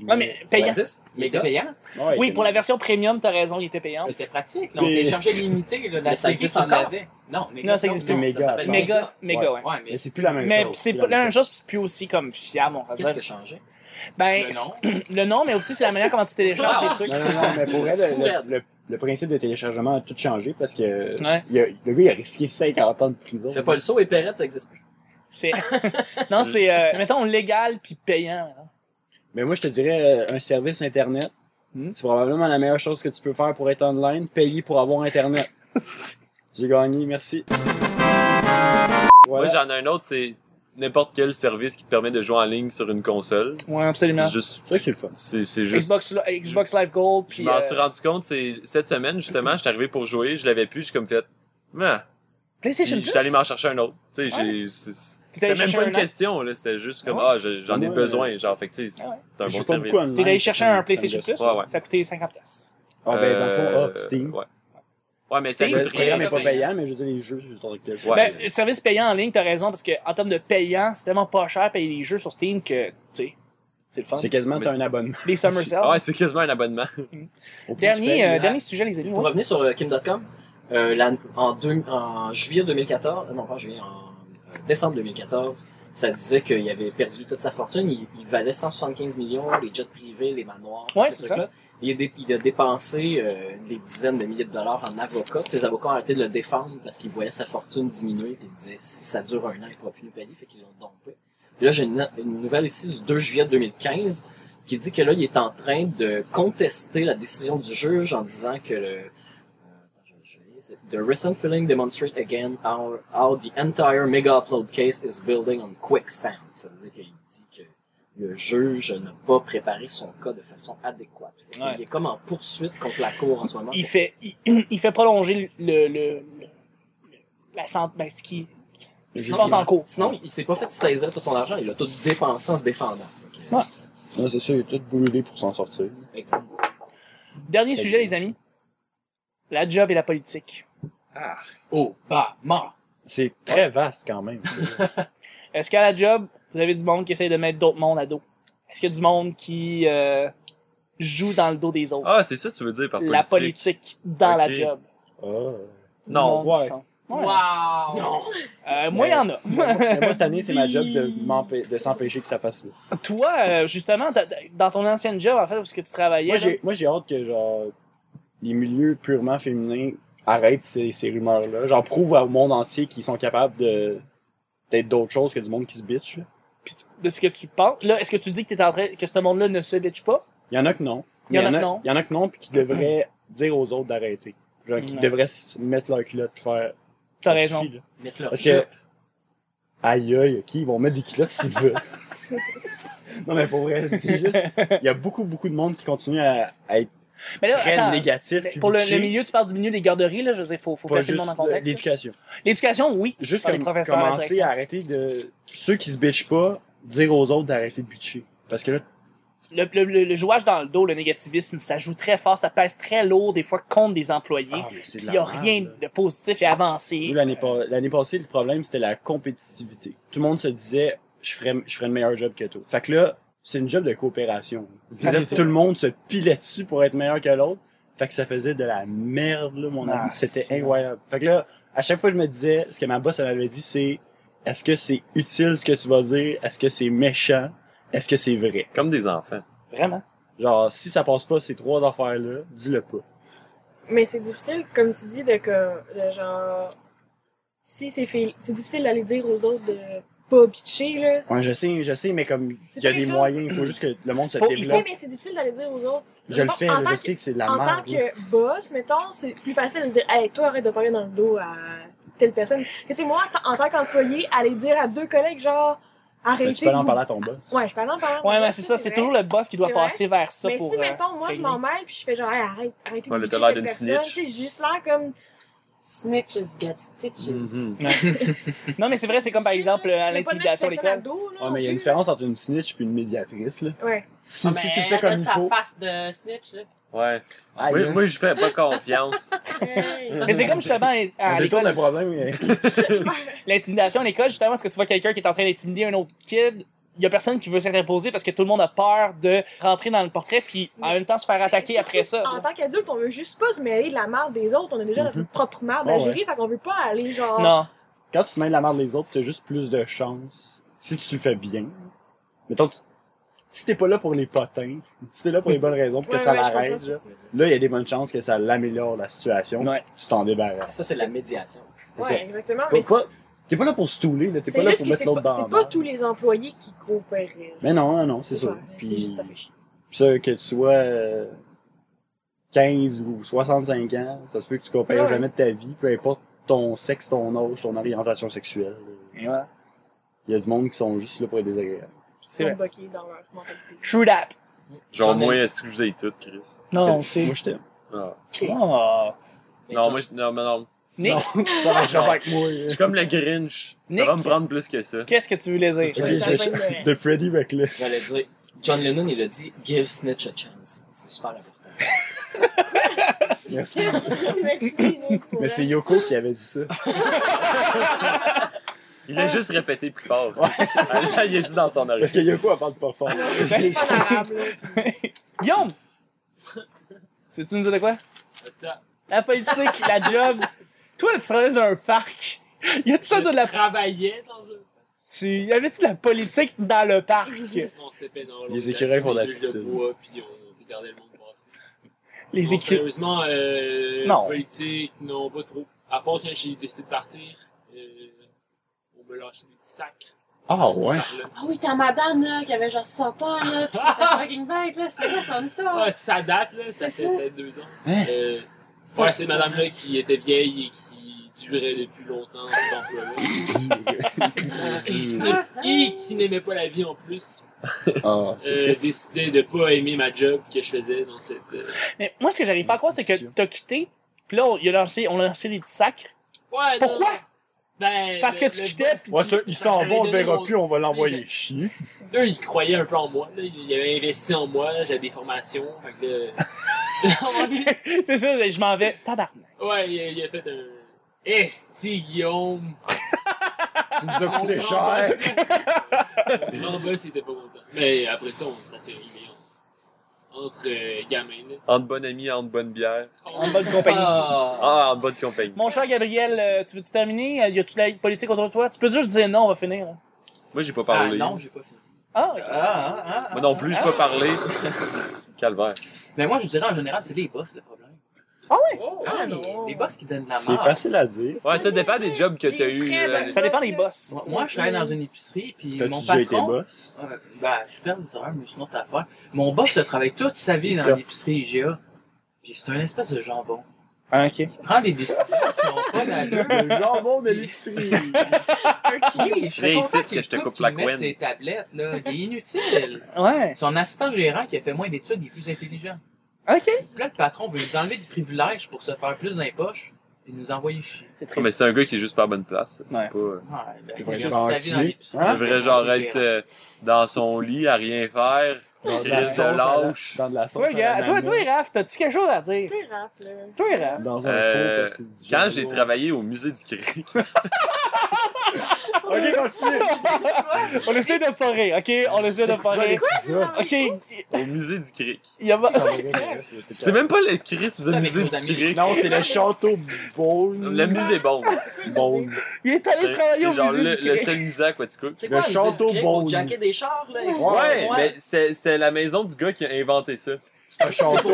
B: Non, mais payant.
A: Ça existe?
H: Il était
A: Méga?
H: payant.
C: Ouais,
B: Oui,
C: c'est
B: pour la
C: bon.
B: version premium, t'as raison, il était payant.
H: C'était pratique. Là, on
C: Mais-
H: téléchargeait l'illimité. Là, la
A: Mais ça
H: série
A: existe
H: qu'on
A: encore?
H: avait. Non, Méga
B: Non, ça
H: Upload,
B: existe
C: plus.
H: non,
C: Méga,
H: s'appelle
C: attends.
B: Méga, méga, ouais.
H: Ouais, mais
C: Mais c'est plus la même
B: Mais
C: chose.
B: c'est
C: plus
B: pas-
C: la
B: la
C: même
B: même chose, c'est plus aussi comme fiable, on va
A: Qu'est-ce
B: dire.
A: qui a changé?
B: Ben,
H: le nom.
B: le nom, mais aussi c'est la manière comment tu télécharges des trucs.
C: Non, non, non, mais
B: [laughs]
C: pour elle, le-
A: Fou raide.
C: le, le- le principe de téléchargement a tout changé parce que
B: Ouais.
C: il a- le gars, il a risqué 50 ans de prison.
A: Fais pas le saut et Perrette, ça existe plus.
B: C'est... [laughs] non, c'est, euh, mettons, légal puis payant. mettons.
C: Mais moi, je te dirais euh, un service Internet.
B: Hmm.
C: C'est probablement la meilleure chose que tu peux faire pour être online, payer pour
B: [laughs]
C: avoir Internet. J'ai gagné, merci. Voilà.
E: Moi, j'en ai un autre, c'est n'importe quel service qui te permet de jouer en ligne sur une console.
B: ouais, absolument.
E: C'est juste.
C: c'est vrai que c'est le fun.
E: C'est c'est juste.
B: Xbox, Xbox Live Gold,
E: Je
B: puis...
E: m'en
B: euh,
E: suis rendu compte, c'est cette semaine, justement, j'étais arrivé pour jouer, je l'avais plus, j'ai comme fait. Ah.
B: PlayStation
E: Puis
B: Plus?
E: J'étais allé m'en chercher un autre. Tu sais,
B: Ouais.
E: j'ai- c'est-
B: T'es
E: C'était
B: allé
E: même
B: chercher
E: pas
B: un
E: une
B: an?
E: question, là. C'était juste comme,
C: Ouais.
E: ah, je- j'en ai
C: Ouais.
E: besoin. Genre, fait que, tu sais,
B: Ah ouais.
E: c'est un
C: Je
E: bon
C: joue pas
E: service.
C: beaucoup online.
B: T'es allé chercher un PlayStation Plus?
E: Ouais, ouais.
B: Ça a coûté 50$. piastres.
C: Ah, ben, dans le fond,
E: Euh,
C: ah, Steam.
E: Ouais. Ouais, mais
B: Steam,
E: ça
C: Le
E: coûte
C: programme
E: rien.
C: n'est
A: c'est
C: pas
A: payant.
C: payant, mais je veux dire, les jeux, c'est ton lequel.
E: Ouais.
B: Ben, le service payant en ligne, t'as raison, parce que en termes de payant, c'est tellement pas cher payer des jeux sur Steam que, tu sais, c'est le fun.
C: C'est quasiment,
E: Mais-
C: t'as un abonnement.
B: Les Summer Sales.
E: Ah Ouais, c'est quasiment un abonnement.
C: Au plus, tu
B: dernier,
C: payes.
B: euh,
A: ouais.
B: dernier sujet, les amis.
A: Pour
B: ouais.
A: revenir sur euh, Kim.com, euh, la- en, deux- en juillet 2014, euh, non pas en juillet, en euh, décembre 2014, ça disait qu'il avait perdu toute sa fortune. Il, il valait 175 millions, les jets privés, les manoirs, tous
B: Ouais,
A: ces
B: c'est
A: trucs-là. Il a, dé- il a dépensé euh, des dizaines de milliers de dollars en avocats. Ses avocats ont arrêté de le défendre parce qu'ils voyaient sa fortune diminuer. Puis ils se disaient, si ça dure un an, il ne pourra plus nous payer. Fait qu'ils l'ont dompé. Puis là, j'ai une, une nouvelle ici du 2 juillet 2015 qui dit que là, il est en train de contester la décision du juge en disant que le, euh, attends, je vais- je vais lire, c'est- The recent filing demonstrates again how, how the entire mega upload case is building on quicksand. Ça veut dire qu'il dit que le juge n'a pas préparé son cas de façon adéquate. Fait qu'il
B: Ouais.
A: Il est comme en poursuite contre la cour en ce moment.
B: il fait il, il [clears throat] fait prolonger le, le, le- la santé ben, ce qui ce qui se passe en cours.
A: Sinon, il s'est pas fait saisir tout son argent, il a tout dépensé en se défendant. Fait que-
B: Ouais.
C: Non, c'est ça, il a tout brûlé pour s'en sortir.
A: Exemple.
B: dernier sujet les amis. La job et la politique.
H: Oh, bah, mort.
C: C'est très vaste quand [laughs] même.
B: Est-ce qu'à la job, vous avez du monde qui essaye de mettre d'autres mondes à dos Est-ce qu'il y a du monde qui euh, joue dans le dos des autres
E: Ah, c'est ça que tu veux dire par politique.
B: La politique dans
E: Ok.
B: la job.
C: Ah.
B: Du monde
E: Non,
B: qui
C: ouais.
B: sont- Ouais.
G: Wow!
B: Euh, moi, il y en a.
C: Mais moi, mais moi, cette année, c'est ma job de, m'empê- de s'empêcher que ça fasse ça.
B: Toi, euh, justement, t'as- t'as- dans ton ancienne job, en fait, où est-ce que tu travaillais,
C: Moi,
B: là,
C: j'ai, moi, j'ai hâte que genre les milieux purement féminins arrêtent ces, ces rumeurs-là. J'en prouve au monde entier qu'ils sont capables de d'être d'autres choses que du monde qui se bitch. là.
B: pis tu- de ce que tu penses, là, est-ce que tu dis que, t'es en train, que ce monde-là ne se bitch pas
C: Il y en a que non.
B: Il y en
C: Mais
B: a que non.
C: Il y en a que non, puis qui devraient dire aux autres d'arrêter. Genre, qui
B: Ouais.
C: devraient se mettre leur culotte puis faire.
B: T'as
C: ça
B: raison.
C: suffit, là.
A: Mettre leur
C: Parce
A: jeu.
C: que aïe aïe, ok, ils vont mettre des culottes
B: [laughs]
C: s'ils veulent. non, mais pour vrai, c'est juste, il y a beaucoup, beaucoup de monde qui continue à, à être
B: Mais là,
C: très
B: attends,
C: négatif.
B: mais
C: puis
B: pour le,
C: bitché,
B: le milieu, tu parles du milieu des garderies, là, je veux dire, faut, faut
C: pas
B: placer
C: juste euh,
B: le monde en contexte. là.
C: l'éducation.
B: L'éducation, oui.
C: Juste
B: Par les
C: comme
B: professeurs, la
C: commencer
B: direction.
C: à arrêter de... Ceux qui se bitchent pas, dire aux autres d'arrêter de bitcher. Parce que là,
B: Le, le, le- le jouage dans le dos, le négativisme, ça joue très fort, ça pèse très lourd des fois contre des employés.
C: ah, mais c'est
B: Puis il
C: de la
B: n'y a
C: merde,
B: rien
C: là.
B: de positif et avancé.
C: Nous, l'année pas- l'année passée, le problème, c'était la compétitivité. Tout le monde se disait, je ferais, je ferais le meilleur job que toi. Fait que là, c'est une job de coopération.
B: Ça
C: Là,
B: l'était.
C: tout le monde se pilait dessus pour être meilleur que l'autre. Fait que ça faisait de la merde, là, mon
B: Ah,
C: ami. C'était
B: c'est-
C: incroyable. Fait que là, à chaque fois, je me disais, ce que ma boss elle m'avait dit, c'est, est-ce que c'est utile ce que tu vas dire? Est-ce que c'est méchant? Est-ce que c'est vrai?
E: Comme des enfants.
B: Vraiment.
D: Ah,
C: Genre, si ça passe pas ces trois affaires-là, dis-le pas.
D: Mais c'est difficile, comme tu dis, de, que, de genre. Si c'est fait. C'est difficile d'aller dire aux autres de pas bitcher, là.
C: Ouais, je sais, je sais, mais comme,
D: C'est
C: il y a
D: quelque
C: des
D: chose-
C: moyens, il faut juste que le monde se
B: Faut- il
C: développe.
D: Oui, mais c'est difficile d'aller dire aux autres.
C: Je le
D: Mettons,
C: fais,
D: en
C: là,
D: tant
C: je
D: que-
C: sais que c'est de la
D: en tant
C: merde. là.
D: que boss, mettons, c'est plus facile de dire Hey, toi, arrête de parler dans le dos à telle personne. Que c'est moi, en tant qu'employé, aller dire à deux collègues, genre,
C: Mais
D: arrêtez.
C: Tu peux aller en
D: vous-
C: parler à ton boss.
D: Ouais, je parle en parler.
B: Ouais, mais c'est ça, c'est toujours le boss qui doit
D: C'est vrai.
B: passer vers ça
D: mais
B: pour.
D: si,
B: euh,
D: mettons, moi, je
B: régler.
D: m'en mêle, puis je fais genre, hey, arrête, arrêtez
E: Ouais,
D: de
E: mais
D: bitcher
E: t'as l'air d'une
D: telle personne.
E: snitch.
D: Tu sais, j'ai juste l'air comme.
G: Snitches get stitches.
B: euh, Non, mais c'est vrai, c'est comme par exemple euh, à
D: Tu veux pas te
B: l'intimidation à
D: mettre personne
B: l'école.
D: à dos, là,
C: Ouais,
D: non
C: mais il y a une
D: plus.
C: différence entre une snitch et une médiatrice, là.
D: Ouais.
C: Si,
G: Ah,
C: si
G: ben,
C: tu le
G: elle
C: fais
G: a
C: comme il
G: sa
C: faut.
G: face de snitch, là.
E: Ouais.
C: Aïe,
E: Moi,
B: hein?
C: là.
E: moi, je fais
B: [laughs]
E: pas confiance.
D: Hey.
B: Mais c'est comme justement à
C: on
B: à
C: détourne le
B: l'école,
C: problème. euh, mais-
B: l'intimidation à l'école, justement, parce que tu vois quelqu'un qui est en train d'intimider un autre kid, il y a personne qui veut s'interposer parce que tout le monde a peur de rentrer dans le portrait puis en
D: Mais
B: même temps se faire attaquer
D: surtout
B: après ça. Mm-hmm.
D: En tant qu'adulte, on veut juste pas se mêler de la merde des autres. On a déjà notre propre merde à
C: Ah ouais.
D: gérer, fait qu'on veut pas aller genre.
B: Non.
C: Quand tu te mets de la merde des autres, t'as juste plus de chance. Si tu le fais bien. Mettons, tu- si t'es pas là pour les potins, si t'es là pour les bonnes raisons, pour que
D: Ouais,
C: ça
D: ouais, je
C: l'arrête,
D: comprends ce
C: là,
D: que tu veux dire.
C: là, il y a des bonnes chances que ça l'améliore la situation.
B: Ouais.
C: Tu t'en débarrasses.
A: Ça, c'est de la médiation.
C: C'est ça.
D: Ouais, exactement.
C: Pas-
D: Mais c'est
C: pas- T'es pas là pour stouler, là. T'es pas
D: c'est
C: là
D: juste
C: pour
D: que
C: mettre
D: c'est
C: l'autre
D: pas,
C: dans la
D: c'est pas
C: merde.
D: tous les employés qui coopéraient.
C: Mais non, non, c'est ça.
D: pas- C'est
C: Puis-
D: juste ça fait chier.
C: Ça, que tu sois euh, 15 ou 65 ans, ça se peut que tu compares
D: Ouais.
C: jamais de ta vie, peu importe ton sexe, ton âge, ton orientation sexuelle.
B: Et voilà.
C: Il y a du monde qui sont juste là pour être désagréables.
D: Ils
B: C'est
D: sont
B: vrai.
D: bloqués dans leur mentalité.
B: True that.
E: Genre,
A: J'en ai-
E: moi, est-ce que je vous ai tout, Chris?
B: Non, non,
C: Moi,
B: c'est.
C: je t'aime.
E: Ah.
B: Oh.
E: Non, moi, je- non, mais non.
B: Nick,
C: Non, [laughs] ça va jamais avec moi.
E: Je
C: là.
E: suis comme le Grinch.
B: Nick.
E: Ça va me prendre plus que ça.
B: qu'est-ce que tu voulais dire?
C: Ok,
A: Ouais,
D: Ça
C: je-
D: va être, euh,
C: de Freddy Reckless.
A: J'allais dire, John Lennon, il a dit Give Snitch a chance. C'est super important.
C: Merci.
D: [laughs] Merci, Nick, pour
C: Mais
D: vrai.
C: c'est Yoko qui avait dit ça.
E: Il l'a juste répété plus fort. Là, [laughs] il a dit dans son
C: Parce
E: oreille.
C: que Yoko, elle parle pas fort.
D: Non, c'est pas en arabe, là.
B: Guillaume! tu veux-tu nous dire de quoi?
F: Ça.
B: La politique, la job. Toi, tu travailles dans un parc. Y a-tu ça de la.
F: travaillais dans un.
B: Tu... Y avait-tu de la politique dans le parc?
F: On se tapait dans
C: Les écureuils font de
F: l'organisation,
C: l'attitude.
F: les gueules de bois, puis on regardait le monde passer.
B: Les
F: Non,
B: équipes.
F: Sérieusement, euh,
B: Non.
F: politique, non, pas trop. À part que j'ai décidé de partir, euh, on me lâchait des petits sacs.
C: Ah
G: Ah oui, ta madame, là, qui avait genre 60 ans, là, pis qui était fucking bête, là. C'était quoi son
F: [laughs]
G: histoire?
F: Ah, ça date, là,
G: C'est
F: ça fait
G: ça.
F: peut-être deux ans.
C: Hein?
F: Euh, ouais, c'est madame-là qui était vieille et qui durait depuis longtemps cet emploi-là.
G: [laughs]
F: Euh, et qui n'aimait- et qui n'aimait pas la vie en plus.
C: Ah,
F: Euh,
C: c'est triste.
F: décidé de pas aimer ma job que je faisais dans cette... euh,
B: Mais moi, ce que j'arrive pas à croire, c'est que t'as quitté, puis là, on, il a lancé, on a lancé des petits sacs. [laughs]
F: Ouais,
B: Pourquoi?
F: non, Ben,
B: Parce
F: le-
B: que tu
F: le
B: quittais,
F: boss,
B: puis
C: Ouais, ça, il s'en va, on le verra plus, on va
F: Tu
C: l'envoyer chier.
F: Eux, ils croyaient un peu en moi. Là. Ils avaient investi en moi. J'avais des formations. Fait que là... [laughs]
B: c'est ça, mais je m'en vais. Tabarnak.
F: ouais, il a, il a fait un... Esti, Guillaume!
C: Tu nous as
F: Mon
C: coûté
F: grand
C: cher.
F: boss- Mon grand boss, il était pas content. Mais après ça, on- ça s'est réglé. on- Entre euh, gamins, là.
E: Entre bonne amie, entre bonne bière.
B: En bonne compagnie.
E: Ah, entre bonne compagnie.
B: Mon cher Gabriel, euh, tu veux-tu terminer? Euh, Y a-tu la politique autour de toi? Tu peux juste dire non, on va finir. là.
E: Moi, j'ai pas
H: Ah,
E: parlé.
H: non, j'ai pas fini.
B: Ah,
H: Ah, ah, ah, ah.
E: Moi non plus, j'ai pas parlé. Calvaire.
H: Mais moi, je dirais en général, c'est les boss le problème.
F: Oh,
H: Ah, les,
F: non.
H: les boss qui donnent la
C: C'est
H: mort.
C: facile à dire.
E: Ouais, ça dépend des jobs que t'as eu. euh, là.
B: ça dépend des boss.
H: Moi, moi, je travaillais dans une épicerie, puis
C: T'as-tu
H: mon
C: déjà été
H: patron.
C: boss?
H: Euh, ben, superviseur, mais c'est une autre affaire. Mon boss a travaillé toute sa vie dans l'épicerie IGA. Puis c'est un espèce de jambon.
B: Ah,
I: [laughs]
B: ok.
H: Il prend des décisions qui n'ont pas d'allure.
C: Le jambon de l'épicerie.
H: Oui, je serais
I: Viens
H: content
I: ici,
H: qu'il
I: que je te
H: coupe,
I: coupe
H: qu'il
I: la
H: mette
I: couenne.
H: ses tablettes, là. Il est inutile.
B: Ouais.
H: Son assistant gérant qui a fait moins d'études, il est plus intelligent.
B: OK.
H: Puis là, le patron veut nous enlever des privilèges pour se faire plus dans les poches et nous envoyer chier.
B: C'est
E: Ah, Mais
B: triste.
E: c'est un gars qui est juste pas à bonne place. ça. C'est
B: Ouais.
E: pas, euh,
H: Ouais, ben,
C: Il va
H: juste
C: être
H: sa vie dans
C: banquier.
H: l'épicerie.
C: Hein?
E: Il devrait genre être euh, dans son lit à rien faire.
C: Dans de
E: Chris
C: la
E: de
C: sauce. à la-
E: lâche.
C: Dans de la sauce.
B: Toi,
C: à
B: gars-
C: la
B: toi,
C: nana.
B: toi, Raph, t'as-tu quelque chose à dire?
D: T'es rap, là.
B: Toi, Raph.
C: Dans un
E: Euh,
C: faux, parce que c'est du
E: Quand
C: jambon.
E: j'ai travaillé au musée du Québec,
C: Ok, continue.
B: On essaie de pas rire, OK? On essaie de pas rire. [laughs]
C: Quoi?
B: OK, il
E: au musée du Cric.
B: y a...
E: C'est même pas le Chris, c'est le
H: avec
E: musée
H: nos
E: du
H: amis.
E: Cric.
C: Non, c'est le château Beaune.
E: Le musée bon.
C: Beaune.
B: il est allé travailler au
E: C'est genre
B: musée
E: le,
B: du
E: le
B: Québec.
E: seul musée à Quaticook.
I: C'est
C: Le
I: quoi, le
C: château
I: château
C: Beaune.
I: bon jacket des chars, là?
E: Ouais,
I: explique-moi.
E: mais c'est- c'était la maison du gars qui a inventé ça.
C: C'est un château.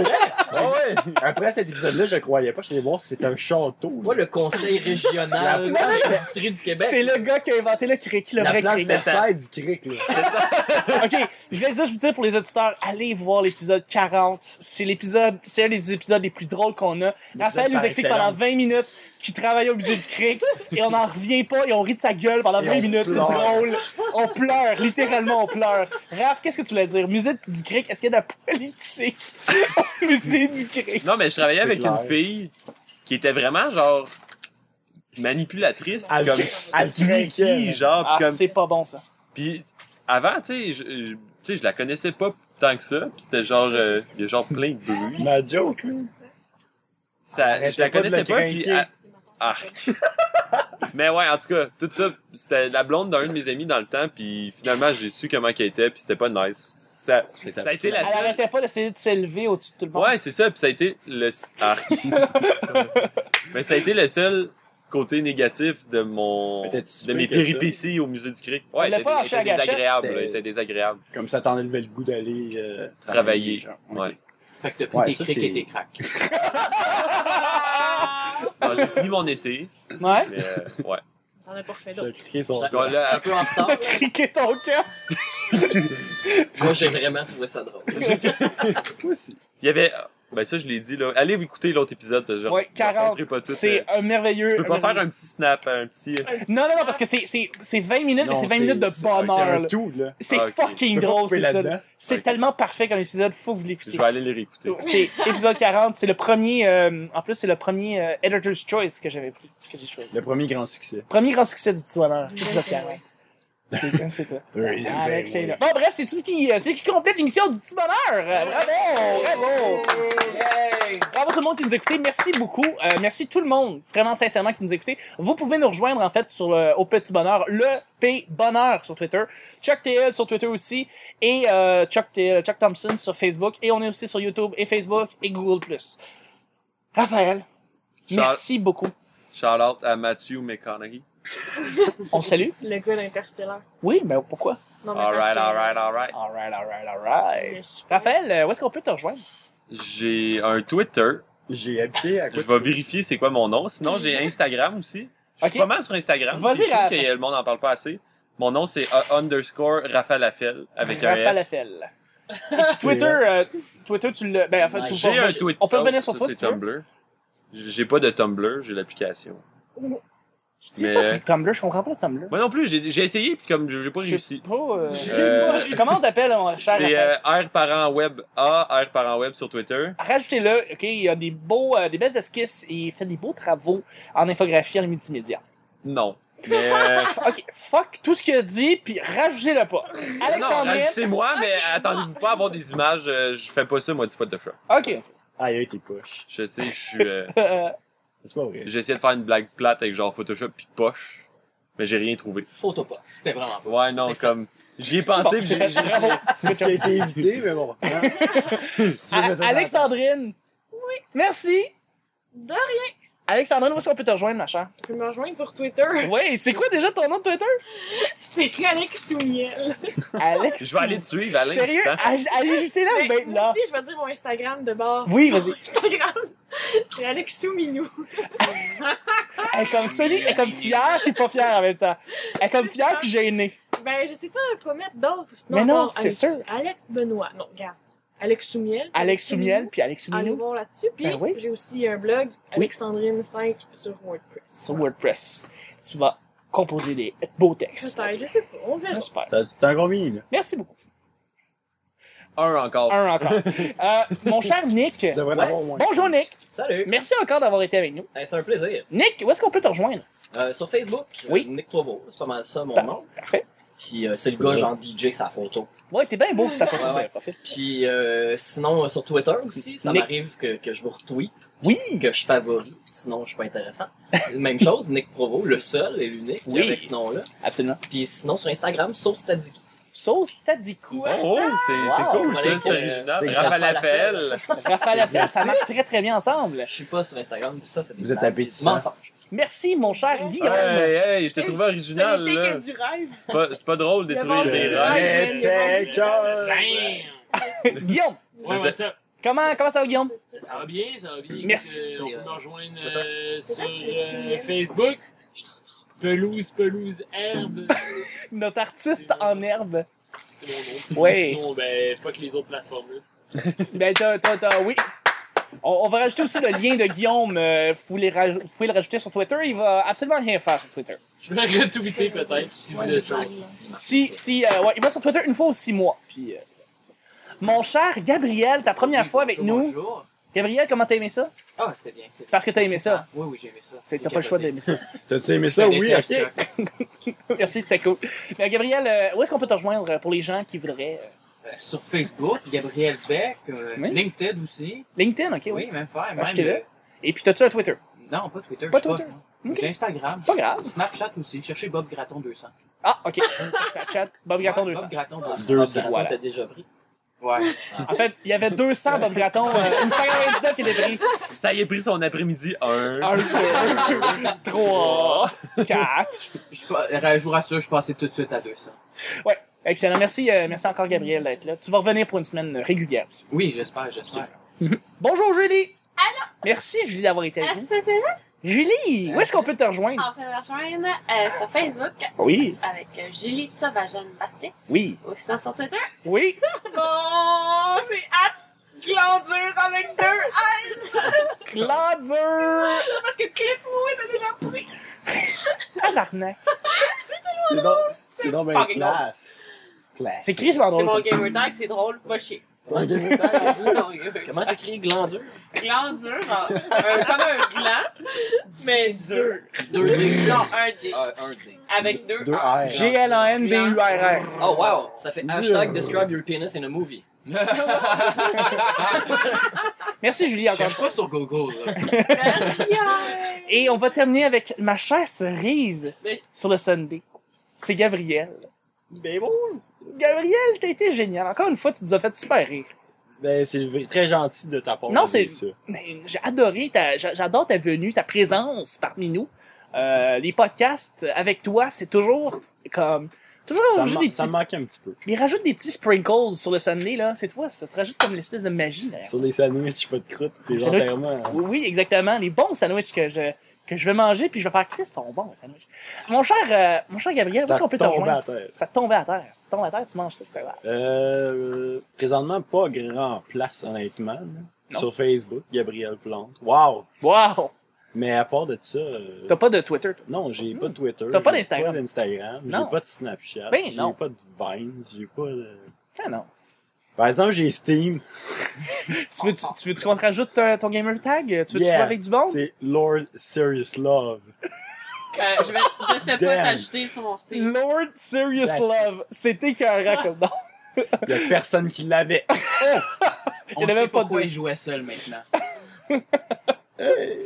E: Ah ouais!
C: Après cet épisode-là, je croyais pas. Je suis allé voir si c'était un château.
I: Moi, le conseil
B: [laughs]
I: régional de l'industrie du Québec.
B: C'est le gars qui a inventé le cric, le
C: La
B: vrai
C: place
B: cric.
C: Versailles du cric, là.
B: OK, je vais juste vous dire pour les auditeurs, allez voir l'épisode 40. C'est l'épisode, c'est un des épisodes les plus drôles qu'on a. Raphaël nous
C: par
B: explique
C: excellence.
B: pendant 20 minutes qu'il travaillait au musée du cric et on n'en revient pas et on rit de sa gueule pendant
C: Et
B: 20
C: on
B: minutes. C'est
C: pleure.
B: drôle. On pleure, littéralement on pleure. Raph, qu'est-ce que tu voulais dire? Musée du cric, est-ce qu'il y a de la politique au musée du cric?
E: Non, mais je travaillais
C: C'est
E: avec
C: clair.
E: une fille qui était vraiment genre manipulatrice, puis
C: Elle-
E: comme
C: elle
E: sneaky,
C: craquait,
E: genre,
B: Ah,
E: puis comme
B: c'est pas bon ça.
E: Puis avant, tu sais, je, je- tu sais, je la connaissais pas tant que ça. Puis c'était genre, euh, il y a genre plein de bruit.
C: Ma joke, là.
E: Ça, je la
C: Arrêtez pas de
E: connaissais
C: la
E: pas. Puis
C: craquer.
E: elle- ah. [laughs] Mais ouais, en tout cas, tout ça, c'était la blonde d'un de mes amis dans le temps. Puis finalement, j'ai su comment qu'elle était. Puis c'était pas nice. Ça, ça a été la
B: Elle
E: seule.
B: arrêtait pas d'essayer de s'élever au-dessus de tout le monde.
E: Ouais, c'est ça. Puis ça a été le. ah. Mais ça a été le seul côté négatif de mon
C: Mais t'as-tu
E: de mes
C: pire que ça?
E: péripéties au musée du Cric. Ouais,
B: Elle l'a
E: était-
B: pas lâché
E: était
B: à gâchette,
E: désagréable,
C: c'était-
E: elle était désagréable.
C: Comme ça t'en élevait le goût d'aller euh,
E: Travailler.
C: genre.
E: Ouais.
H: Fait que t'as pris
C: Ouais,
H: tes
C: ça,
H: crics
C: c'est-
H: et tes cracks.
E: Alors, j'ai fini mon été,
B: Ouais.
E: mais euh,
C: [laughs]
E: ouais.
D: T'en as pas refait
C: T'as
D: d'autres.
C: crié son
I: Ça-
E: Bon, là,
I: Un peu en retard.
B: [laughs] T'as criqué ton cœur.
I: Moi, j'ai vraiment trouvé ça
B: [laughs]
I: drôle.
E: il y avait. Ben ça, je l'ai dit, là. Allez écouter l'autre épisode. parce que je
B: Ouais,
E: je raconterai
B: 40.
E: pas tout,
B: C'est
E: mais
B: un merveilleux.
E: Je peux pas
B: un
E: faire un petit snap, un petit.
B: Non, non, non, parce que c'est- c'est c'est 20 minutes, mais
C: Non,
B: c'est 20 minutes de
C: c'est-
B: bonheur.
C: C'est un
B: là.
C: tout, là.
B: C'est
E: Ah, ok.
C: Tu
B: fucking
C: peux pas
B: drôle,
C: couper
B: cet épisode.
C: là-dedans.
B: C'est
E: Ok.
B: tellement parfait comme épisode, faut que vous
E: Je
B: l'écoutiez.
E: vais aller les réécouter.
B: C'est épisode 40, c'est le premier, euh, en plus, c'est le premier euh, Editor's Choice que j'avais pris, que j'ai choisi.
C: Le premier grand succès.
B: Premier grand succès du petit bonheur, épisode
D: Deuxième,
B: 40.
D: ouais.
B: Deuxième, c'est
C: [laughs]
B: toi.
C: Deuxième,
B: Alex,
C: ben,
B: c'est
C: oui.
B: là. Bon, bref, c'est tout ce qui, euh, c'est ce qui complète l'émission du petit bonheur. Euh, Bravo, bravo. Bravo tout le monde qui nous écoutait. Merci beaucoup. Euh, merci tout le monde, vraiment sincèrement, qui nous écoutait. Vous pouvez nous rejoindre, en fait, sur le, au Petit Bonheur, le P Bonheur sur Twitter, Chuck TL sur Twitter aussi, et euh, Chuck, TL, Chuck Thompson sur Facebook. Et on est aussi sur YouTube et Facebook et Google. Raphaël, merci beaucoup.
E: Shout out à Matthew McConaughey.
B: On se salue?
D: Le gars d'Interstellar.
B: Oui, mais pourquoi?
D: Non, mais
E: Alright,
D: Interstellar.
E: alright, alright.
B: Alright, alright, alright.
D: Mais super.
B: Raphaël, euh, où est-ce qu'on peut te rejoindre?
E: J'ai un Twitter.
C: J'ai habité à
E: Je
C: quoi
E: vais vérifier c'est quoi mon nom. Sinon, j'ai Instagram aussi. Je suis
B: Mhm. Ok.
E: pas mal sur Instagram.
B: Vas-y,
E: Puis je
B: Raph.
E: trouve que le monde en parle pas assez. Mon nom, c'est euh, underscore Rafalafel avec
B: Raphaël
E: un F.
B: Affel. Twitter, euh, Twitter, tu le. Ben, en fait, tu
E: J'ai
B: le-
E: un Twitter.
B: On peut revenir sur
E: ça,
B: toi, si
E: c'est
B: tu veux.
E: Tumblr. J'ai pas de Tumblr, j'ai l'application.
B: Je dis, c'est pas
E: Mais-
B: ton Tumblr, je comprends pas le Tumblr.
E: Moi non plus, j'ai j'ai essayé, puis comme j'ai pas
B: Je
E: réussi.
B: sais pas. euh,
E: Euh,
B: [laughs] Comment on t'appelle, mon cher
E: C'est
B: Raphaël?
E: euh, R parent web A, R parent web sur Twitter.
B: Rajoutez-le, ok, il a des beaux, euh, des belles esquisses et il fait des beaux travaux en infographie, en multimédia.
E: Non.
B: [laughs]
E: Mais euh,
B: Ok, fuck tout ce qu'il a dit, puis rajoutez-le pas.
E: non,
B: Alexandrine,
E: rajoutez-moi, mais attendez-vous pas à avoir des images. euh, je fais pas ça, moi, du Photoshop.
B: ok.
C: Aïe, t'es poche.
E: Je sais, je suis. euh,
B: Euh,
C: C'est pas vrai.
E: j'ai essayé de faire une blague plate avec genre Photoshop puis poche, mais j'ai rien trouvé.
I: Photo pas.
H: C'était vraiment bon.
E: Ouais, non,
H: C'est ça.
E: comme j'y ai
B: bon,
E: pensé.
B: c'est
E: mais
B: fait. Bravo.
C: C'est ce qui a été évité, mais bon.
B: [laughs]
C: Hein? Si tu veux me
B: A-
C: dire
B: Alexandrine. Oui. Merci.
D: De rien.
B: Alexandrine, où est-ce qu'on peut te rejoindre, ma
E: [laughs]
B: chère?
D: Tu peux me rejoindre sur Twitter.
B: Oui, c'est quoi déjà ton nom de Twitter?
D: C'est
B: [laughs]
D: Alex Soumiel.
B: Alex.
E: Je vais aller te suivre, Alain.
B: Sérieux?
E: hein.
B: Ajoutez-la
D: Ben,
B: ben,
D: moi
B: là.
D: aussi, je vais dire mon Instagram de bord.
B: Oui, vas-y.
D: [laughs] Instagram. C'est Alex Souminou.
B: Elle est comme solide, elle est comme fière puis pas fière en même temps. Elle est comme fière puis gênée.
D: Ben, je sais pas quoi mettre d'autre. sinon,
B: Mais non,
D: bon,
B: c'est
D: Alex-
B: sûr.
D: Alex Benoît. Non, regarde. Alex Soumiel.
B: Alex Soumiel
D: Souminou.
B: puis Alex
D: Allez
B: Souminou
D: voir là-dessus. Puis
B: Ben oui.
D: j'ai aussi un blog, Alexandrine5 sur WordPress.
B: sur WordPress. Tu vas composer des beaux textes.
D: Peut-être, je sais pas, on verra.
B: J'espère.
C: T'as- T'as combien, là?
B: Merci beaucoup.
E: Un encore.
B: Un encore. Euh, mon cher Nick.
C: Tu devrais en avoir au moins.
B: Bonjour Nick.
I: Salut!
B: Merci encore d'avoir été avec nous.
I: Hey, c'est un plaisir.
B: Nick, où est-ce qu'on peut te rejoindre?
I: Euh, sur Facebook,
B: Oui.
I: euh, Nick Provo, c'est pas mal ça mon
B: Parfait.
I: nom.
B: Parfait.
I: Puis euh, c'est le gars genre DJ sa photo.
B: Ouais, t'es bien beau tout à fait.
I: Ouais, ouais.
B: Parfait.
I: Puis euh, sinon euh, sur Twitter aussi, ça
B: Nick-
I: m'arrive que, que je vous retweet,
B: Oui!
I: que je favorise, sinon je suis pas
B: [laughs]
I: intéressant. Même chose, Nick Provo, le seul et l'unique
B: Oui.
I: avec ce nom-là.
B: Absolument.
I: Puis sinon sur Instagram, Sauce Tadiki.
B: Sauce Tadikou.
E: Oh, oh, c'est c'est
B: Wow.
E: cool,
I: Voilà,
E: ça, c'est
I: euh,
E: original.
I: c'est
E: Raphaël
I: Raphaël.
E: Appel.
B: Raphaël Lafayette, ça marche très très bien ensemble.
I: Ben, Je suis pas sur Instagram, tout ça c'est des
C: Vous êtes
I: blagues,
C: appétissant.
I: mensonges.
B: Merci, mon cher Guillaume.
E: Hey, hey, je t'ai trouvé
D: Ce
E: original,
D: n'était
E: là.
D: que du rêve.
E: C'est pas, c'est pas drôle de
D: Le
E: trouver
D: vendu
E: des
D: du
E: rêves.
D: rêve.
F: Bam!
B: Guillaume,
F: Ouais, what's up?
B: comment, comment ça va, Guillaume?
F: Ça va bien, ça va bien.
B: Merci.
F: Euh, on peut me rejoindre euh, sur euh, Facebook. Pelouse, pelouse, herbe.
B: Notre artiste en herbe.
F: C'est mon nom.
B: Oui.
F: Sinon, ben, fuck les autres plateformes. là.
B: Ben, t'as, t'as, t'as- oui. On, on va rajouter aussi le lien de Guillaume. euh, vous, pouvez les raj- vous pouvez le rajouter sur Twitter. Il va absolument rien faire sur Twitter.
F: Je vais retweeter peut-être si vous
I: Ouais,
F: êtes
I: c'est
F: chanceux.
B: Si, si, euh, ouais, il va sur Twitter une fois ou six mois. Puis, euh, c'est ça. Mon cher Gabriel, ta première
H: Oui,
B: fois avec
H: bonjour,
B: nous.
H: bonjour.
B: Gabriel, comment t'as aimé ça?
H: Ah, c'était bien, c'était bien.
B: Parce que t'as aimé ça.
H: Oui, oui, j'ai aimé ça.
B: C'est-
H: J'ai
B: T'as pas le choix
H: capoté.
B: d'aimer ça.
C: T'as-tu aimé ça?
H: C'était
C: Oui,
H: Test
C: ok.
H: Jack.
B: [laughs] Merci, c'était cool. Mais Gabriel, euh, où est-ce qu'on peut te rejoindre euh, pour les gens qui voudraient. euh,
H: Euh, sur Facebook, Gabriel Beck, euh,
B: Oui.
H: LinkedIn aussi.
B: LinkedIn, ok, oui.
H: Oui, même faire. Même,
B: Achetez-le. Et puis, t'as-tu un Twitter?
H: euh, non, pas Twitter.
B: Pas
H: je sais
B: Twitter.
H: moi.
B: Ok.
H: J'ai Instagram.
B: Pas grave.
H: Snapchat aussi. Cherchez Bob Graton 200.
B: Ah, ok. [laughs] C'est Snapchat, Bob Graton
H: Ouais,
B: 200.
H: Bob Graton 200.
C: Deux,
I: Ça,
B: Voilà.
I: t'as déjà pris.
H: Ouais.
B: En fait, il y avait 200 Bob Graton, euh, une 199 qui étaient pris.
E: Ça y est pris son après-midi un.
B: 1, 2, 3, 4.
H: Je, suis pas- euh, je vous rassure, je suis passé tout de suite à 200.
B: Excellent. Merci, euh, merci encore, Gabriel, d'être là. Tu vas revenir pour une semaine euh, régulière aussi.
H: Oui, j'espère, j'espère.
B: Bonjour, Julie. Merci, Julie, d'avoir été
D: Ah.
B: avec nous. Julie, où est-ce qu'on peut te rejoindre?
G: On peut me rejoindre euh, sur Facebook
D: Ah.
B: Oui,
G: avec euh, Julie Sauvageanne Bastien,
B: oui,
G: aussi sinon sur Twitter.
B: oui.
D: [laughs] Bon, c'est hâte. Glandure avec deux H!
B: [laughs] Claudur!
D: Parce que clip mou était déjà pris!
B: Tabarnak.
C: C'est donc, c'est donc bien
G: Fucking
C: classe. Classe.
B: C'est crissement
G: C'est mon
B: drôle.
G: gamer tag, c'est drôle, va chier.
I: Ouais.
G: [laughs] C'est mon gamer
I: Comment
G: tag.
I: t'as créé Glandure?
G: Glandure, genre, un- comme un gland, mais dur.
I: Deux D.
G: Non, un D.
I: Ah, un D.
G: Avec deux,
C: Deux
G: A.
B: Ah,
C: R.
B: G-L-A-N-D-U-R-R.
I: Oh wow, ça fait hashtag describe your penis in a movie.
B: Merci, Julie, encore.
H: Cherche pas sur Google. là.
G: Yeah.
B: Et on va terminer avec ma chère cerise
G: Oui.
B: sur le Sunday. C'est Gabriel. Ben bon! Gabriel, t'as été génial. Encore une fois, tu nous as fait super rire.
C: Ben, c'est vrai- très gentil de ta part.
B: Non,
C: de
B: c'est-
C: dire ça.
B: Mais J'ai adoré ta, j'a- j'adore ta venue, ta présence parmi nous. Euh, les podcasts avec toi, c'est toujours comme toujours
C: Ça,
B: rajouter
C: me-
B: des
C: ça me
B: petits,
C: manquait un petit peu.
B: mais rajoute des petits sprinkles sur le Sunday là, c'est toi, ça se rajoute comme l'espèce de magie. derrière.
C: Sur les sandwichs, pas de croûte, des
B: C'est vrai que-
C: enterrements. hein.
B: Oui, oui, exactement. Les bons sandwichs que je, que je vais manger, puis je vais faire Chris, ils sont bons, les sandwichs. Mon cher, euh, mon cher Gabriel, où est-ce
C: Ça
B: qu'on peut te
C: tombait
B: rejoindre?
C: à terre.
B: Ça te tombait à terre. Tu tombes à terre, tu manges ça, tu fais mal.
C: Euh, présentement, pas grand place, honnêtement. là.
B: Non.
C: Sur Facebook, Gabriel Plante. Wow!
B: Wow!
C: Mais à part de ça, euh,
B: T'as pas de Twitter, toi.
C: non, j'ai pas de Twitter.
B: T'as pas
C: j'ai
B: d'Instagram.
C: Pas d'Instagram.
B: Non.
C: J'ai pas de Snapchat.
B: Ben
C: j'ai
B: non.
C: pas de Vines. J'ai pas de...
B: Ah non.
C: Par exemple, j'ai Steam.
B: Tu veux-tu tu veux-tu qu'on te rajoute euh, ton gamer tag? Tu veux-tu
C: Yeah.
B: jouer avec du monde?
C: C'est Lord Serious Love.
G: Euh, je, vais, je sais pas
C: Damn.
G: t'ajouter sur mon Steam.
B: Lord Serious
C: That's-
B: Love. C'était écœurant comme nom.
C: Il y a personne
B: [laughs]
C: qui l'avait.
B: [laughs] Il y en
H: On
B: avait pas
H: sait pourquoi
B: deux.
H: il jouait seul maintenant.
B: [laughs]
C: Hey.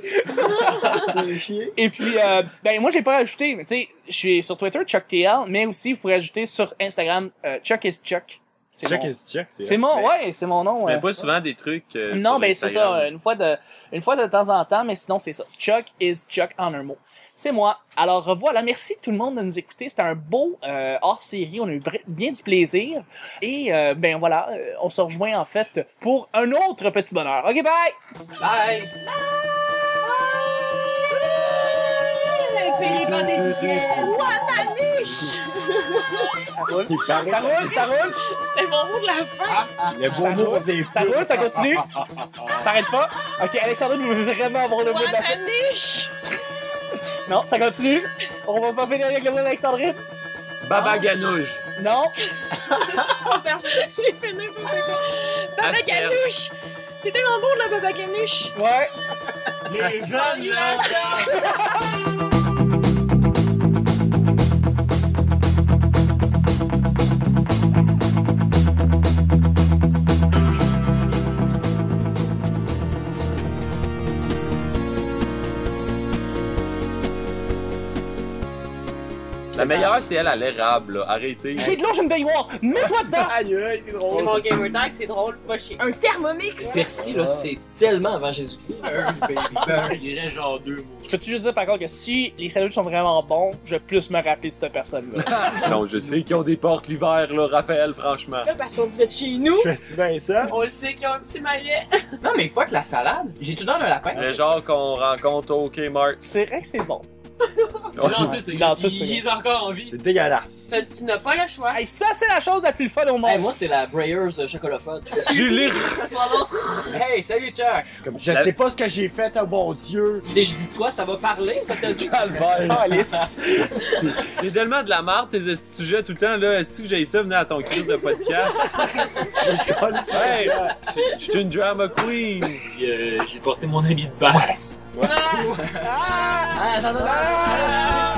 C: C'est chier.
B: [laughs] Et puis, euh, ben, moi, j'ai pas rajouté, mais tu sais, je suis sur Twitter, ChuckTL, mais aussi, il faut rajouter sur Instagram, euh, Chuck is Chuck. C'est
C: Check
B: mon-
C: is check, c'est
B: C'est
C: vrai.
B: mon, ouais, c'est mon
E: Tu
B: nom. euh.
E: mets pas souvent des trucs. euh,
B: Non,
E: sur
B: ben c'est
E: Instagram.
B: ça, une fois, de, une fois de temps en temps, mais sinon c'est ça. Chuck is Chuck en un mot. C'est moi. Alors euh, voilà, merci tout le monde de nous écouter. C'était un beau euh, hors-série, on a eu bri- bien du plaisir. Et euh, ben voilà, euh, on se rejoint en fait pour un autre petit bonheur. Ok, bye!
H: Bye!
B: Ça roule,
C: Il paraît
B: ça roule, ça roule,
D: C'était mon mot de la fin!
C: Le
B: Ça
C: beau mot
B: roule.
C: des
B: ça roule, ça continue. Ça arrête pas. Ok, Alexandre, vous voulez vraiment avoir le mot de la fin.
D: Moi, niche!
B: Non, ça continue. On va pas finir avec le mot d'Alexandrine. euh,
E: Baba Ganouge.
B: Non.
D: Oh, merde, je l'ai fait n'importe quoi. Baba
E: Asperge.
D: Ganouche! C'est tellement bon, la Baba Ganouche!
B: Ouais.
F: Les jeunes, là,
E: La meilleure, c'est elle à l'érable, là. Arrêtez.
B: J'ai de l'eau, j'ai une baignoire. Mets-toi dedans.
E: Aïe, aïe, c'est
G: C'est
E: drôle.
G: mon gamer tag, c'est drôle, pas chier.
D: Un Thermomix!
I: Percy, là, c'est tellement avant Jésus-Christ.
H: Burn, baby, burn.
F: il y aurait genre deux mots.
B: Je peux-tu juste dire par contre que si les saluts sont vraiment bons, je vais plus me rappeler de cette personne-là.
E: Non, je sais qu'ils ont des portes l'hiver, là, Raphaël, franchement.
D: Là, parce que vous êtes chez nous!
C: Fais-tu bien ça?
G: On le sait qu'ils ont un petit maillet.
H: Non, mais fuck la salade. J'ai-tu dans le lapin?
E: Le genre qu'on rencontre au Kmart.
B: C'est vrai que c'est bon.
F: Dans tout, c'est-
B: Dans tout,
F: il,
B: c'est-
F: il est encore en vie.
C: C'est dégueulasse.
G: Ça, Tu n'as pas le choix.
B: Hey, ça, c'est la chose la plus folle au
I: Hey,
B: monde.
I: moi, c'est la Brayers euh, chocolophobe.
E: Julie
G: Ça soit l'autre.
H: Hey, salut Chuck!
C: Comme, je sais pas ce que j'ai fait, oh bon Dieu.
I: Si je dis toi, ça va parler, ça te dit.
E: Calvaire.
B: Alice.
E: J'ai tellement de la marde, tes esti sujets tout le temps, là. Est-ce que j'ai ça, venez à ton crise de podcast?
C: [laughs] Je colle sur la
E: Hey.
C: gueule.
E: Je suis une drama queen.
F: Puis, euh, j'ai porté mon ami de base.
G: Ah!
H: Ah, attends, attends, attends.